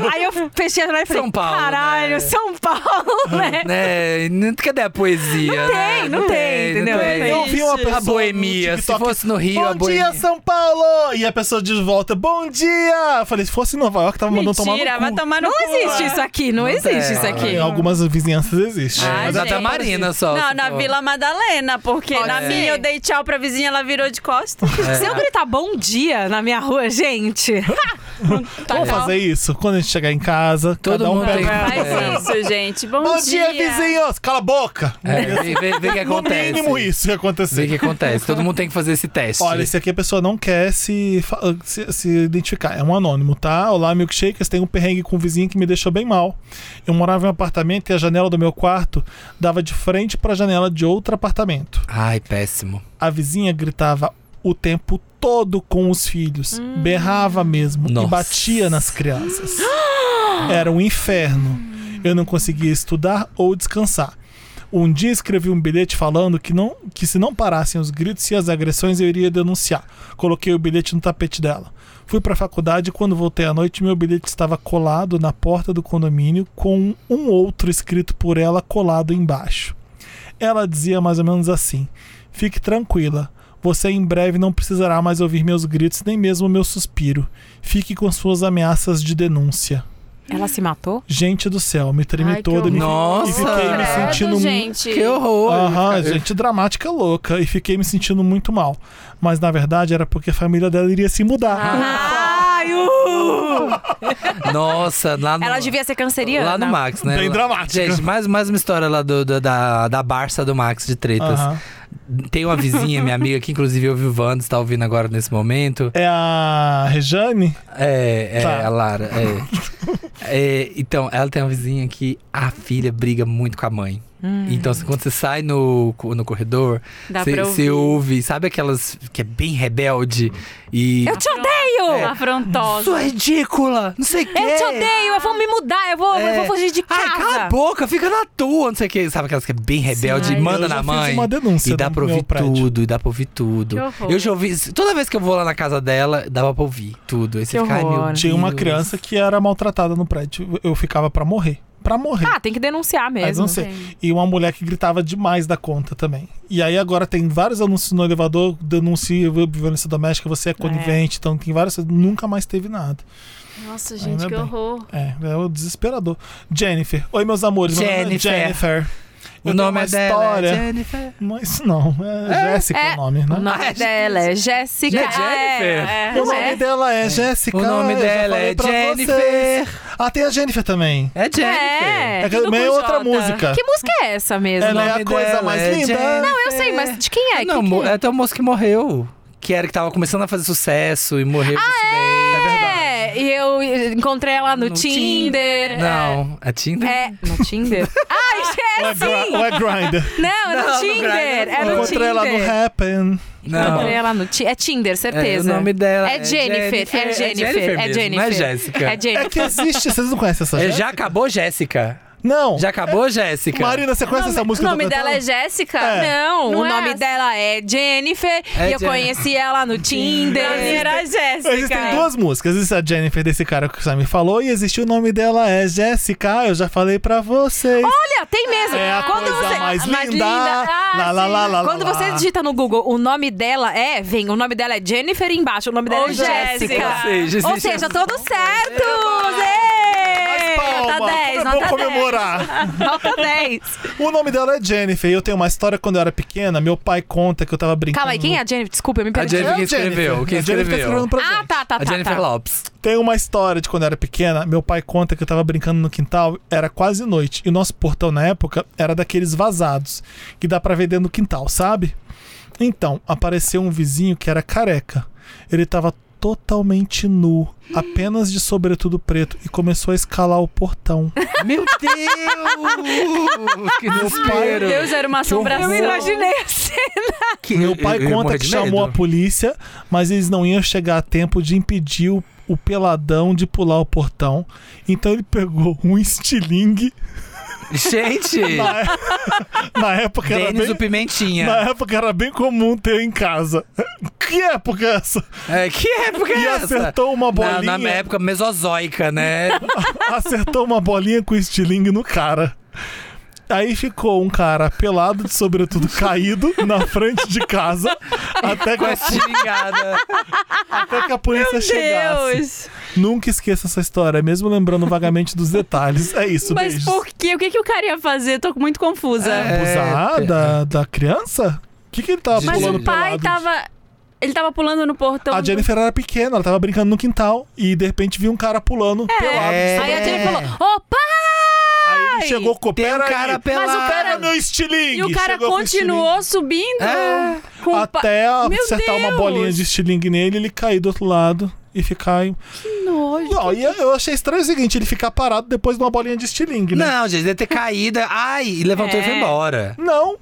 Speaker 5: cu! Aí eu fechei a janela e falei,
Speaker 4: São Paulo,
Speaker 5: caralho,
Speaker 4: né?
Speaker 5: São Paulo, né?
Speaker 4: Né? Não- Cadê a poesia?
Speaker 5: Não
Speaker 4: né?
Speaker 5: tem, não tem, entendeu? Não tem.
Speaker 1: Eu vi uma pessoa
Speaker 4: A boemia.
Speaker 1: no TikTok,
Speaker 4: Se fosse no Rio, a
Speaker 1: Bom
Speaker 4: boemia.
Speaker 1: dia, São Paulo! E a pessoa de volta, bom dia! Eu falei, se fosse em Nova York, tava mandando tomar no
Speaker 2: Mentira, vai
Speaker 1: cu.
Speaker 2: tomar no
Speaker 5: Não
Speaker 2: cu.
Speaker 5: existe isso aqui, não,
Speaker 4: Não
Speaker 5: existe
Speaker 4: tem.
Speaker 5: isso aqui.
Speaker 1: Em algumas vizinhanças existe.
Speaker 2: Ai,
Speaker 4: Mas É, a
Speaker 2: gente.
Speaker 4: da Marina só.
Speaker 2: Não,
Speaker 4: se
Speaker 2: na
Speaker 4: for.
Speaker 2: Vila Madalena, porque
Speaker 5: Pode
Speaker 2: na
Speaker 5: ser.
Speaker 2: minha eu dei tchau pra vizinha, ela virou de costas.
Speaker 5: Se eu gritar bom dia na minha rua, gente,
Speaker 2: Tá
Speaker 1: Vamos
Speaker 2: bom.
Speaker 1: fazer isso? Quando a gente chegar em casa,
Speaker 4: Todo
Speaker 1: cada um
Speaker 4: mundo tem-
Speaker 1: pega.
Speaker 2: Faz
Speaker 4: É.
Speaker 2: isso, gente. Bom,
Speaker 1: Bom dia, vizinhos! Cala a boca!
Speaker 4: É, vê- vê- vê o que
Speaker 1: No
Speaker 4: acontece.
Speaker 1: mínimo isso que
Speaker 4: Vê o que
Speaker 1: aconteceu.
Speaker 4: acontece. Todo mundo tem que fazer esse teste.
Speaker 1: Olha, esse aqui a pessoa não quer se, fa- se, se identificar. É um anônimo, tá? Olá, milkshakers. Tem um perrengue com um vizinho que me deixou bem mal. Eu morava em um apartamento e a janela do meu quarto dava de frente pra janela de outro apartamento.
Speaker 4: Ai, péssimo.
Speaker 1: a vizinha gritava o tempo todo com os filhos. Berrava mesmo
Speaker 4: Nossa.
Speaker 1: e batia nas crianças. Era um inferno. Eu não conseguia estudar ou descansar. Um dia escrevi um bilhete falando que, não, que se não parassem os gritos e as agressões eu iria denunciar. Coloquei o bilhete no tapete dela. Fui para a faculdade e quando voltei à noite meu bilhete estava colado na porta do condomínio com um outro escrito por ela colado embaixo. Ela dizia mais ou menos assim: Fique tranquila. Você em breve não precisará mais ouvir meus gritos, nem mesmo meu suspiro. Fique com suas ameaças de denúncia.
Speaker 5: ela se matou?
Speaker 1: Gente do céu, me tremi
Speaker 2: Ai, que
Speaker 1: todo e me
Speaker 2: horror.
Speaker 1: e fiquei me
Speaker 4: Nossa!
Speaker 1: sentindo mu-
Speaker 2: gente.
Speaker 4: Que horror.
Speaker 1: Aham, gente dramática louca. E fiquei me sentindo muito mal. Mas na verdade era porque a família dela iria se mudar.
Speaker 5: Ai, uh!
Speaker 4: Nossa, lá no...
Speaker 5: Ela devia ser canceriana.
Speaker 4: Lá no Max, né?
Speaker 1: Ah. Bem
Speaker 4: Lá-
Speaker 1: dramática.
Speaker 4: Gente, mais, mais uma história lá do, do- da, da Barça do Max de tretas.
Speaker 1: Aham.
Speaker 4: Tem uma vizinha, minha amiga, que inclusive ouve o Vando, está ouvindo agora nesse momento.
Speaker 1: É a Rejane?
Speaker 4: É, é,
Speaker 1: Tá.
Speaker 4: a Lara. É. É, então, ela tem uma vizinha que a filha briga muito com a mãe.
Speaker 5: Hum.
Speaker 4: Então, assim, quando você sai no, co- no corredor,
Speaker 2: Dá
Speaker 4: você,
Speaker 2: pra
Speaker 4: você
Speaker 2: ouvir.
Speaker 4: ouve, sabe aquelas que é bem rebelde e. "Ah,
Speaker 5: Eu te odeio!
Speaker 2: Afrontosa.
Speaker 4: Sua ridícula! Não sei o quê!
Speaker 5: Eu te odeio, eu vou me mudar, eu vou, eu vou fugir de
Speaker 4: Ai, cala
Speaker 5: casa.
Speaker 4: a boca, fica na tua, não sei o que. Sabe aquelas que é bem rebelde,
Speaker 2: Sim.
Speaker 4: manda
Speaker 1: Eu já
Speaker 4: na
Speaker 1: fiz
Speaker 4: mãe.
Speaker 1: uma denúncia
Speaker 4: e dá
Speaker 1: no
Speaker 4: pra
Speaker 1: meu
Speaker 4: ouvir
Speaker 1: prédio.
Speaker 4: tudo, e dá pra ouvir tudo.
Speaker 2: Que horror.
Speaker 4: Eu já ouvi. isso. Toda vez que eu vou lá na casa dela, dava pra ouvir tudo. Aí você
Speaker 5: Que
Speaker 4: fica, ai, meu
Speaker 5: horror.
Speaker 1: Tinha uma
Speaker 4: Deus.
Speaker 1: criança que era maltratada no prédio. Eu ficava pra morrer. Pra morrer.
Speaker 5: Ah, tem que denunciar
Speaker 1: Mas
Speaker 5: mesmo.
Speaker 1: não sei. E uma mulher que gritava demais da conta também. E aí agora tem vários anúncios no elevador, denuncia violência doméstica, você é conivente, então tem várias coisas. Nunca mais teve nada.
Speaker 2: Nossa, gente,
Speaker 1: Ainda
Speaker 2: que
Speaker 1: bem.
Speaker 2: horror.
Speaker 1: É, é o desesperador. Jennifer. Oi, meus amores. Meu nome é
Speaker 4: Jennifer.
Speaker 1: Jennifer.
Speaker 4: O
Speaker 1: Eu tenho
Speaker 4: nome
Speaker 1: uma
Speaker 4: é dela.
Speaker 1: história.
Speaker 4: é Jennifer.
Speaker 1: Mas não, é, Jéssica
Speaker 5: é.
Speaker 1: o nome, né?
Speaker 5: O nome
Speaker 4: Ah, é
Speaker 5: dela é Jéssica.
Speaker 4: Não é Jennifer?
Speaker 5: É,
Speaker 1: O nome
Speaker 5: é.
Speaker 1: dela é Jéssica.
Speaker 4: O nome
Speaker 1: eu já
Speaker 4: dela
Speaker 1: falei
Speaker 4: é
Speaker 1: pra
Speaker 4: Jennifer.
Speaker 1: vocês. Ah, tem a Jennifer também.
Speaker 4: É Jennifer.
Speaker 5: É.
Speaker 1: É, que-
Speaker 2: tudo com
Speaker 1: mas é outra
Speaker 2: J.
Speaker 1: música.
Speaker 5: Que música é essa mesmo?
Speaker 1: Ela é
Speaker 4: nome
Speaker 1: a coisa
Speaker 4: dela
Speaker 1: mais
Speaker 4: é
Speaker 1: linda.
Speaker 4: Jennifer.
Speaker 5: Não, eu sei, mas de quem é?
Speaker 4: Não,
Speaker 5: Que-
Speaker 4: mo-
Speaker 5: que-
Speaker 4: é até o moço que morreu. Que era que tava começando a fazer sucesso e morreu. Ah,
Speaker 1: É verdade.
Speaker 5: É, e eu encontrei ela no,
Speaker 4: No
Speaker 5: Tinder.
Speaker 4: Não, é Tinder?
Speaker 5: É. é- No Tinder? Ai,
Speaker 1: Ou é,
Speaker 5: gente!
Speaker 1: gri- ou é Grindr.
Speaker 5: Não, é
Speaker 4: Não,
Speaker 5: no
Speaker 4: no
Speaker 5: Tinder.
Speaker 4: Grindr, não.
Speaker 5: É no
Speaker 1: Encontrei ela no
Speaker 5: Tinder.
Speaker 1: Happen.
Speaker 4: Não.
Speaker 5: Encontrei ela no Ti- É Tinder, certeza.
Speaker 4: É, o nome dela
Speaker 5: É Jennifer, é Jennifer, é
Speaker 4: mesmo, Não é Jéssica.
Speaker 5: Jennifer. É
Speaker 1: É
Speaker 5: Jennifer.
Speaker 1: que existe, vocês não conhecem essa
Speaker 4: É,
Speaker 1: Jéssica?
Speaker 4: Já acabou Jéssica?
Speaker 1: Não.
Speaker 4: Já acabou Jéssica?
Speaker 1: Marina, você conhece essa música
Speaker 2: o
Speaker 1: do
Speaker 2: nome dela é Jéssica?
Speaker 1: É.
Speaker 5: Não,
Speaker 2: Não
Speaker 5: o
Speaker 2: é
Speaker 5: nome
Speaker 2: essa.
Speaker 5: dela é Jennifer.
Speaker 4: É
Speaker 5: e eu
Speaker 4: Jen-
Speaker 5: conheci ela no
Speaker 2: Não,
Speaker 5: Tinder.
Speaker 2: era a Jéssica.
Speaker 1: Existem duas músicas. Existe a Jennifer desse cara que você me falou e existe o nome dela é Jéssica. Eu já falei pra vocês.
Speaker 5: Olha, tem mesmo.
Speaker 1: é a
Speaker 5: Quando
Speaker 1: coisa
Speaker 5: você.
Speaker 1: mais linda.
Speaker 5: Ah,
Speaker 1: lá, lá,
Speaker 5: sim.
Speaker 1: lá, lá,
Speaker 5: Quando
Speaker 1: lá,
Speaker 5: você é
Speaker 1: lá.
Speaker 5: digita no Google o nome dela é, vem, o nome dela é Jennifer e embaixo, o nome dela
Speaker 2: Ou
Speaker 5: é Jéssica.
Speaker 2: Jéssica.
Speaker 4: Ou seja,
Speaker 5: Ou
Speaker 4: existe
Speaker 5: seja,
Speaker 4: essa-
Speaker 5: todos certos!
Speaker 1: Mas
Speaker 5: Ê!
Speaker 1: palma,
Speaker 5: Nota 10,
Speaker 1: como é bom
Speaker 5: nota 10.
Speaker 1: comemorar.
Speaker 5: Nota 10.
Speaker 1: O nome dela é Jennifer. Eu tenho uma história quando eu era pequena. Meu pai conta que eu tava brincando.
Speaker 5: Calma aí, quem é a Jennifer? Desculpa, eu me
Speaker 4: A
Speaker 5: perdi.
Speaker 4: Jennifer que
Speaker 1: Jennifer.
Speaker 4: escreveu. Quem
Speaker 1: A Jennifer tá
Speaker 4: escreveu?
Speaker 1: escrevendo pra
Speaker 5: Ah,
Speaker 1: gente.
Speaker 5: tá, tá, tá.
Speaker 4: A Jennifer
Speaker 5: tá.
Speaker 4: Lopes.
Speaker 1: Tem uma história de quando eu era pequena. Meu pai conta que eu tava brincando no quintal, era quase noite. E o nosso portão na época era daqueles vazados, que dá pra ver dentro do quintal, sabe? Então, apareceu um vizinho que era careca. Ele tava totalmente nu, apenas de sobretudo preto, e começou a escalar o portão.
Speaker 4: Meu Deus! Que
Speaker 2: Meu
Speaker 4: desespero.
Speaker 2: Deus, era uma assombração.
Speaker 5: Eu imaginei assim.
Speaker 1: Meu pai
Speaker 4: eu ia
Speaker 1: conta
Speaker 4: morrer
Speaker 1: que
Speaker 4: de medo.
Speaker 1: chamou a polícia, mas eles não iam chegar a tempo de impedir o, o peladão de pular o portão. Então ele pegou um estilingue
Speaker 4: Gente,
Speaker 1: Na, é- na época era
Speaker 4: Denis
Speaker 1: bem...
Speaker 4: o Pimentinha.
Speaker 1: Na época era bem comum ter em casa. Que época é essa?
Speaker 4: É, que época é
Speaker 1: E
Speaker 4: essa?
Speaker 1: acertou uma
Speaker 4: Na- Na,
Speaker 1: bolinha.
Speaker 4: minha época mesozoica, né?
Speaker 1: Acertou uma bolinha com estilingue no cara. Aí ficou um cara pelado, de sobretudo caído, na frente de casa, até que
Speaker 4: Com
Speaker 1: a,
Speaker 4: essa xingada.
Speaker 1: até que a polícia chegasse.
Speaker 2: Deus!
Speaker 1: Nunca esqueça essa história, mesmo lembrando vagamente dos detalhes. É isso,
Speaker 2: Mas
Speaker 1: beijos.
Speaker 2: por quê? O que, que o cara ia fazer? Tô muito confusa.
Speaker 4: É.
Speaker 1: Abusar da, da criança? O que, que ele tava
Speaker 4: Mas
Speaker 2: Mas
Speaker 1: pulando
Speaker 2: o pai
Speaker 1: pelado?
Speaker 2: tava. Ele tava pulando no portão.
Speaker 1: A Jennifer era pequena, ela tava brincando no quintal e de repente viu um cara pulando pelado.
Speaker 4: É.
Speaker 2: Aí a Jennifer falou: Ô, pai!
Speaker 1: Aí ele chegou com
Speaker 4: Tem um
Speaker 1: "Pera aí,
Speaker 4: cara é pelado.
Speaker 2: Mas o
Speaker 1: Pega
Speaker 2: cara-
Speaker 1: meu estilingue!
Speaker 2: E o cara
Speaker 1: Chegou com
Speaker 2: continuou subindo.
Speaker 4: É.
Speaker 2: com o pa-
Speaker 1: Até
Speaker 2: Meu
Speaker 1: acertar uma
Speaker 2: Deus!
Speaker 1: bolinha de estilingue nele, ele cair do outro lado e ficar. em-
Speaker 2: Nojo.
Speaker 1: Não, e eu- eu achei estranho o seguinte: ele ficar parado depois de uma bolinha de estilingue, né?
Speaker 4: Não, gente, deve ter caído. Ai, e levantou e foi
Speaker 2: É.
Speaker 4: embora.
Speaker 1: Não,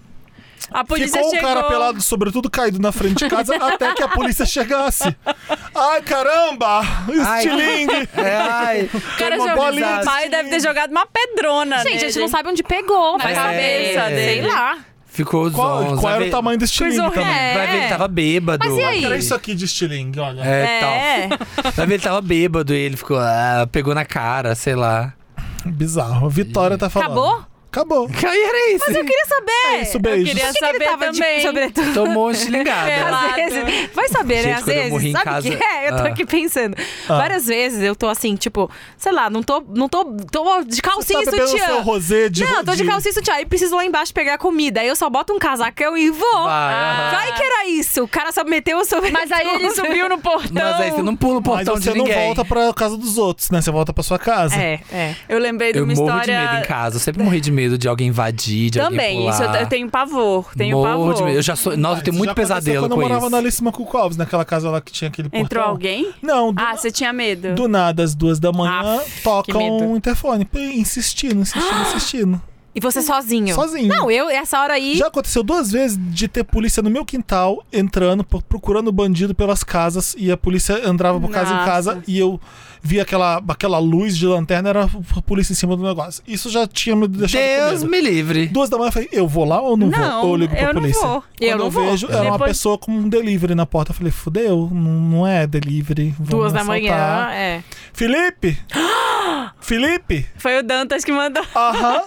Speaker 2: A polícia
Speaker 4: um
Speaker 1: ficou o
Speaker 2: chegou.
Speaker 1: cara pelado, sobretudo caído na frente de casa, até que a polícia chegasse. Ai, caramba!
Speaker 4: Ai.
Speaker 1: Estilingue!
Speaker 4: É, ai.
Speaker 2: O cara
Speaker 1: Uma
Speaker 2: jogou-
Speaker 1: bolinha
Speaker 2: O pai deve ter jogado uma pedrona. né?
Speaker 5: Gente, a
Speaker 2: nele.
Speaker 5: gente não sabe onde pegou. Vai
Speaker 2: É.
Speaker 5: saber.
Speaker 2: Cabeça
Speaker 5: Sei
Speaker 2: dele.
Speaker 5: lá.
Speaker 4: Ficou
Speaker 1: Qual,
Speaker 4: zonzo.
Speaker 1: qual era
Speaker 4: Vai
Speaker 1: o
Speaker 4: ver-
Speaker 1: tamanho do estilingue
Speaker 2: Coisa
Speaker 1: também?
Speaker 5: horrível.
Speaker 4: Vai ver, ele tava bêbado.
Speaker 5: Mas e aí?
Speaker 1: Olha isso aqui de estilingue, olha.
Speaker 4: É, tal.
Speaker 5: É.
Speaker 4: Vai ver, ele tava bêbado e ele ficou. ah, pegou na cara, sei lá.
Speaker 1: Bizarro. A Vitória tá falando.
Speaker 5: Acabou?
Speaker 1: Acabou.
Speaker 4: Que aí era isso?
Speaker 5: Eu queria saber.
Speaker 1: É isso,
Speaker 2: Eu
Speaker 1: beijos.
Speaker 2: queria
Speaker 5: que
Speaker 2: saber
Speaker 5: ele tava
Speaker 2: também.
Speaker 5: de sobretudo.
Speaker 4: Tomou um xingada.
Speaker 2: Pelado.
Speaker 5: Às vezes, vai saber,
Speaker 4: Gente,
Speaker 5: né? Às
Speaker 4: quando eu
Speaker 5: vezes,
Speaker 4: morri em
Speaker 5: sabe
Speaker 4: casa-
Speaker 5: o que é? Eu tô
Speaker 4: Ah.
Speaker 5: aqui pensando. Várias vezes eu tô assim, tipo, sei lá, não tô, não tô, tô de calcinha
Speaker 1: tá
Speaker 5: e
Speaker 1: bebendo
Speaker 5: sutiã.
Speaker 1: seu rosé de-
Speaker 5: Não, eu tô de
Speaker 1: de-
Speaker 5: calcinha e sutiã. Aí preciso lá embaixo pegar comida. Aí eu só boto um casacão e vou.
Speaker 4: Vai, aham.
Speaker 5: Vai que era isso. O cara só meteu o seu
Speaker 2: Mas aí ele subiu no portão.
Speaker 4: Mas aí você não pula o
Speaker 1: Mas
Speaker 4: portão
Speaker 1: você
Speaker 4: de
Speaker 1: não
Speaker 4: ninguém.
Speaker 1: volta pra casa dos outros, né? Você volta pra sua casa.
Speaker 5: É, é.
Speaker 2: Eu lembrei de
Speaker 4: Eu
Speaker 2: uma
Speaker 4: morro
Speaker 2: história.
Speaker 4: de medo em casa. Eu sempre morri de medo de alguém invadir, de alguém
Speaker 2: Também,
Speaker 4: pular.
Speaker 2: isso eu, eu tenho pavor. Tenho
Speaker 4: morro
Speaker 2: pavor.
Speaker 4: de medo. Eu já sou... Nossa, eu tenho
Speaker 1: Isso
Speaker 4: muito
Speaker 1: já aconteceu
Speaker 4: pesadelo
Speaker 1: quando
Speaker 4: com
Speaker 1: eu morava
Speaker 4: isso.
Speaker 1: na Alice Macuco Alves, naquela casa lá que tinha aquele portão.
Speaker 2: Entrou alguém?
Speaker 1: Não, do,
Speaker 2: Ah, você tinha medo?
Speaker 1: do nada, às duas da manhã,
Speaker 5: Aff,
Speaker 1: tocam
Speaker 5: que medo.
Speaker 1: um interfone. Pô, Insistindo, insistindo, insistindo.
Speaker 5: E você sozinho.
Speaker 1: Sozinho.
Speaker 5: Não, eu, essa hora aí.
Speaker 1: Já aconteceu duas vezes de ter polícia no meu quintal entrando, pro- procurando bandido pelas casas, e a polícia entrava por casa em
Speaker 2: Nossa.
Speaker 1: casa e eu via aquela, aquela luz de lanterna, era a polícia em cima do negócio. Isso já tinha me deixado. com
Speaker 4: Deus
Speaker 1: medo.
Speaker 4: me livre.
Speaker 1: Duas da manhã eu falei, eu vou lá ou não,
Speaker 2: Não,
Speaker 1: vou? Ou eu ligo pra
Speaker 2: eu não
Speaker 1: polícia.
Speaker 2: vou.
Speaker 1: Quando
Speaker 5: Eu não vou.
Speaker 1: vejo, era uma
Speaker 2: Depois-
Speaker 1: pessoa com um delivery na porta. Eu falei, fudeu, não, não é delivery. vão
Speaker 5: Duas
Speaker 1: me
Speaker 5: da manhã,
Speaker 1: assaltar."
Speaker 5: é.
Speaker 1: Felipe! Felipe!
Speaker 2: Foi o Dantas que mandou.
Speaker 1: Aham,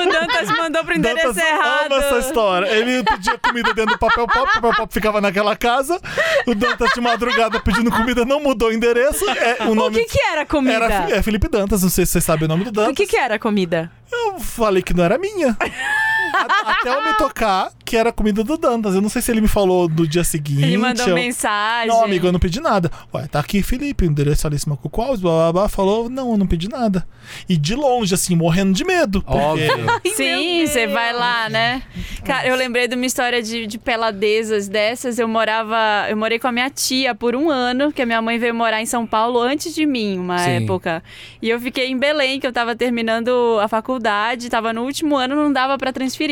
Speaker 2: O Dantas mandou pro endereço
Speaker 1: Dantas
Speaker 2: errado.
Speaker 1: ama essa história. Ele pedia comida dentro do papel pop, o papel pop ficava naquela casa. O Dantas de madrugada pedindo comida, não mudou o endereço. É, o
Speaker 5: O
Speaker 1: nome
Speaker 5: que que era comida?
Speaker 1: era é Felipe Dantas, não sei se vocês sabem o nome do
Speaker 5: O
Speaker 1: Dantas.
Speaker 5: que que era comida?
Speaker 1: Eu falei que não era minha. A- Até eu me tocar que era comida do Dantas. Eu não sei se ele me falou do dia seguinte.
Speaker 2: Ele mandou
Speaker 1: eu-
Speaker 2: mensagem.
Speaker 1: Não, amigo, eu não pedi nada. Ué, tá aqui, Felipe, endereço alíssimo com qual, blá, blá, blá, falou, não, eu não pedi nada. E de longe, assim, morrendo de medo. porque-
Speaker 4: Óbvio.
Speaker 2: Sim, você vai lá, né? Cara, eu lembrei de uma história de, de peladezas dessas. Eu morava, eu morei com a minha tia por um ano, que a minha mãe veio morar em São Paulo antes de mim, uma
Speaker 4: Sim.
Speaker 2: época. E eu fiquei em Belém, que eu tava terminando a faculdade, tava no último ano, não dava pra transferir.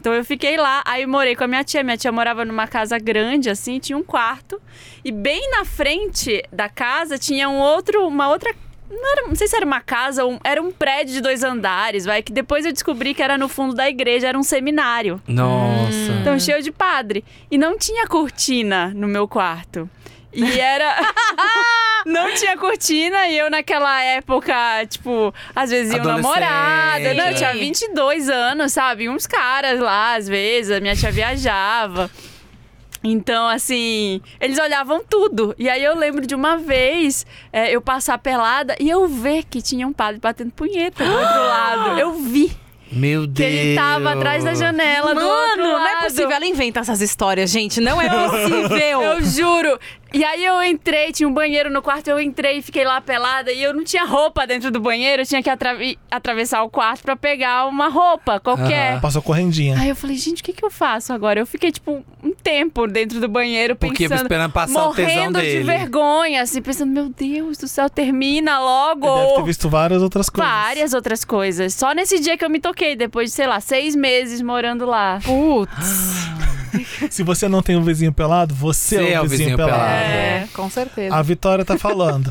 Speaker 2: Então eu fiquei lá, aí morei com a minha tia. Minha tia morava numa casa grande, assim, tinha um quarto. E bem na frente da casa tinha um outro, uma outra. Não, era, não sei se era uma casa, ou um- era um prédio de dois andares, vai, que depois eu descobri que era no fundo da igreja, era um seminário.
Speaker 4: Nossa.
Speaker 5: Uhum.
Speaker 2: Então cheio de padre. E não tinha cortina no meu quarto. E era. não tinha cortina e eu naquela época, tipo, às vezes ia um
Speaker 4: Adolescente.
Speaker 2: namorado. Não, eu tinha
Speaker 5: Sim.
Speaker 2: 22 anos, sabe? Uns caras lá, às vezes, a minha tia viajava. Então, assim, eles olhavam tudo. E aí eu lembro de uma vez é, eu passar pelada e eu ver que tinha um padre batendo punheta do outro lado. Eu vi
Speaker 4: Meu
Speaker 2: Hum. que
Speaker 4: Deus.
Speaker 2: ele tava atrás da janela do outro
Speaker 5: Mano,
Speaker 2: lado.
Speaker 5: não é possível. Ela inventa essas histórias, gente. Não é possível.
Speaker 2: Eu juro. E aí eu entrei, tinha um banheiro no quarto, eu entrei e fiquei lá pelada e eu não tinha roupa dentro do banheiro, eu tinha que atravi- atravessar o quarto pra pegar uma roupa qualquer.
Speaker 4: Aham.
Speaker 1: Passou correndinha.
Speaker 2: Aí eu falei, gente, o que, que eu faço agora? Eu fiquei, tipo, um tempo dentro do banheiro
Speaker 4: Porque
Speaker 2: pensando.
Speaker 4: esperando passar o tesão
Speaker 2: morrendo
Speaker 4: dele.
Speaker 2: de vergonha, assim, pensando, meu Deus do céu, termina logo.
Speaker 1: Ele deve ter
Speaker 2: ou-
Speaker 1: visto várias outras coisas.
Speaker 2: Várias outras coisas. Só nesse dia que eu me toquei, depois de, sei lá, seis meses morando lá.
Speaker 5: Putz.
Speaker 1: Se você não tem um vizinho pelado, você, é o é vizinho, pelado.
Speaker 4: pelado.
Speaker 5: com certeza.
Speaker 1: A Vitória tá falando.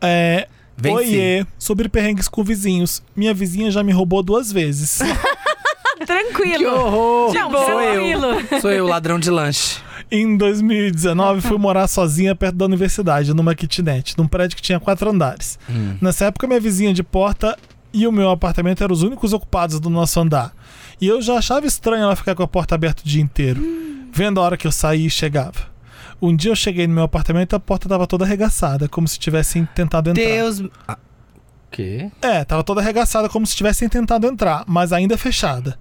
Speaker 1: É,
Speaker 4: Venci.
Speaker 1: Oiê, sobre perrengues com vizinhos. Minha vizinha já me roubou duas vezes.
Speaker 5: Tranquilo.
Speaker 4: Que horror!
Speaker 5: Não,
Speaker 4: Sou eu.
Speaker 5: tranquilo.
Speaker 4: Sou eu, ladrão de lanche.
Speaker 1: em 2019, fui morar sozinha perto da universidade, numa kitnet, num prédio que tinha quatro andares. Nessa época, minha vizinha de porta e o meu apartamento eram os únicos ocupados do nosso andar. E eu já achava estranho ela ficar com a porta aberta o dia inteiro, vendo a hora que eu saía e chegava. Um dia eu cheguei no meu apartamento e a porta tava toda arregaçada, como se tivessem tentado entrar.
Speaker 4: Deus. Ah, O quê?
Speaker 1: É, tava toda arregaçada, como se tivessem tentado entrar, mas ainda fechada.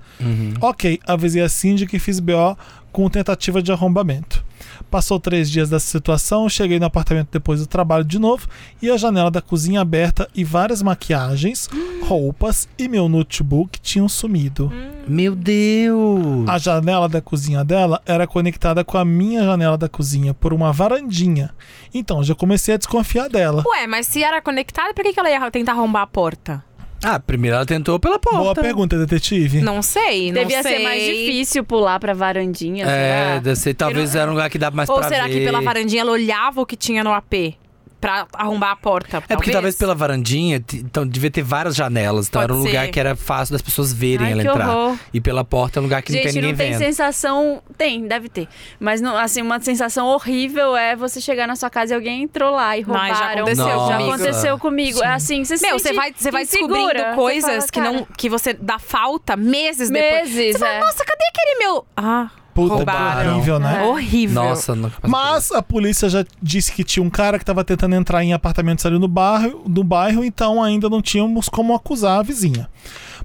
Speaker 1: Ok, avisei a síndica e fiz BO com tentativa de arrombamento. Passou três dias dessa situação, cheguei no apartamento depois do trabalho de novo e a janela da cozinha aberta e várias maquiagens, roupas e meu notebook tinham sumido.
Speaker 4: Meu Deus!
Speaker 1: A janela da cozinha dela era conectada com a minha janela da cozinha por uma varandinha. Então já comecei a desconfiar dela.
Speaker 5: Ué, mas se era conectada, por que, que ela ia tentar arrombar a porta?
Speaker 4: Ah, primeiro ela tentou pela porta.
Speaker 1: Boa pergunta, detetive.
Speaker 5: Não sei, não
Speaker 2: Devia
Speaker 5: sei.
Speaker 2: ser mais difícil pular pra varandinha,
Speaker 4: É,
Speaker 2: será?
Speaker 4: deve ser, talvez era um lugar que dá mais
Speaker 5: Ou
Speaker 4: pra
Speaker 5: será
Speaker 4: ver.
Speaker 5: que pela varandinha ela olhava o que tinha no AP? Pra arrombar a porta.
Speaker 4: É porque talvez pela varandinha, t- então devia ter várias janelas. Então
Speaker 5: Pode
Speaker 4: era um lugar
Speaker 5: ser.
Speaker 4: que era fácil das pessoas verem
Speaker 2: Ai,
Speaker 4: ela
Speaker 2: que
Speaker 4: entrar.
Speaker 2: horror.
Speaker 4: E pela porta é um lugar que não
Speaker 2: Gente,
Speaker 4: tem ninguém
Speaker 2: não tem
Speaker 4: vendo.
Speaker 2: sensação. Tem, deve ter. Mas não, assim, uma sensação horrível é você chegar na sua casa e alguém entrou lá e
Speaker 5: Não, já
Speaker 2: roubaram.
Speaker 5: aconteceu
Speaker 2: já
Speaker 5: comigo.
Speaker 2: aconteceu comigo. É assim, você se
Speaker 5: Meu,
Speaker 2: sente
Speaker 5: você vai, você vai
Speaker 2: insegura.
Speaker 5: descobrindo
Speaker 2: Você
Speaker 5: coisas
Speaker 2: fala,
Speaker 5: que não que você dá falta meses, depois.
Speaker 2: Meses,
Speaker 5: Você fala,
Speaker 2: é.
Speaker 5: nossa, cadê aquele meu. Ah,
Speaker 1: Puta
Speaker 4: Roubaram.
Speaker 1: que horrível,
Speaker 5: É.
Speaker 1: né?
Speaker 5: horrível.
Speaker 4: Nossa, não
Speaker 1: Mas a polícia já disse que tinha um cara que estava tentando entrar em apartamentos ali no bairro, no bairro, então ainda não tínhamos como acusar a vizinha.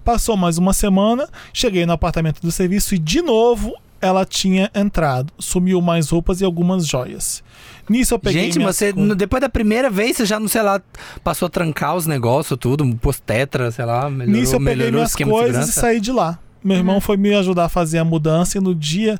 Speaker 1: Passou mais uma semana, cheguei no apartamento do serviço e de novo ela tinha entrado. Sumiu mais roupas e algumas joias. Nisso eu peguei
Speaker 4: Gente,
Speaker 1: minhas
Speaker 4: você,
Speaker 1: co-
Speaker 4: no- depois da primeira vez, você já não, sei lá, passou a trancar os negócios, tudo, pôs tetra, sei lá, melhorou,
Speaker 1: Nisso eu peguei
Speaker 4: melhorou o
Speaker 1: minhas
Speaker 4: esquema de
Speaker 1: coisas e
Speaker 4: segurança.
Speaker 1: saí de lá. Meu irmão
Speaker 2: Uhum.
Speaker 1: foi me ajudar a fazer a mudança e no dia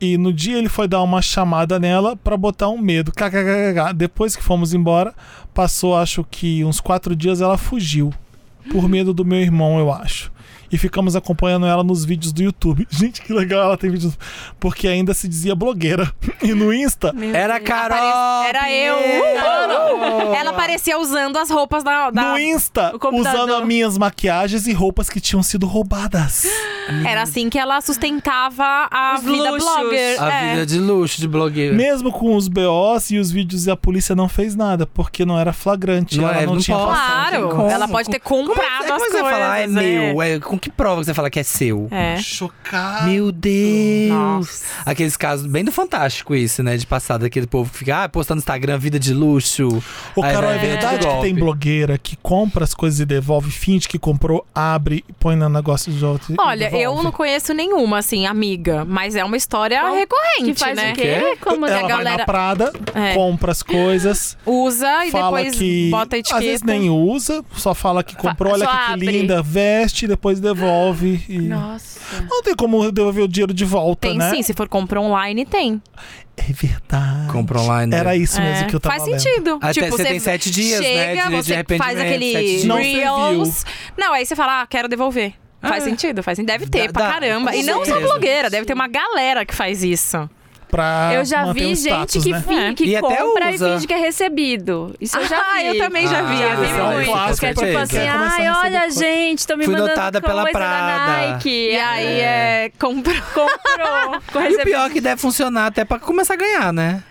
Speaker 1: e no dia ele foi dar uma chamada nela pra botar um medo. KKKK. Depois que fomos embora, passou acho que uns quatro dias ela fugiu
Speaker 2: Uhum.
Speaker 1: por medo do meu irmão, eu acho. E ficamos acompanhando ela nos vídeos do YouTube. Gente, que legal ela tem vídeos. Porque ainda se dizia blogueira. E no Insta,
Speaker 4: Era a Carol!
Speaker 5: Era eu.
Speaker 4: Pinheiro!
Speaker 5: Ela parecia usando as roupas da. da-
Speaker 1: no Insta,
Speaker 2: o computador.
Speaker 1: usando as minhas maquiagens e roupas que tinham sido roubadas.
Speaker 5: Era assim que ela sustentava a
Speaker 2: Os
Speaker 5: vida
Speaker 2: luxos.
Speaker 5: blogger.
Speaker 4: A
Speaker 5: é.
Speaker 4: vida de luxo de blogueira.
Speaker 1: Mesmo com os BOs e os vídeos, a polícia não fez nada, porque não era flagrante.
Speaker 4: Não
Speaker 1: ela
Speaker 4: é,
Speaker 1: não,
Speaker 4: não
Speaker 1: tinha
Speaker 4: pode.
Speaker 1: passado.
Speaker 5: Claro,
Speaker 4: Como?
Speaker 5: ela pode ter
Speaker 4: Como é,
Speaker 5: comprado
Speaker 4: como
Speaker 5: as
Speaker 4: você vai
Speaker 5: coisas.
Speaker 4: falar, é meu? É, com que prova que você fala que é seu?
Speaker 5: É.
Speaker 1: Chocado.
Speaker 4: Meu Deus!
Speaker 5: Nossa.
Speaker 4: Aqueles casos bem do Fantástico, isso, né? De passado, aquele povo que fica ah, postando no Instagram, vida de luxo.
Speaker 1: Ô,
Speaker 4: Aí
Speaker 1: Carol,
Speaker 4: vai
Speaker 1: é
Speaker 4: ver
Speaker 1: verdade que
Speaker 4: golpe.
Speaker 1: tem blogueira que compra as coisas e devolve, finge que comprou, abre, põe no negócio de outro. e
Speaker 5: Olha, eu
Speaker 1: devolve?
Speaker 5: não conheço nenhuma, assim, amiga, mas é uma história
Speaker 2: Qual-
Speaker 5: recorrente,
Speaker 2: Que faz
Speaker 5: né?
Speaker 2: o quê? Como
Speaker 1: Ela
Speaker 2: é?
Speaker 1: vai na
Speaker 5: galera-
Speaker 1: Prada,
Speaker 5: É.
Speaker 1: compra as coisas,
Speaker 5: Usa e
Speaker 1: fala
Speaker 5: depois
Speaker 1: que.
Speaker 5: bota a etiqueta.
Speaker 1: Às vezes nem usa, só fala que comprou,
Speaker 2: Fa-
Speaker 1: olha
Speaker 2: só
Speaker 1: que, que
Speaker 2: abre.
Speaker 1: linda, veste, depois devolve. e-
Speaker 2: Nossa.
Speaker 1: Não tem como devolver o dinheiro de volta,
Speaker 5: Tem
Speaker 1: né?
Speaker 5: sim, se for compra online, tem.
Speaker 1: É verdade.
Speaker 4: Compra online.
Speaker 1: Era isso mesmo
Speaker 5: É.
Speaker 1: que eu tava
Speaker 5: Faz
Speaker 1: lendo.
Speaker 5: sentido.
Speaker 4: Até
Speaker 5: tipo,
Speaker 4: você tem sete dias, né,
Speaker 5: chega,
Speaker 4: de- de
Speaker 5: você faz
Speaker 4: arrependimento, sete
Speaker 5: aquele
Speaker 4: dias.
Speaker 1: Não
Speaker 5: reels. Não, aí você fala, ah, quero devolver. Faz sentido, faz sentido. Deve ter,
Speaker 4: Dá-
Speaker 5: pra
Speaker 4: dá,
Speaker 5: caramba.
Speaker 4: com
Speaker 5: E não só
Speaker 4: certeza.
Speaker 5: blogueira, deve ter uma galera que faz isso.
Speaker 1: Pra
Speaker 2: Eu já
Speaker 1: manter
Speaker 2: vi
Speaker 1: o status,
Speaker 2: gente que,
Speaker 1: né?
Speaker 2: finge, que
Speaker 4: um E até
Speaker 2: compra
Speaker 4: usa.
Speaker 2: e finge que é recebido. Isso eu já
Speaker 5: Ah,
Speaker 2: vi.
Speaker 5: eu também já vi.
Speaker 4: Ah,
Speaker 5: eu
Speaker 2: Já vi
Speaker 4: isso é um
Speaker 2: muito.
Speaker 4: clássico,
Speaker 2: que é tipo
Speaker 4: certeza.
Speaker 2: assim,
Speaker 1: Vai começar a
Speaker 2: ai,
Speaker 1: receber
Speaker 2: olha,
Speaker 1: coisa."
Speaker 2: gente, estão me
Speaker 4: Fui
Speaker 2: mandando
Speaker 4: notada pela
Speaker 2: coisa
Speaker 4: Prada.
Speaker 2: da Nike.
Speaker 5: E aí é. comprou.
Speaker 2: comprou.
Speaker 4: E o pior é que deve funcionar até pra começar a ganhar, né?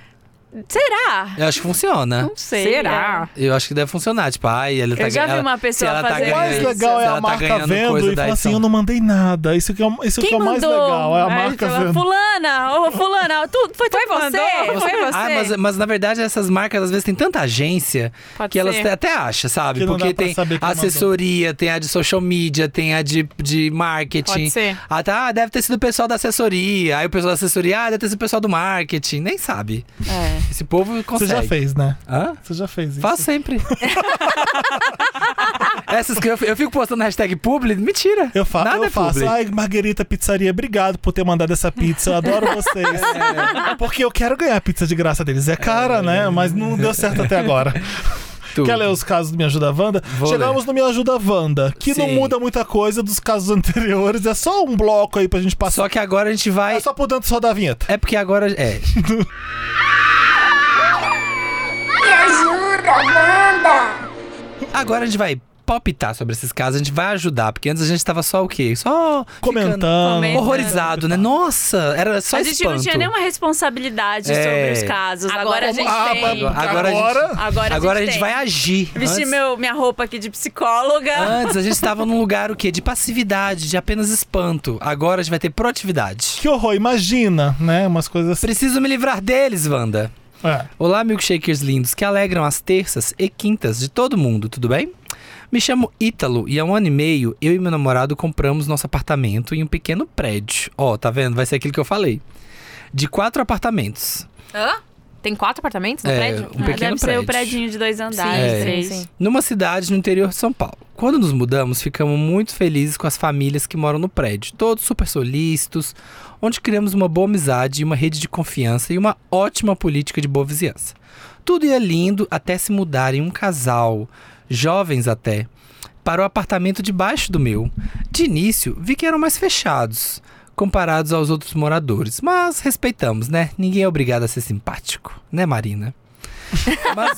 Speaker 2: Será?
Speaker 4: Eu acho que funciona.
Speaker 2: Não sei.
Speaker 5: Será?
Speaker 4: Eu acho que deve funcionar. Tipo, ai, ela tá
Speaker 2: Eu já vi
Speaker 4: ela-
Speaker 2: uma pessoa
Speaker 4: se ela
Speaker 2: fazer
Speaker 1: O
Speaker 4: tá
Speaker 2: isso.
Speaker 1: mais
Speaker 4: ganhando,
Speaker 1: legal
Speaker 4: se
Speaker 1: é
Speaker 4: ela
Speaker 1: a marca
Speaker 4: tá ganhando
Speaker 1: vendo
Speaker 4: coisa
Speaker 1: e
Speaker 4: da
Speaker 1: fala assim:
Speaker 4: edição.
Speaker 1: eu não mandei nada. Isso que é, isso que
Speaker 2: Quem
Speaker 1: é o mais
Speaker 2: mandou? Ah,
Speaker 1: legal. É a
Speaker 2: Aí
Speaker 1: marca
Speaker 2: fala,
Speaker 1: vendo.
Speaker 2: Fulana, ô fulana, tu, foi tu
Speaker 5: Foi
Speaker 2: que mandou?
Speaker 5: você? Foi você?
Speaker 4: Ah, mas, mas na verdade essas marcas às vezes têm tanta agência
Speaker 5: Pode
Speaker 4: que elas
Speaker 5: ser.
Speaker 4: te- até acham, sabe?
Speaker 1: Que não
Speaker 4: Porque
Speaker 1: dá pra
Speaker 4: tem
Speaker 1: saber quem
Speaker 4: assessoria, tem a de social media, tem a de, de marketing.
Speaker 5: Pode ser.
Speaker 4: Até, ah, deve ter sido o pessoal da assessoria. Aí o pessoal da assessoria, ah, deve ter sido o pessoal do marketing. Nem sabe.
Speaker 2: É.
Speaker 4: Esse povo
Speaker 1: Você
Speaker 4: consegue.
Speaker 1: já fez, né?
Speaker 4: Hã?
Speaker 1: Você já fez isso.
Speaker 4: Faço sempre. Essas que eu, eu fico postando hashtag publi, mentira.
Speaker 1: Eu, fa
Speaker 4: Nada
Speaker 1: eu
Speaker 4: é
Speaker 1: faço.
Speaker 4: publi.
Speaker 1: Ai, Marguerita Pizzaria, obrigado por ter mandado essa pizza. Eu adoro vocês. Porque eu quero ganhar a pizza de graça deles. É cara, né? Mas não deu certo até agora.
Speaker 4: Tudo.
Speaker 1: Quer ler os casos do Me Ajuda Wanda?
Speaker 4: Vou
Speaker 1: Chegamos no Me Ajuda Wanda, que não
Speaker 4: Sim.
Speaker 1: muda muita coisa dos casos anteriores. É só um bloco aí pra gente passar.
Speaker 4: Só que agora a gente vai.
Speaker 1: É só por dentro só da vinheta.
Speaker 4: É porque agora. É.
Speaker 6: Me ajuda, Wanda!
Speaker 4: Agora a gente vai palpitar sobre esses casos, a gente vai ajudar, porque antes a gente tava só o quê? Só ficando
Speaker 1: Comentando.
Speaker 2: Comentando.
Speaker 4: horrorizado, né? Nossa, era só
Speaker 2: a gente não tinha um
Speaker 4: espanto.
Speaker 2: nenhuma responsabilidade
Speaker 4: É.
Speaker 2: sobre os casos.
Speaker 5: Agora
Speaker 2: Agora, a
Speaker 5: como-
Speaker 2: gente
Speaker 1: Ah,
Speaker 2: tem.
Speaker 1: mas-
Speaker 4: Agora a gente-
Speaker 1: Agora-
Speaker 2: Agora,
Speaker 4: Agora a gente
Speaker 2: tem.
Speaker 4: vai agir.
Speaker 2: Vestir
Speaker 4: Antes- Ah,
Speaker 2: meu, minha roupa aqui de psicóloga.
Speaker 4: Antes a gente estava num lugar o quê? De passividade, de apenas espanto. Agora a gente vai ter proatividade.
Speaker 1: Que horror, imagina, né? Umas coisas assim.
Speaker 4: Preciso me livrar deles, Wanda.
Speaker 1: É.
Speaker 4: Olá, milkshakers lindos que alegram as terças e quintas de todo mundo, tudo bem? Me chamo Ítalo e há um ano e meio eu e meu namorado compramos nosso apartamento em um pequeno prédio. Ó, tá vendo? Vai ser aquilo que eu falei. De quatro apartamentos.
Speaker 5: Hã? Tem quatro apartamentos no
Speaker 4: É,
Speaker 5: prédio? Ah,
Speaker 4: um
Speaker 2: Ah,
Speaker 4: pequeno
Speaker 2: Deve ser
Speaker 4: prédio.
Speaker 2: o predinho de dois andares,
Speaker 4: Sim,
Speaker 2: três.
Speaker 5: sim, sim.
Speaker 4: numa cidade no interior de São Paulo. Quando nos mudamos, ficamos muito felizes com as famílias que moram no prédio, todos super solícitos, onde criamos uma boa amizade, uma rede de confiança e uma ótima política de boa vizinhança. Tudo ia lindo até se mudarem um casal, jovens até, para o apartamento debaixo do meu. De início, vi que eram mais fechados, comparados aos outros moradores, mas respeitamos, né? Ninguém é obrigado a ser simpático, né, Marina? Mas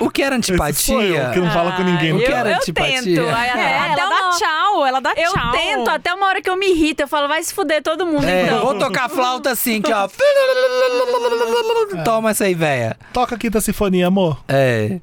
Speaker 4: o que era
Speaker 1: Esse sou eu,
Speaker 4: antipatia?
Speaker 1: que não fala com ninguém.
Speaker 2: eu,
Speaker 1: não
Speaker 4: o que era
Speaker 2: eu
Speaker 4: antipatia?
Speaker 2: tento. Aí,
Speaker 5: É,
Speaker 2: até
Speaker 5: ela
Speaker 2: uma-
Speaker 5: dá tchau, ela dá
Speaker 2: Eu
Speaker 5: tchau.
Speaker 2: tento até uma hora que eu me irrito. Eu falo, vai se fuder todo mundo
Speaker 4: É,
Speaker 2: então.
Speaker 4: vou tocar flauta assim, que ó. Toma essa aí, véia.
Speaker 1: Toca a quinta sinfonia, amor.
Speaker 4: É.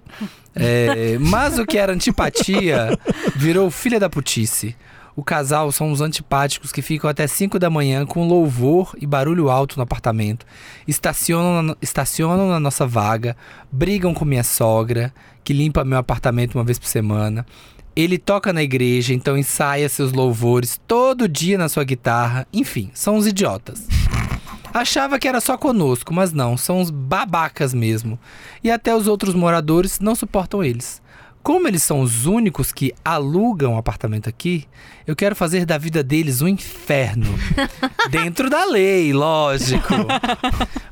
Speaker 4: É, mas o que era antipatia virou filha da putice. O casal são os antipáticos que ficam até 5 da manhã com louvor e barulho alto no apartamento. Estacionam na, estacionam na nossa vaga, brigam com minha sogra, que limpa meu apartamento uma vez por semana. Ele toca na igreja, então ensaia seus louvores todo dia na sua guitarra. Enfim, são os idiotas. Achava que era só conosco, mas não, são uns babacas mesmo. E até os outros moradores não suportam eles. Como eles são os únicos que alugam apartamento aqui, eu quero fazer da vida deles um inferno. Dentro da lei, lógico.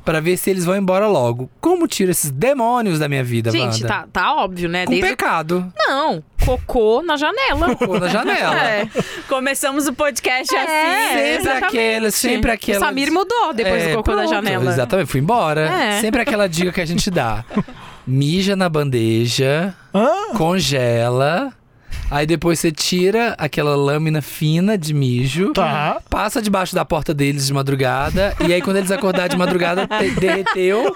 Speaker 4: Pra ver se eles vão embora logo. Como tiro esses demônios da minha vida,
Speaker 5: Gente,
Speaker 4: Wanda?
Speaker 5: tá, tá óbvio, né?
Speaker 4: Com
Speaker 5: Desde...
Speaker 4: pecado.
Speaker 5: Não, cocô na janela.
Speaker 4: Pô, na janela.
Speaker 5: É.
Speaker 2: Começamos o podcast assim.
Speaker 5: É,
Speaker 4: sempre
Speaker 5: exatamente.
Speaker 4: aquelas, sempre
Speaker 5: O
Speaker 4: aquelas.
Speaker 5: Samir mudou depois
Speaker 4: É,
Speaker 5: do cocô da
Speaker 4: pronto,
Speaker 5: janela.
Speaker 4: Exatamente, fui embora.
Speaker 5: É.
Speaker 4: Sempre aquela dica que a gente dá. Mija na bandeja,
Speaker 1: Hã?
Speaker 4: congela, aí depois você tira aquela lâmina fina de mijo,
Speaker 1: Tá.
Speaker 4: passa debaixo da porta deles de madrugada, e aí quando eles acordar de madrugada, te- derreteu,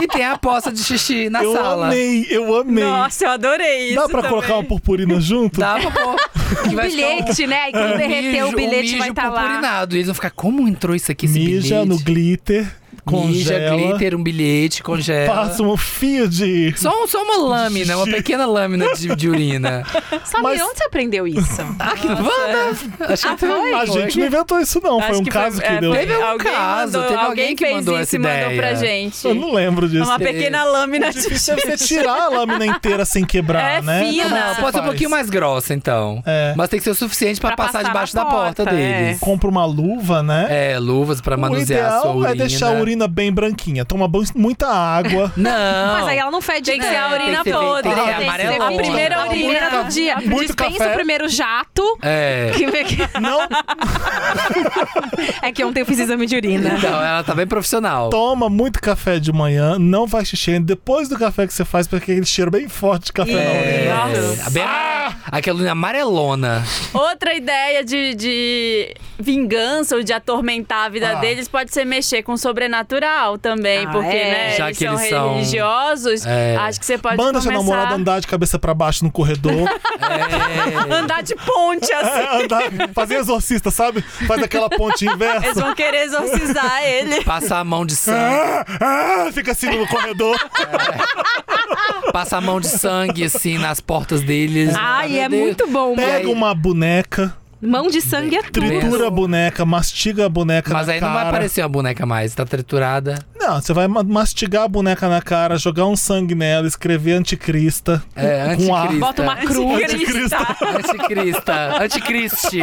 Speaker 4: e tem a poça de xixi na
Speaker 1: eu
Speaker 4: sala.
Speaker 1: amei, eu amei.
Speaker 2: Nossa, eu
Speaker 5: É
Speaker 2: adorei isso.
Speaker 1: Dá pra
Speaker 2: também.
Speaker 1: colocar uma purpurina junto?
Speaker 4: Dá pra pôr. Tá, que
Speaker 5: Um
Speaker 4: vai ficar um-
Speaker 5: bilhete, né? E quando derreter
Speaker 4: mijo-
Speaker 5: o bilhete
Speaker 4: um mijo
Speaker 5: vai estar lá.
Speaker 4: purpurinado. E eles vão ficar, como entrou isso aqui, esse
Speaker 1: Mija
Speaker 4: bilhete?
Speaker 1: no glitter, congela,
Speaker 4: Mija, glitter, um bilhete, congela.
Speaker 1: passa um fio de...
Speaker 4: Só, só uma lâmina, uma pequena lâmina de, de urina.
Speaker 5: Sabe
Speaker 1: Mas-
Speaker 5: onde você aprendeu isso?
Speaker 4: Ah, que Wanda! Acho é que foi.
Speaker 1: A gente não inventou isso não,
Speaker 2: Acho
Speaker 1: foi um
Speaker 2: que
Speaker 1: caso
Speaker 2: foi-
Speaker 1: que
Speaker 2: é,
Speaker 1: deu...
Speaker 2: foi-
Speaker 4: Teve um
Speaker 2: alguém
Speaker 4: caso,
Speaker 2: mandou-
Speaker 4: teve alguém que
Speaker 2: fez
Speaker 4: mandou
Speaker 2: isso
Speaker 4: essa
Speaker 2: e mandou
Speaker 4: ideia.
Speaker 2: pra gente.
Speaker 1: Eu não lembro disso.
Speaker 2: Uma pequena
Speaker 4: É
Speaker 2: lâmina de
Speaker 1: Deve ser tirar a lâmina inteira sem quebrar,
Speaker 2: É
Speaker 1: né? Como
Speaker 2: fina.
Speaker 1: é que
Speaker 4: Não,
Speaker 1: você
Speaker 4: pode ser um
Speaker 1: faz?
Speaker 4: pouquinho mais grossa, então.
Speaker 1: É.
Speaker 4: Mas tem que ser o suficiente pra,
Speaker 5: Pra
Speaker 4: passar
Speaker 5: passar
Speaker 4: debaixo
Speaker 5: na
Speaker 4: da porta
Speaker 5: porta,
Speaker 4: deles.
Speaker 1: Compra uma luva, né?
Speaker 4: É, luvas pra
Speaker 1: o
Speaker 4: manusear a sua
Speaker 1: ideal
Speaker 4: urina.
Speaker 1: é deixar a urina bem branquinha. Toma ban- muita água.
Speaker 4: Não.
Speaker 5: Mas aí ela não fede
Speaker 2: Tem que
Speaker 5: né?
Speaker 2: ser a urina
Speaker 4: tem que ser-
Speaker 2: podre.
Speaker 4: tem que ser
Speaker 2: Tem que
Speaker 4: amarelona.
Speaker 2: ser a
Speaker 4: Tá
Speaker 2: primeira
Speaker 5: A primeira
Speaker 2: urina.
Speaker 5: do dia.
Speaker 1: Muito
Speaker 5: Dispensa
Speaker 1: café.
Speaker 5: o primeiro jato.
Speaker 4: É.
Speaker 5: que-
Speaker 1: Não
Speaker 5: É que ontem eu fiz exame de urina.
Speaker 4: Então, ela tá bem profissional.
Speaker 1: toma muito café de manhã, não vai xixi. Depois do café que você faz, porque aquele cheiro bem forte de café
Speaker 4: É,
Speaker 1: na urina.
Speaker 4: a bem- Aquela urina amarelona.
Speaker 2: Outra ideia de, de vingança ou de atormentar a vida
Speaker 1: Ah.
Speaker 2: deles pode ser mexer com o sobrenatural também,
Speaker 5: Ah,
Speaker 2: porque
Speaker 5: é?
Speaker 2: né,
Speaker 4: Já
Speaker 2: eles,
Speaker 4: que eles
Speaker 2: são,
Speaker 4: são-
Speaker 2: religiosos.
Speaker 4: É.
Speaker 2: Acho que você pode
Speaker 1: Manda seu
Speaker 2: começar
Speaker 1: namorado andar de cabeça pra baixo no corredor.
Speaker 4: É.
Speaker 2: andar de ponte assim.
Speaker 1: É, andar, fazer exorcista, sabe? Faz aquela ponte
Speaker 2: Eles
Speaker 1: inversa.
Speaker 2: vão querer exorcizar ele.
Speaker 4: Passar a mão de sangue.
Speaker 1: Ah, fica assim no corredor.
Speaker 4: Passa a mão de sangue, assim, nas portas deles.
Speaker 5: Ai,
Speaker 4: Meu
Speaker 5: é
Speaker 4: Deus.
Speaker 5: muito bom.
Speaker 4: E aí?
Speaker 1: Pega uma boneca,
Speaker 5: Mão de sangue é tudo.
Speaker 1: tritura a boneca, mastiga a boneca
Speaker 4: Mas
Speaker 1: na
Speaker 4: aí
Speaker 1: cara.
Speaker 4: não vai aparecer uma boneca mais, tá triturada.
Speaker 1: Não, você vai ma- mastigar a boneca na cara, jogar um sangue nela, escrever anticrista.
Speaker 4: É,
Speaker 1: Com a-
Speaker 4: anticrista.
Speaker 5: Bota uma cruz.
Speaker 1: Anticristo.
Speaker 4: Anticrista. Anticriste.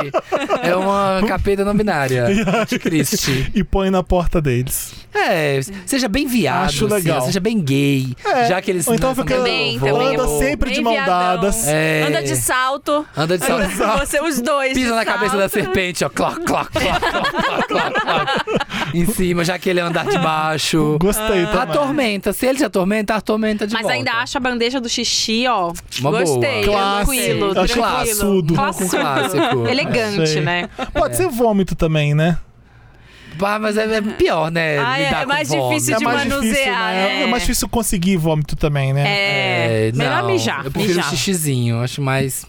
Speaker 4: É uma capeta não binária. Anticriste.
Speaker 1: E põe na porta deles.
Speaker 4: É, seja bem viado,
Speaker 1: Acho
Speaker 4: assim,
Speaker 1: legal.
Speaker 4: seja bem gay.
Speaker 1: É,
Speaker 4: Já que eles
Speaker 1: ou então
Speaker 4: né, são
Speaker 1: porque
Speaker 4: meio vovô,
Speaker 5: ela Também
Speaker 1: anda
Speaker 5: é bom.
Speaker 1: sempre de
Speaker 2: Bem
Speaker 1: mão
Speaker 2: viadão.
Speaker 1: dadas.
Speaker 4: É.
Speaker 2: Anda de salto.
Speaker 4: Anda de salto.
Speaker 2: Você, os dois.
Speaker 4: Pisa
Speaker 2: de
Speaker 4: na cabeça da
Speaker 2: salto.
Speaker 4: serpente, ó. Cloc, cloc, cloc, cloc, cloc, cloc, cloc. Em cima, já que ele é andar de baixo.
Speaker 5: Ah.
Speaker 1: Gostei
Speaker 4: Ah,
Speaker 1: também.
Speaker 4: Atormenta. Se ele te atormenta, atormenta de
Speaker 5: Mas
Speaker 4: volta.
Speaker 5: ainda acha a bandeja do xixi, ó.
Speaker 4: Uma
Speaker 5: Gostei.
Speaker 4: boa.
Speaker 5: Tranquilo,
Speaker 1: Achei
Speaker 5: tranquilo.
Speaker 1: classudo.
Speaker 4: Um clássico. É.
Speaker 5: Elegante,
Speaker 1: Achei.
Speaker 5: né?
Speaker 1: Pode ser vômito também, né?
Speaker 4: Ah, mas é, é pior, né?
Speaker 2: Ah, é,
Speaker 4: lidar
Speaker 2: é mais
Speaker 4: com vômito.
Speaker 2: difícil de
Speaker 1: é mais
Speaker 2: manusear,
Speaker 1: difícil, né?
Speaker 2: né?
Speaker 1: É mais difícil conseguir vômito também, né?
Speaker 5: É. melhor
Speaker 4: não,
Speaker 5: mijar.
Speaker 4: Eu prefiro
Speaker 5: mijar.
Speaker 4: xixizinho, acho mais.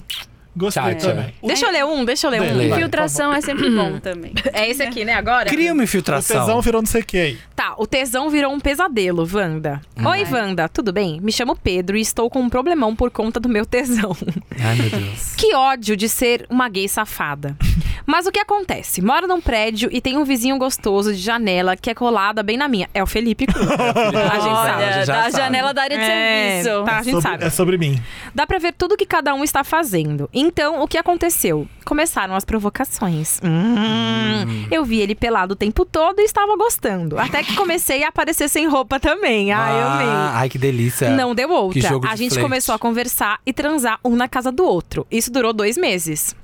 Speaker 1: Gostei
Speaker 4: Tchau, tchau.
Speaker 1: também.
Speaker 5: Deixa eu ler um, deixa eu ler um.
Speaker 4: Beleza.
Speaker 2: Infiltração é sempre bom também.
Speaker 5: É esse aqui, né? Agora?
Speaker 4: Cria um- uma
Speaker 1: O tesão
Speaker 4: infiltração.
Speaker 1: virou não sei o que aí.
Speaker 5: Tá, o tesão virou um pesadelo, Wanda.
Speaker 4: Uhum.
Speaker 5: Oi, Wanda, tudo bem? Me chamo Pedro e estou com um problemão por conta do meu tesão.
Speaker 4: Ai, meu Deus.
Speaker 5: Que ódio de ser uma gay safada. Mas o que acontece? Moro num prédio e tem um vizinho gostoso de janela que é colada bem na minha. É o Felipe Cruz. a gente sabe.
Speaker 2: Olha,
Speaker 4: já
Speaker 2: da
Speaker 4: sabe.
Speaker 2: janela da área de
Speaker 5: É,
Speaker 2: serviço.
Speaker 5: tá, a gente
Speaker 1: Sobre-
Speaker 5: sabe.
Speaker 1: É sobre mim.
Speaker 5: Dá pra ver tudo que cada um está fazendo. Então, o que aconteceu? Começaram as provocações. Hum. Eu vi ele pelado o tempo todo e estava gostando. Até que comecei a aparecer sem roupa também. Ai, eu amei.
Speaker 4: Ah, Ai, que delícia.
Speaker 5: Não deu outra.
Speaker 4: tá. Que jogo de
Speaker 5: a gente
Speaker 4: flerte.
Speaker 5: começou a conversar e transar um na casa do outro. Isso durou dois meses.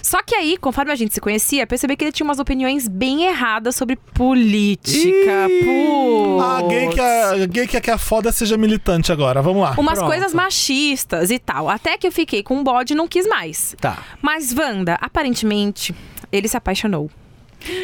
Speaker 5: Só que aí, conforme a gente se conhecia, percebi que ele tinha umas opiniões bem erradas sobre política. Putz.
Speaker 1: Ah, gay que, a, gay que é que a foda seja militante agora. Vamos lá.
Speaker 5: Umas
Speaker 4: Pronto.
Speaker 5: coisas machistas e tal. Até que eu fiquei com um bode e não quis mais.
Speaker 4: Tá.
Speaker 5: Mas, Wanda, aparentemente, ele se apaixonou.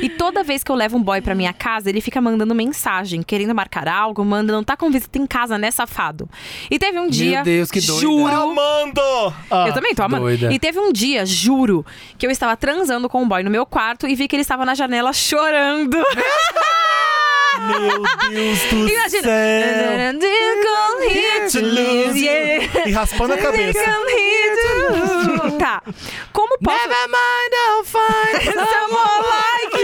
Speaker 5: E toda vez que eu levo um boy pra minha casa, ele fica mandando mensagem, querendo marcar algo, manda, não tá com visita em casa, né, safado? E teve um dia.
Speaker 4: Deus, que doida.
Speaker 5: Juro.
Speaker 1: Amando! Ah,
Speaker 5: Eu também tô amando.
Speaker 4: doida.
Speaker 5: E teve um dia, juro, que eu estava transando com um boy no meu quarto e vi que ele estava na janela chorando.
Speaker 1: Meu Deus do
Speaker 5: Imagina.
Speaker 1: céu!
Speaker 5: And you come here to lose, yeah.
Speaker 1: E raspando a
Speaker 5: You
Speaker 1: cabeça.
Speaker 5: come here to lose. Tá. Como posso.
Speaker 4: mind, I'll find.
Speaker 5: Someone like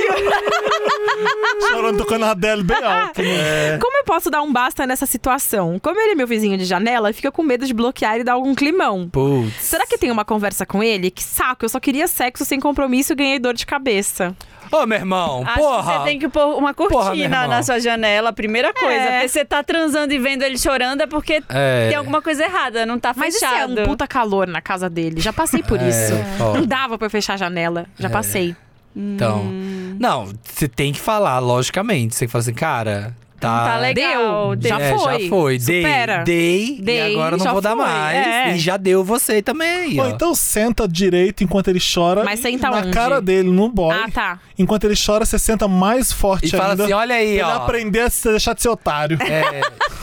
Speaker 5: you.
Speaker 1: Chorando, tocando a Adele bem alto. né?
Speaker 5: Como eu posso dar um basta nessa situação? Como ele é meu vizinho de janela, fica com medo de bloquear e dar algum climão.
Speaker 4: Putz.
Speaker 5: Será que tem uma conversa com ele? Que saco, eu só queria sexo sem compromisso e ganhei dor de cabeça.
Speaker 4: Ô, meu irmão,
Speaker 2: Acho que
Speaker 4: porra.
Speaker 2: você tem que pôr uma
Speaker 4: Porra, meu
Speaker 2: cortina
Speaker 4: irmão.
Speaker 2: na sua janela, primeira coisa.
Speaker 5: É.
Speaker 2: Porque você tá transando e vendo ele chorando é porque
Speaker 4: É.
Speaker 2: tem alguma coisa errada, não tá
Speaker 5: Mas isso é
Speaker 2: fechado.
Speaker 5: um puta calor na casa dele. Já passei por
Speaker 4: É,
Speaker 5: isso.
Speaker 4: foda.
Speaker 5: Não dava pra eu fechar a janela. Já passei.
Speaker 4: Então.
Speaker 5: Hum.
Speaker 4: Não, você tem que falar, logicamente. Você fala assim, cara, tá.
Speaker 2: Tá legal.
Speaker 5: Deu. Já
Speaker 2: Tem-
Speaker 4: É,
Speaker 5: foi.
Speaker 4: Já foi. Dei,
Speaker 5: Supera.
Speaker 4: dei,
Speaker 5: Dei,
Speaker 4: e agora não
Speaker 5: já
Speaker 4: vou dar
Speaker 5: foi,
Speaker 4: mais.
Speaker 5: é.
Speaker 4: E já deu você também.
Speaker 1: Ou
Speaker 4: ó.
Speaker 1: então senta direito enquanto ele chora.
Speaker 5: Mas
Speaker 1: e
Speaker 5: senta
Speaker 1: Na
Speaker 5: onde?
Speaker 1: cara dele, no boy.
Speaker 5: Ah, tá.
Speaker 1: Enquanto ele chora, você senta mais forte
Speaker 4: E fala
Speaker 1: ainda.
Speaker 4: assim, olha aí,
Speaker 1: pra ele
Speaker 4: ó.
Speaker 1: aprender a se deixar de ser otário.
Speaker 4: É,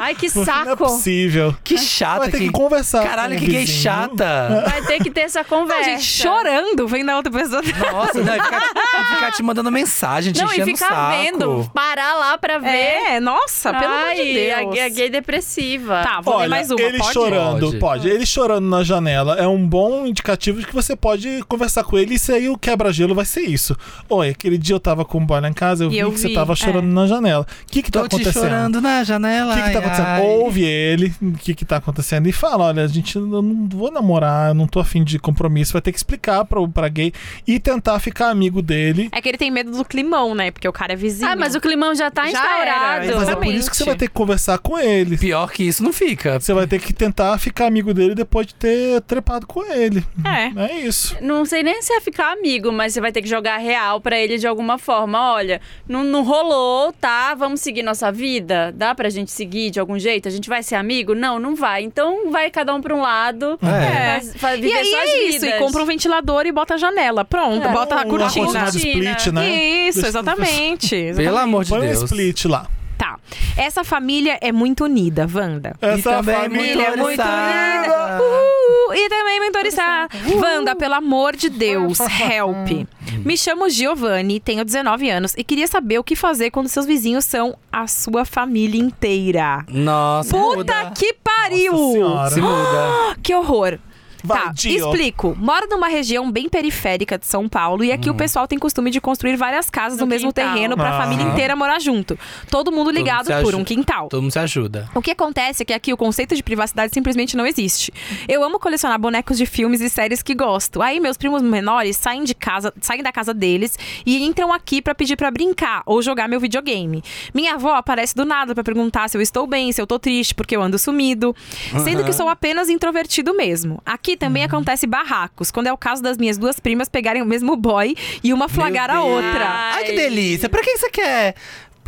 Speaker 2: Ai, que
Speaker 1: Não é
Speaker 2: saco.
Speaker 1: possível.
Speaker 4: que chata
Speaker 1: Vai ter
Speaker 4: que...
Speaker 1: que, conversar.
Speaker 4: Caralho,
Speaker 1: com o
Speaker 4: que gay
Speaker 1: vizinho.
Speaker 4: chata.
Speaker 2: Vai ter que ter essa
Speaker 5: Não,
Speaker 2: conversa.
Speaker 5: gente, chorando vem da outra pessoa.
Speaker 4: Nossa, não, e ficar, e ficar te mandando mensagem, te
Speaker 2: Não, e
Speaker 4: enchendo o
Speaker 2: ficar
Speaker 4: saco.
Speaker 2: vendo, parar lá pra ver.
Speaker 5: É, nossa, pelo
Speaker 2: Ai,
Speaker 5: amor de Deus.
Speaker 2: A, a gay depressiva.
Speaker 5: Tá, vou
Speaker 1: Olha,
Speaker 5: ler mais uma,
Speaker 1: ele
Speaker 5: pode?
Speaker 1: chorando,
Speaker 4: Pode.
Speaker 1: pode. Ele chorando na janela é um bom indicativo de que você pode conversar com ele. Isso aí, o quebra-gelo vai ser isso. Oi, aquele dia eu tava com o boy lá em casa, eu
Speaker 5: E
Speaker 1: vi
Speaker 5: eu
Speaker 1: que
Speaker 5: vi,
Speaker 1: você tava chorando
Speaker 5: é.
Speaker 1: na janela. O que que tá
Speaker 4: Tô te
Speaker 1: acontecendo?
Speaker 4: chorando na janela.
Speaker 1: O que, que tá
Speaker 4: ai,
Speaker 1: acontecendo?
Speaker 4: ai.
Speaker 1: Ouve ele, o que, que tá acontecendo, e fala: olha, a gente eu não vou namorar, eu não tô afim de compromisso. Vai ter que explicar pra, pra gay e tentar ficar amigo dele.
Speaker 5: É que ele tem medo do climão, né? Porque o cara é vizinho.
Speaker 2: Ah, mas o climão já tá
Speaker 5: Já
Speaker 2: instaurado.
Speaker 5: era,
Speaker 1: Mas é por
Speaker 5: exatamente.
Speaker 1: isso que você vai ter que conversar com ele.
Speaker 4: Pior que isso não fica.
Speaker 1: Você vai ter que tentar ficar amigo dele depois de ter trepado com ele.
Speaker 5: É.
Speaker 1: É isso.
Speaker 2: Não sei nem se é ficar amigo, mas você vai ter que jogar real pra ele de alguma forma. Olha, não, não rolou, tá? Vamos seguir nossa vida? Dá pra gente seguir de algum jeito? A gente vai ser amigo? Não, não vai. Então vai cada um pra um lado.
Speaker 4: É.
Speaker 2: Faz, faz,
Speaker 5: E
Speaker 2: viver
Speaker 5: aí
Speaker 2: suas
Speaker 5: é isso,
Speaker 2: vidas.
Speaker 5: e compra um ventilador e bota a janela. Pronto,
Speaker 2: É.
Speaker 5: bota a
Speaker 1: Ou uma
Speaker 5: cortina.
Speaker 1: cortina do split, Um né?
Speaker 5: Isso,
Speaker 1: Deixa-
Speaker 5: exatamente.
Speaker 4: Pelo amor de
Speaker 1: Põe um
Speaker 4: Deus.
Speaker 1: split lá.
Speaker 5: Tá. Essa família é muito unida, Wanda.
Speaker 4: E
Speaker 1: é
Speaker 4: também
Speaker 5: Família muito unida. Uhul. E também mentorizar. Wanda, pelo amor de Deus, help. Me chamo Giovanni, tenho 19 anos e queria saber o que fazer quando seus vizinhos são a sua família inteira.
Speaker 4: Nossa,
Speaker 5: Puta
Speaker 4: muda.
Speaker 5: que pariu!
Speaker 1: Nossa senhora.
Speaker 4: Se muda.
Speaker 5: Que horror.
Speaker 1: Vai,
Speaker 5: tá,
Speaker 1: Dio.
Speaker 5: explico. Moro numa região bem periférica de São Paulo e aqui o pessoal tem costume de construir várias casas no,
Speaker 2: No
Speaker 5: mesmo
Speaker 2: quintal.
Speaker 5: terreno pra
Speaker 1: Ah.
Speaker 5: família inteira morar junto. Todo mundo ligado
Speaker 4: se
Speaker 5: por
Speaker 4: aju-
Speaker 5: um quintal.
Speaker 4: Todo mundo se ajuda.
Speaker 5: O que acontece é que aqui o conceito de privacidade simplesmente não existe. Eu amo colecionar bonecos de filmes e séries que gosto. Aí meus primos menores saem de casa, saem da casa deles e entram aqui pra pedir pra brincar ou jogar meu videogame. Minha avó aparece do nada pra perguntar se eu estou bem, se eu tô triste porque eu ando sumido, sendo que sou apenas introvertido mesmo. Aqui também acontece barracos, quando é o caso das minhas duas primas pegarem o mesmo boy e uma flagrar a
Speaker 4: Deus.
Speaker 5: outra.
Speaker 4: Ai, que delícia. Pra que você quer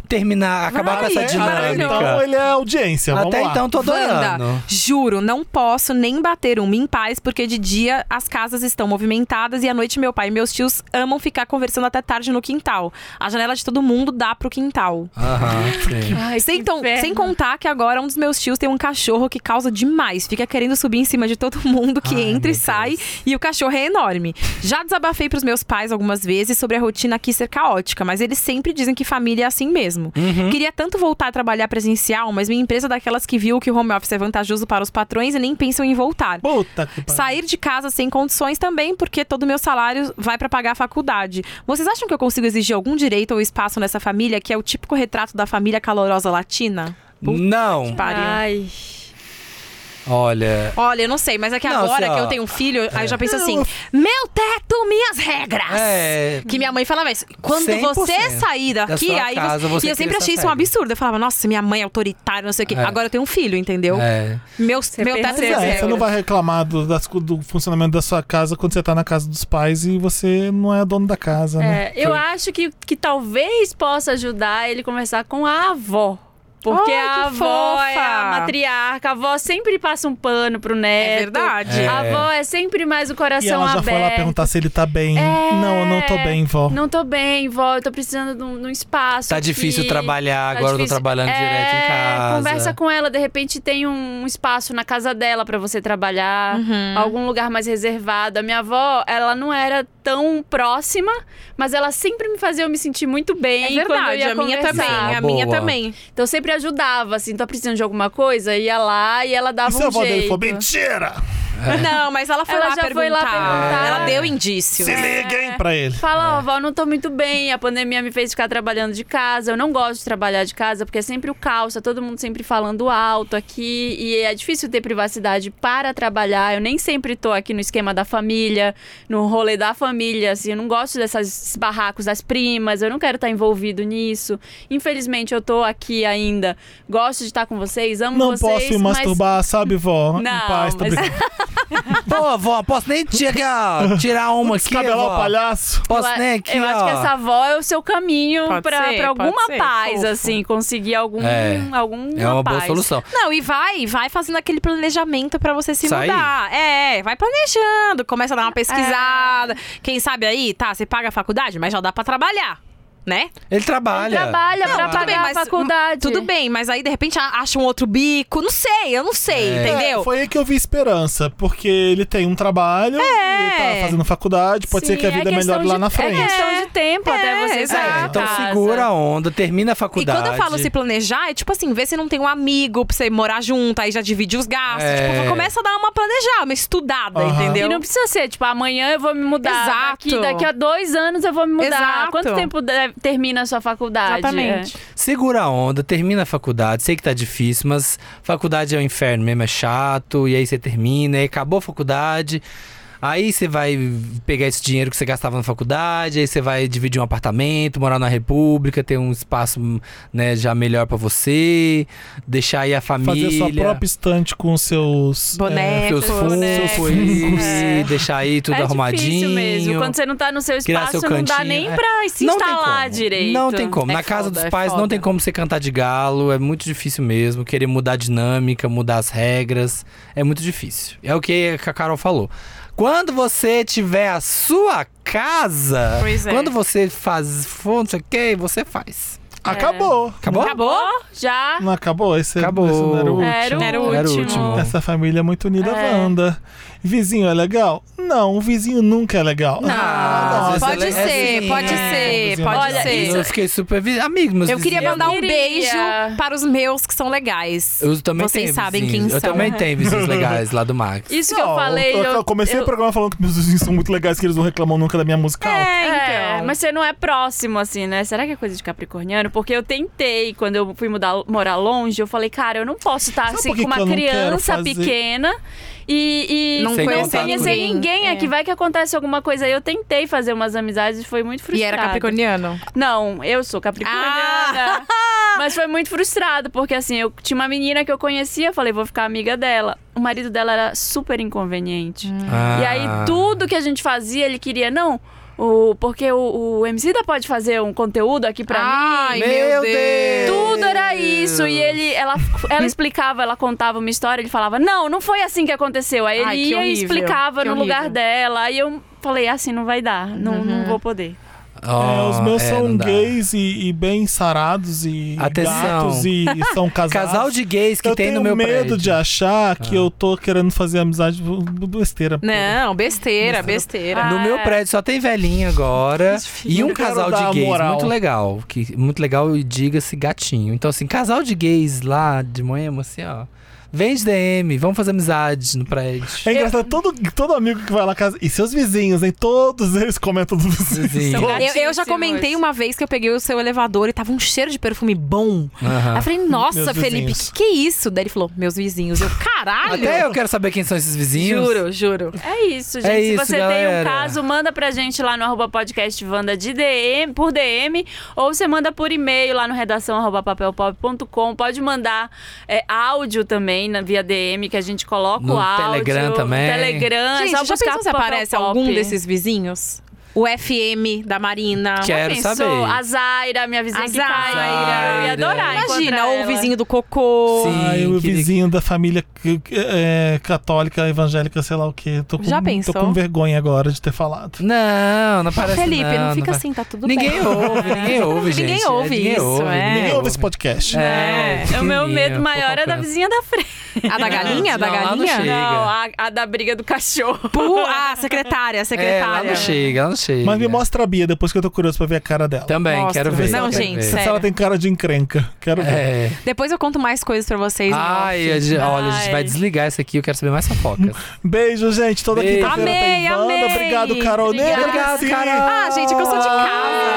Speaker 4: terminar, acabar com essa
Speaker 5: Vai,
Speaker 1: Até
Speaker 4: dinâmica?
Speaker 1: então ele é audiência. vamos
Speaker 4: Até
Speaker 1: lá.
Speaker 4: então, tô adorando.
Speaker 5: Wanda, juro, não posso nem bater uma em paz, porque de dia as casas estão movimentadas e à noite meu pai e meus tios amam ficar conversando até tarde no quintal. A janela de todo mundo dá pro quintal.
Speaker 4: Aham, sim.
Speaker 2: Ai,
Speaker 5: sem,
Speaker 2: que
Speaker 5: ton-
Speaker 2: inferno.
Speaker 5: sem contar que agora um dos meus tios tem um cachorro que causa demais. Fica querendo subir em cima de todo mundo que
Speaker 4: Ai, meu
Speaker 5: entra e sai. E o cachorro é enorme. Já desabafei pros meus pais algumas vezes sobre a rotina aqui ser caótica, mas eles sempre dizem que família é assim mesmo.
Speaker 4: Uhum.
Speaker 5: Queria tanto voltar a trabalhar presencial, mas minha empresa é daquelas que viu que o home office é vantajoso para os patrões e nem pensam em voltar.
Speaker 1: Puta que
Speaker 4: tá.
Speaker 1: pariu.
Speaker 5: Sair de casa sem condições também, porque todo o meu salário vai pra pagar a faculdade. Vocês acham que eu consigo exigir algum direito ou espaço nessa família, que é o típico retrato da família calorosa latina?
Speaker 4: Não.
Speaker 5: Pariu.
Speaker 2: Ai.
Speaker 4: Olha.
Speaker 5: Olha, eu não sei, mas é que
Speaker 4: Não,
Speaker 5: agora
Speaker 4: assim, ó,
Speaker 5: que eu tenho um filho, aí eu já penso assim:
Speaker 1: Eu-
Speaker 5: meu teto, minhas regras!
Speaker 4: É.
Speaker 5: Que minha mãe falava isso. Quando você
Speaker 4: 100%
Speaker 5: sair daqui,
Speaker 4: sua
Speaker 5: aí
Speaker 4: casa, você
Speaker 5: E
Speaker 4: cria
Speaker 5: eu sempre
Speaker 4: essa
Speaker 5: achei isso um
Speaker 4: regra.
Speaker 5: absurdo. Eu falava, nossa, minha mãe é autoritária, não sei o quê.
Speaker 4: É.
Speaker 5: Agora eu tenho um filho, entendeu?
Speaker 4: É.
Speaker 5: Meu, meu teto
Speaker 2: percebe.
Speaker 5: é
Speaker 1: Pois é,
Speaker 5: minhas
Speaker 1: você não
Speaker 5: regras.
Speaker 1: vai reclamar do, das- do funcionamento da sua casa quando você tá na casa dos pais e você não é dono da
Speaker 5: Tá
Speaker 1: casa, né?
Speaker 2: É, eu acho que, que talvez possa ajudar ele conversar com a avó. Porque
Speaker 5: Ai,
Speaker 2: a
Speaker 5: que
Speaker 2: avó é a
Speaker 5: fofa.
Speaker 2: matriarca, a avó sempre passa um pano pro neto.
Speaker 5: É verdade.
Speaker 4: É.
Speaker 2: A avó é sempre mais o
Speaker 1: E
Speaker 2: coração
Speaker 1: ela já
Speaker 2: aberto.
Speaker 1: foi lá perguntar se ele tá bem.
Speaker 2: É.
Speaker 1: Não, eu não tô bem, vó.
Speaker 2: Não tô bem, vó, eu tô precisando de um, de um espaço.
Speaker 4: Tá
Speaker 2: aqui.
Speaker 4: difícil trabalhar,
Speaker 2: Tá
Speaker 4: agora eu tô
Speaker 2: difícil.
Speaker 4: trabalhando
Speaker 2: É,
Speaker 4: direto em casa.
Speaker 2: Conversa com ela, de repente tem um espaço na casa dela pra você trabalhar,
Speaker 5: Uhum.
Speaker 2: algum lugar mais reservado. A minha avó, ela não era tão próxima, mas ela sempre me fazia eu me sentir muito bem.
Speaker 5: É
Speaker 2: quando eu
Speaker 5: verdade,
Speaker 2: ia
Speaker 5: a minha
Speaker 2: conversar.
Speaker 5: também.
Speaker 4: Uma
Speaker 5: A minha
Speaker 4: boa.
Speaker 5: também.
Speaker 2: Então sempre ajudava, assim, tá precisando de alguma coisa, ia lá e ela dava
Speaker 1: E se
Speaker 2: um
Speaker 1: a avó
Speaker 2: jeito.
Speaker 1: dele for, mentira!
Speaker 5: Não, mas ela foi
Speaker 2: Ela
Speaker 5: lá
Speaker 2: já
Speaker 5: perguntar.
Speaker 2: foi lá perguntar.
Speaker 5: Ela deu indício.
Speaker 1: Se liga,
Speaker 2: É.
Speaker 1: hein, pra ele.
Speaker 2: Fala, ó, vó, não tô muito bem, a pandemia me fez ficar trabalhando de casa, eu não gosto de trabalhar de casa, porque é sempre o caos, tá todo mundo sempre falando alto aqui, e é difícil ter privacidade para trabalhar, eu nem sempre tô aqui no esquema da família, no rolê da família, assim, eu não gosto desses barracos das primas, eu não quero estar envolvido nisso. Infelizmente, eu tô aqui ainda, gosto de estar com vocês, amo
Speaker 1: Não
Speaker 2: vocês,
Speaker 1: posso me
Speaker 2: mas...
Speaker 1: masturbar, sabe, vó? Um
Speaker 2: Não,
Speaker 1: em paz, tô
Speaker 2: mas-
Speaker 1: brincando.
Speaker 4: Pô, vó, posso nem tirar, tirar uma aqui,
Speaker 1: Descabelar o
Speaker 4: vó?
Speaker 1: palhaço.
Speaker 4: Posso
Speaker 2: eu,
Speaker 4: nem aqui,
Speaker 2: eu acho
Speaker 4: ó.
Speaker 2: que essa avó é o seu caminho
Speaker 5: Pode
Speaker 2: pra
Speaker 5: ser,
Speaker 2: pra
Speaker 5: pode
Speaker 2: alguma
Speaker 5: ser,
Speaker 2: paz,
Speaker 5: fofo.
Speaker 2: assim, conseguir algum,
Speaker 4: É.
Speaker 2: algum
Speaker 4: É uma boa
Speaker 2: paz.
Speaker 4: solução.
Speaker 5: Não, e vai, vai fazendo aquele planejamento pra você se
Speaker 4: Sair.
Speaker 5: mudar. É, vai planejando, começa a
Speaker 2: É.
Speaker 5: dar uma pesquisada. Quem sabe aí, tá, você paga a faculdade, mas já dá pra trabalhar, né?
Speaker 4: Ele trabalha.
Speaker 2: Trabalha Um pra
Speaker 4: Claro.
Speaker 2: pagar a faculdade.
Speaker 5: Tudo bem, mas aí de repente a- acha um outro bico, não sei, eu não sei,
Speaker 4: É.
Speaker 5: entendeu?
Speaker 1: Foi aí que eu vi esperança, porque ele tem um trabalho, ele tá fazendo faculdade, pode ser
Speaker 2: É. Sim,
Speaker 1: que a vida
Speaker 2: é questão
Speaker 1: melhore lá
Speaker 2: de-
Speaker 1: na
Speaker 2: É
Speaker 1: frente.
Speaker 2: questão de tempo até você
Speaker 5: exato.
Speaker 2: sair
Speaker 4: É,
Speaker 2: de
Speaker 4: então
Speaker 2: casa.
Speaker 4: segura a onda, termina a
Speaker 5: E
Speaker 4: faculdade.
Speaker 5: quando eu falo se planejar, é tipo assim, ver se não tem um amigo pra você morar junto, aí já divide os gastos.
Speaker 4: É.
Speaker 5: Tipo, começa a dar uma planejada, uma estudada,
Speaker 1: Aham.
Speaker 5: entendeu?
Speaker 2: E não precisa ser, tipo, amanhã eu vou me mudar.
Speaker 5: Exato.
Speaker 2: Daqui, daqui a dois anos eu vou me mudar.
Speaker 5: Exato.
Speaker 2: Quanto tempo deve- termina a sua faculdade? é.
Speaker 5: Exatamente.
Speaker 4: Segura a onda, termina a faculdade. Sei que tá difícil, mas faculdade é um inferno mesmo, é chato. E aí você termina, e acabou a faculdade. Aí você vai pegar esse dinheiro que você gastava na faculdade, aí você vai dividir um apartamento, morar na república, ter um espaço né, já melhor pra você, deixar aí a
Speaker 2: é.
Speaker 4: família.
Speaker 1: Fazer sua própria né? estante com os seus. é,
Speaker 5: Boné.
Speaker 4: seus
Speaker 5: Seus
Speaker 4: É, fundos,
Speaker 1: bonecos.
Speaker 4: e deixar aí tudo
Speaker 2: É difícil
Speaker 4: arrumadinho.
Speaker 2: mesmo. Quando você não tá no seu
Speaker 4: criar
Speaker 2: espaço,
Speaker 4: seu
Speaker 2: não dá
Speaker 4: cantinho,
Speaker 2: nem
Speaker 4: é.
Speaker 2: pra se
Speaker 4: Não tem
Speaker 2: instalar
Speaker 4: como.
Speaker 2: direito.
Speaker 4: Não tem como.
Speaker 5: É
Speaker 4: Na casa
Speaker 5: foda,
Speaker 4: dos
Speaker 5: é
Speaker 4: pais não
Speaker 5: foda.
Speaker 4: tem como você cantar de galo, é muito difícil mesmo. Querer mudar a dinâmica, mudar as regras, é muito difícil. É o que a Carol falou. Quando você tiver a sua casa,
Speaker 5: Pois é.
Speaker 4: quando você faz for, não sei o que, você faz.
Speaker 2: é.
Speaker 1: Acabou.
Speaker 4: Acabou?
Speaker 2: Acabou? Já?
Speaker 1: Não acabou? Esse,
Speaker 4: Acabou.
Speaker 1: esse não era o
Speaker 4: É.
Speaker 2: Era
Speaker 1: último.
Speaker 2: o último.
Speaker 4: Era o último.
Speaker 1: Essa família é muito unida,
Speaker 2: É.
Speaker 1: Wanda. Vizinho é legal? Não, o vizinho nunca é legal.
Speaker 5: Não,
Speaker 1: Ah, não, Nossa,
Speaker 5: Pode
Speaker 4: ela é
Speaker 5: ser,
Speaker 4: assim,
Speaker 5: pode
Speaker 4: é. assim.
Speaker 5: ser,
Speaker 1: Cozinha.
Speaker 5: pode
Speaker 2: Olha,
Speaker 5: ser.
Speaker 2: isso-
Speaker 4: Eu fiquei super. vi- Amigo, meus
Speaker 5: É. Eu queria
Speaker 4: vizinhos.
Speaker 5: mandar um
Speaker 2: queria.
Speaker 5: beijo para os meus que são legais.
Speaker 4: Eu também
Speaker 5: Vocês
Speaker 4: tenho
Speaker 5: sabem
Speaker 4: vizinhos.
Speaker 5: quem
Speaker 4: Eu
Speaker 5: são.
Speaker 4: também tenho vizinhos legais lá do Max.
Speaker 2: Isso que eu
Speaker 1: Não,
Speaker 2: falei.
Speaker 1: Eu, eu comecei o programa falando que meus vizinhos são muito legais, que eles não reclamam nunca da minha musical.
Speaker 5: É,
Speaker 2: É,
Speaker 5: então.
Speaker 2: mas você não é próximo, assim, né? Será que é coisa de capricorniano? Porque eu tentei, quando eu fui mudar, morar longe, eu falei, cara, eu não posso estar
Speaker 1: Sabe
Speaker 2: assim,
Speaker 1: por que
Speaker 2: com uma
Speaker 1: que eu não quero
Speaker 2: criança
Speaker 1: fazer?
Speaker 2: pequena e, e
Speaker 5: Não
Speaker 4: Sem
Speaker 2: não
Speaker 4: contato com
Speaker 2: conhecer
Speaker 5: ninguém.
Speaker 2: ninguém. É.
Speaker 5: É.
Speaker 2: que vai que acontece alguma coisa. Aí Eu tentei fazer umas amizades e foi muito frustrado.
Speaker 5: E era capricorniano.
Speaker 2: Não, eu sou capricorniana.
Speaker 1: Ah!
Speaker 2: Mas foi muito frustrado, porque assim, eu tinha uma menina que eu conhecia, falei, vou ficar amiga dela. O marido dela era super inconveniente.
Speaker 4: Ah.
Speaker 2: E aí, tudo que a gente fazia, ele queria, não. O, porque o, o MC da pode fazer um conteúdo aqui pra
Speaker 5: Ai,
Speaker 2: mim.
Speaker 5: meu Ah, Deus.
Speaker 2: Tudo era isso. E ele, ela, ela explicava, ela contava uma história, ele falava, não, não foi assim que aconteceu. Aí ele
Speaker 5: Ai, que
Speaker 2: ia e
Speaker 5: horrível,
Speaker 2: explicava
Speaker 5: que
Speaker 2: no lugar
Speaker 5: horrível. Uhum.
Speaker 2: dela. Aí eu falei, assim, não vai dar, não, não vou poder.
Speaker 1: É,
Speaker 4: Oh,
Speaker 1: os meus
Speaker 4: é,
Speaker 1: são
Speaker 4: não dá.
Speaker 1: gays e, e bem sarados e
Speaker 4: Atenção.
Speaker 1: gatos e, e são casados.
Speaker 4: Casal de gays que
Speaker 1: eu
Speaker 4: tem
Speaker 1: tenho
Speaker 4: no meu
Speaker 1: medo
Speaker 4: prédio. Ah.
Speaker 1: de achar que eu tô querendo fazer amizade bu- bu- besteira.
Speaker 5: Não, besteira, besteira.
Speaker 4: No
Speaker 2: Ah,
Speaker 4: meu
Speaker 2: é.
Speaker 4: prédio só tem velhinha agora e um
Speaker 1: Eu quero
Speaker 4: casal
Speaker 1: dar
Speaker 4: de gays
Speaker 1: moral.
Speaker 4: muito legal, que muito legal e diga-se gatinho. Então assim, casal de gays lá de Moema assim, ó. Vem de DM, vamos fazer amizade no prédio.
Speaker 1: É engraçado, todo, todo amigo que vai lá casa. E seus vizinhos, hein? Todos eles comentam dos vizinhos.
Speaker 4: Vizinho.
Speaker 1: Todos.
Speaker 5: Eu, eu já comentei uma vez que eu peguei o seu elevador e tava um cheiro de perfume bom.
Speaker 4: Aham.
Speaker 5: Aí eu falei, nossa,
Speaker 1: Meus
Speaker 5: Felipe,
Speaker 1: vizinhos.
Speaker 5: que que é isso? Daí ele falou, meus vizinhos. Eu, caralho!
Speaker 4: Até eu quero saber quem são esses vizinhos.
Speaker 5: Juro, juro.
Speaker 2: É isso, gente.
Speaker 4: isso,
Speaker 2: Se você tem um
Speaker 4: galera.
Speaker 2: caso, manda pra gente lá no arroba podcast Wanda de DM, por DM, ou você manda por e-mail lá no redação arroba papelpop.com. Pode mandar é, áudio também na, via DM, que a gente coloca
Speaker 4: No
Speaker 2: o áudio.
Speaker 4: Telegram
Speaker 2: no
Speaker 4: também.
Speaker 2: Telegram,
Speaker 5: Gente,
Speaker 2: é só
Speaker 5: já
Speaker 2: buscar
Speaker 5: pensou Ah, se
Speaker 2: Papel
Speaker 5: aparece
Speaker 2: Pop.
Speaker 5: algum desses vizinhos? O FM da Marina.
Speaker 4: Que é- Quero
Speaker 2: Pensou?
Speaker 4: saber.
Speaker 2: A Zaira, minha vizinha
Speaker 5: A
Speaker 2: que cai.
Speaker 4: Zaira.
Speaker 2: Eu ia adorar
Speaker 5: Imagina,
Speaker 2: encontrar
Speaker 5: ou o
Speaker 2: ela.
Speaker 5: vizinho do cocô.
Speaker 4: Sim.
Speaker 1: Ai, o
Speaker 4: que-
Speaker 1: vizinho da família que- que- é, católica, evangélica, sei lá o quê. Tô com,
Speaker 5: Já
Speaker 1: tô
Speaker 5: pensou?
Speaker 1: com vergonha agora de ter falado.
Speaker 4: Não, não parece
Speaker 5: Felipe, não,
Speaker 4: não
Speaker 5: fica
Speaker 4: parece.
Speaker 5: assim, tá tudo
Speaker 4: Ninguém
Speaker 5: bem.
Speaker 4: ouve, ninguém ouve, gente.
Speaker 5: Ninguém
Speaker 4: É,
Speaker 5: ouve isso, é.
Speaker 1: Ninguém ouve esse podcast.
Speaker 4: É,
Speaker 2: O meu medo
Speaker 4: pequenininho,
Speaker 2: maior é da
Speaker 4: fofoqueiro.
Speaker 2: vizinha da frente.
Speaker 5: A da galinha? A da
Speaker 4: Não, lá não
Speaker 5: galinha?
Speaker 4: chega.
Speaker 2: Não, a, a da briga do cachorro.
Speaker 5: Pu, ah, secretária,
Speaker 4: É, ela
Speaker 5: secretária.
Speaker 4: não chega, ela não chega.
Speaker 1: Mas me mostra a Bia depois que eu tô curioso pra ver a cara dela.
Speaker 4: Também,
Speaker 5: Mostra.
Speaker 4: quero ver.
Speaker 5: Não,
Speaker 4: quero
Speaker 5: gente,
Speaker 4: ver.
Speaker 5: sério.
Speaker 1: Se ela tem cara de encrenca. Quero ver.
Speaker 4: É.
Speaker 5: Depois eu conto mais coisas pra vocês.
Speaker 4: Ai,
Speaker 5: no
Speaker 4: a
Speaker 5: off.
Speaker 4: gente- olha, a gente vai
Speaker 2: Ai.
Speaker 4: desligar isso aqui, eu quero saber mais fofocas.
Speaker 1: Beijo, gente. Toda
Speaker 4: Beijo.
Speaker 1: quinta-feira tem
Speaker 5: Amei,
Speaker 1: Wanda.
Speaker 5: amei.
Speaker 1: Obrigado, Carol.
Speaker 2: Obrigada.
Speaker 1: Negra,
Speaker 4: Obrigado,
Speaker 1: sim.
Speaker 4: Carol.
Speaker 5: Ah, gente, é que eu sou de casa.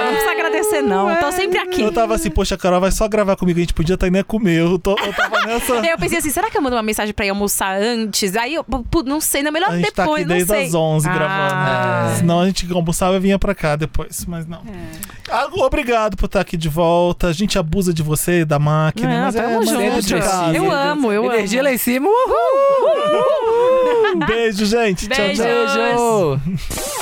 Speaker 5: Não precisa agradecer, não. Tô sempre aqui.
Speaker 1: Eu tava assim, poxa, a Carol vai só gravar comigo. A gente podia estar tá indo é comer. Eu, tô- eu tava nessa...
Speaker 5: Eu pensei assim, será que eu mando uma mensagem pra ir almoçar antes? Aí eu, pu- não sei, não, melhor
Speaker 1: A gente tá aqui
Speaker 5: depois, não
Speaker 1: desde
Speaker 5: sei.
Speaker 1: as 11
Speaker 5: Ah.
Speaker 1: gravando. É. Senão a gente almoçava e vinha pra cá depois, mas não.
Speaker 5: É.
Speaker 1: Ah, Obrigado por estar aqui de volta. A gente abusa de você, da máquina.
Speaker 5: Não,
Speaker 1: mas é,
Speaker 5: tamo
Speaker 1: mas
Speaker 5: junto.
Speaker 1: dentro de casa.
Speaker 5: Eu amo, eu amo.
Speaker 4: Energia lá em cima, uhul!
Speaker 1: Um Beijo, gente. Tchau,
Speaker 2: Beijo.
Speaker 1: tchau.
Speaker 4: Beijo!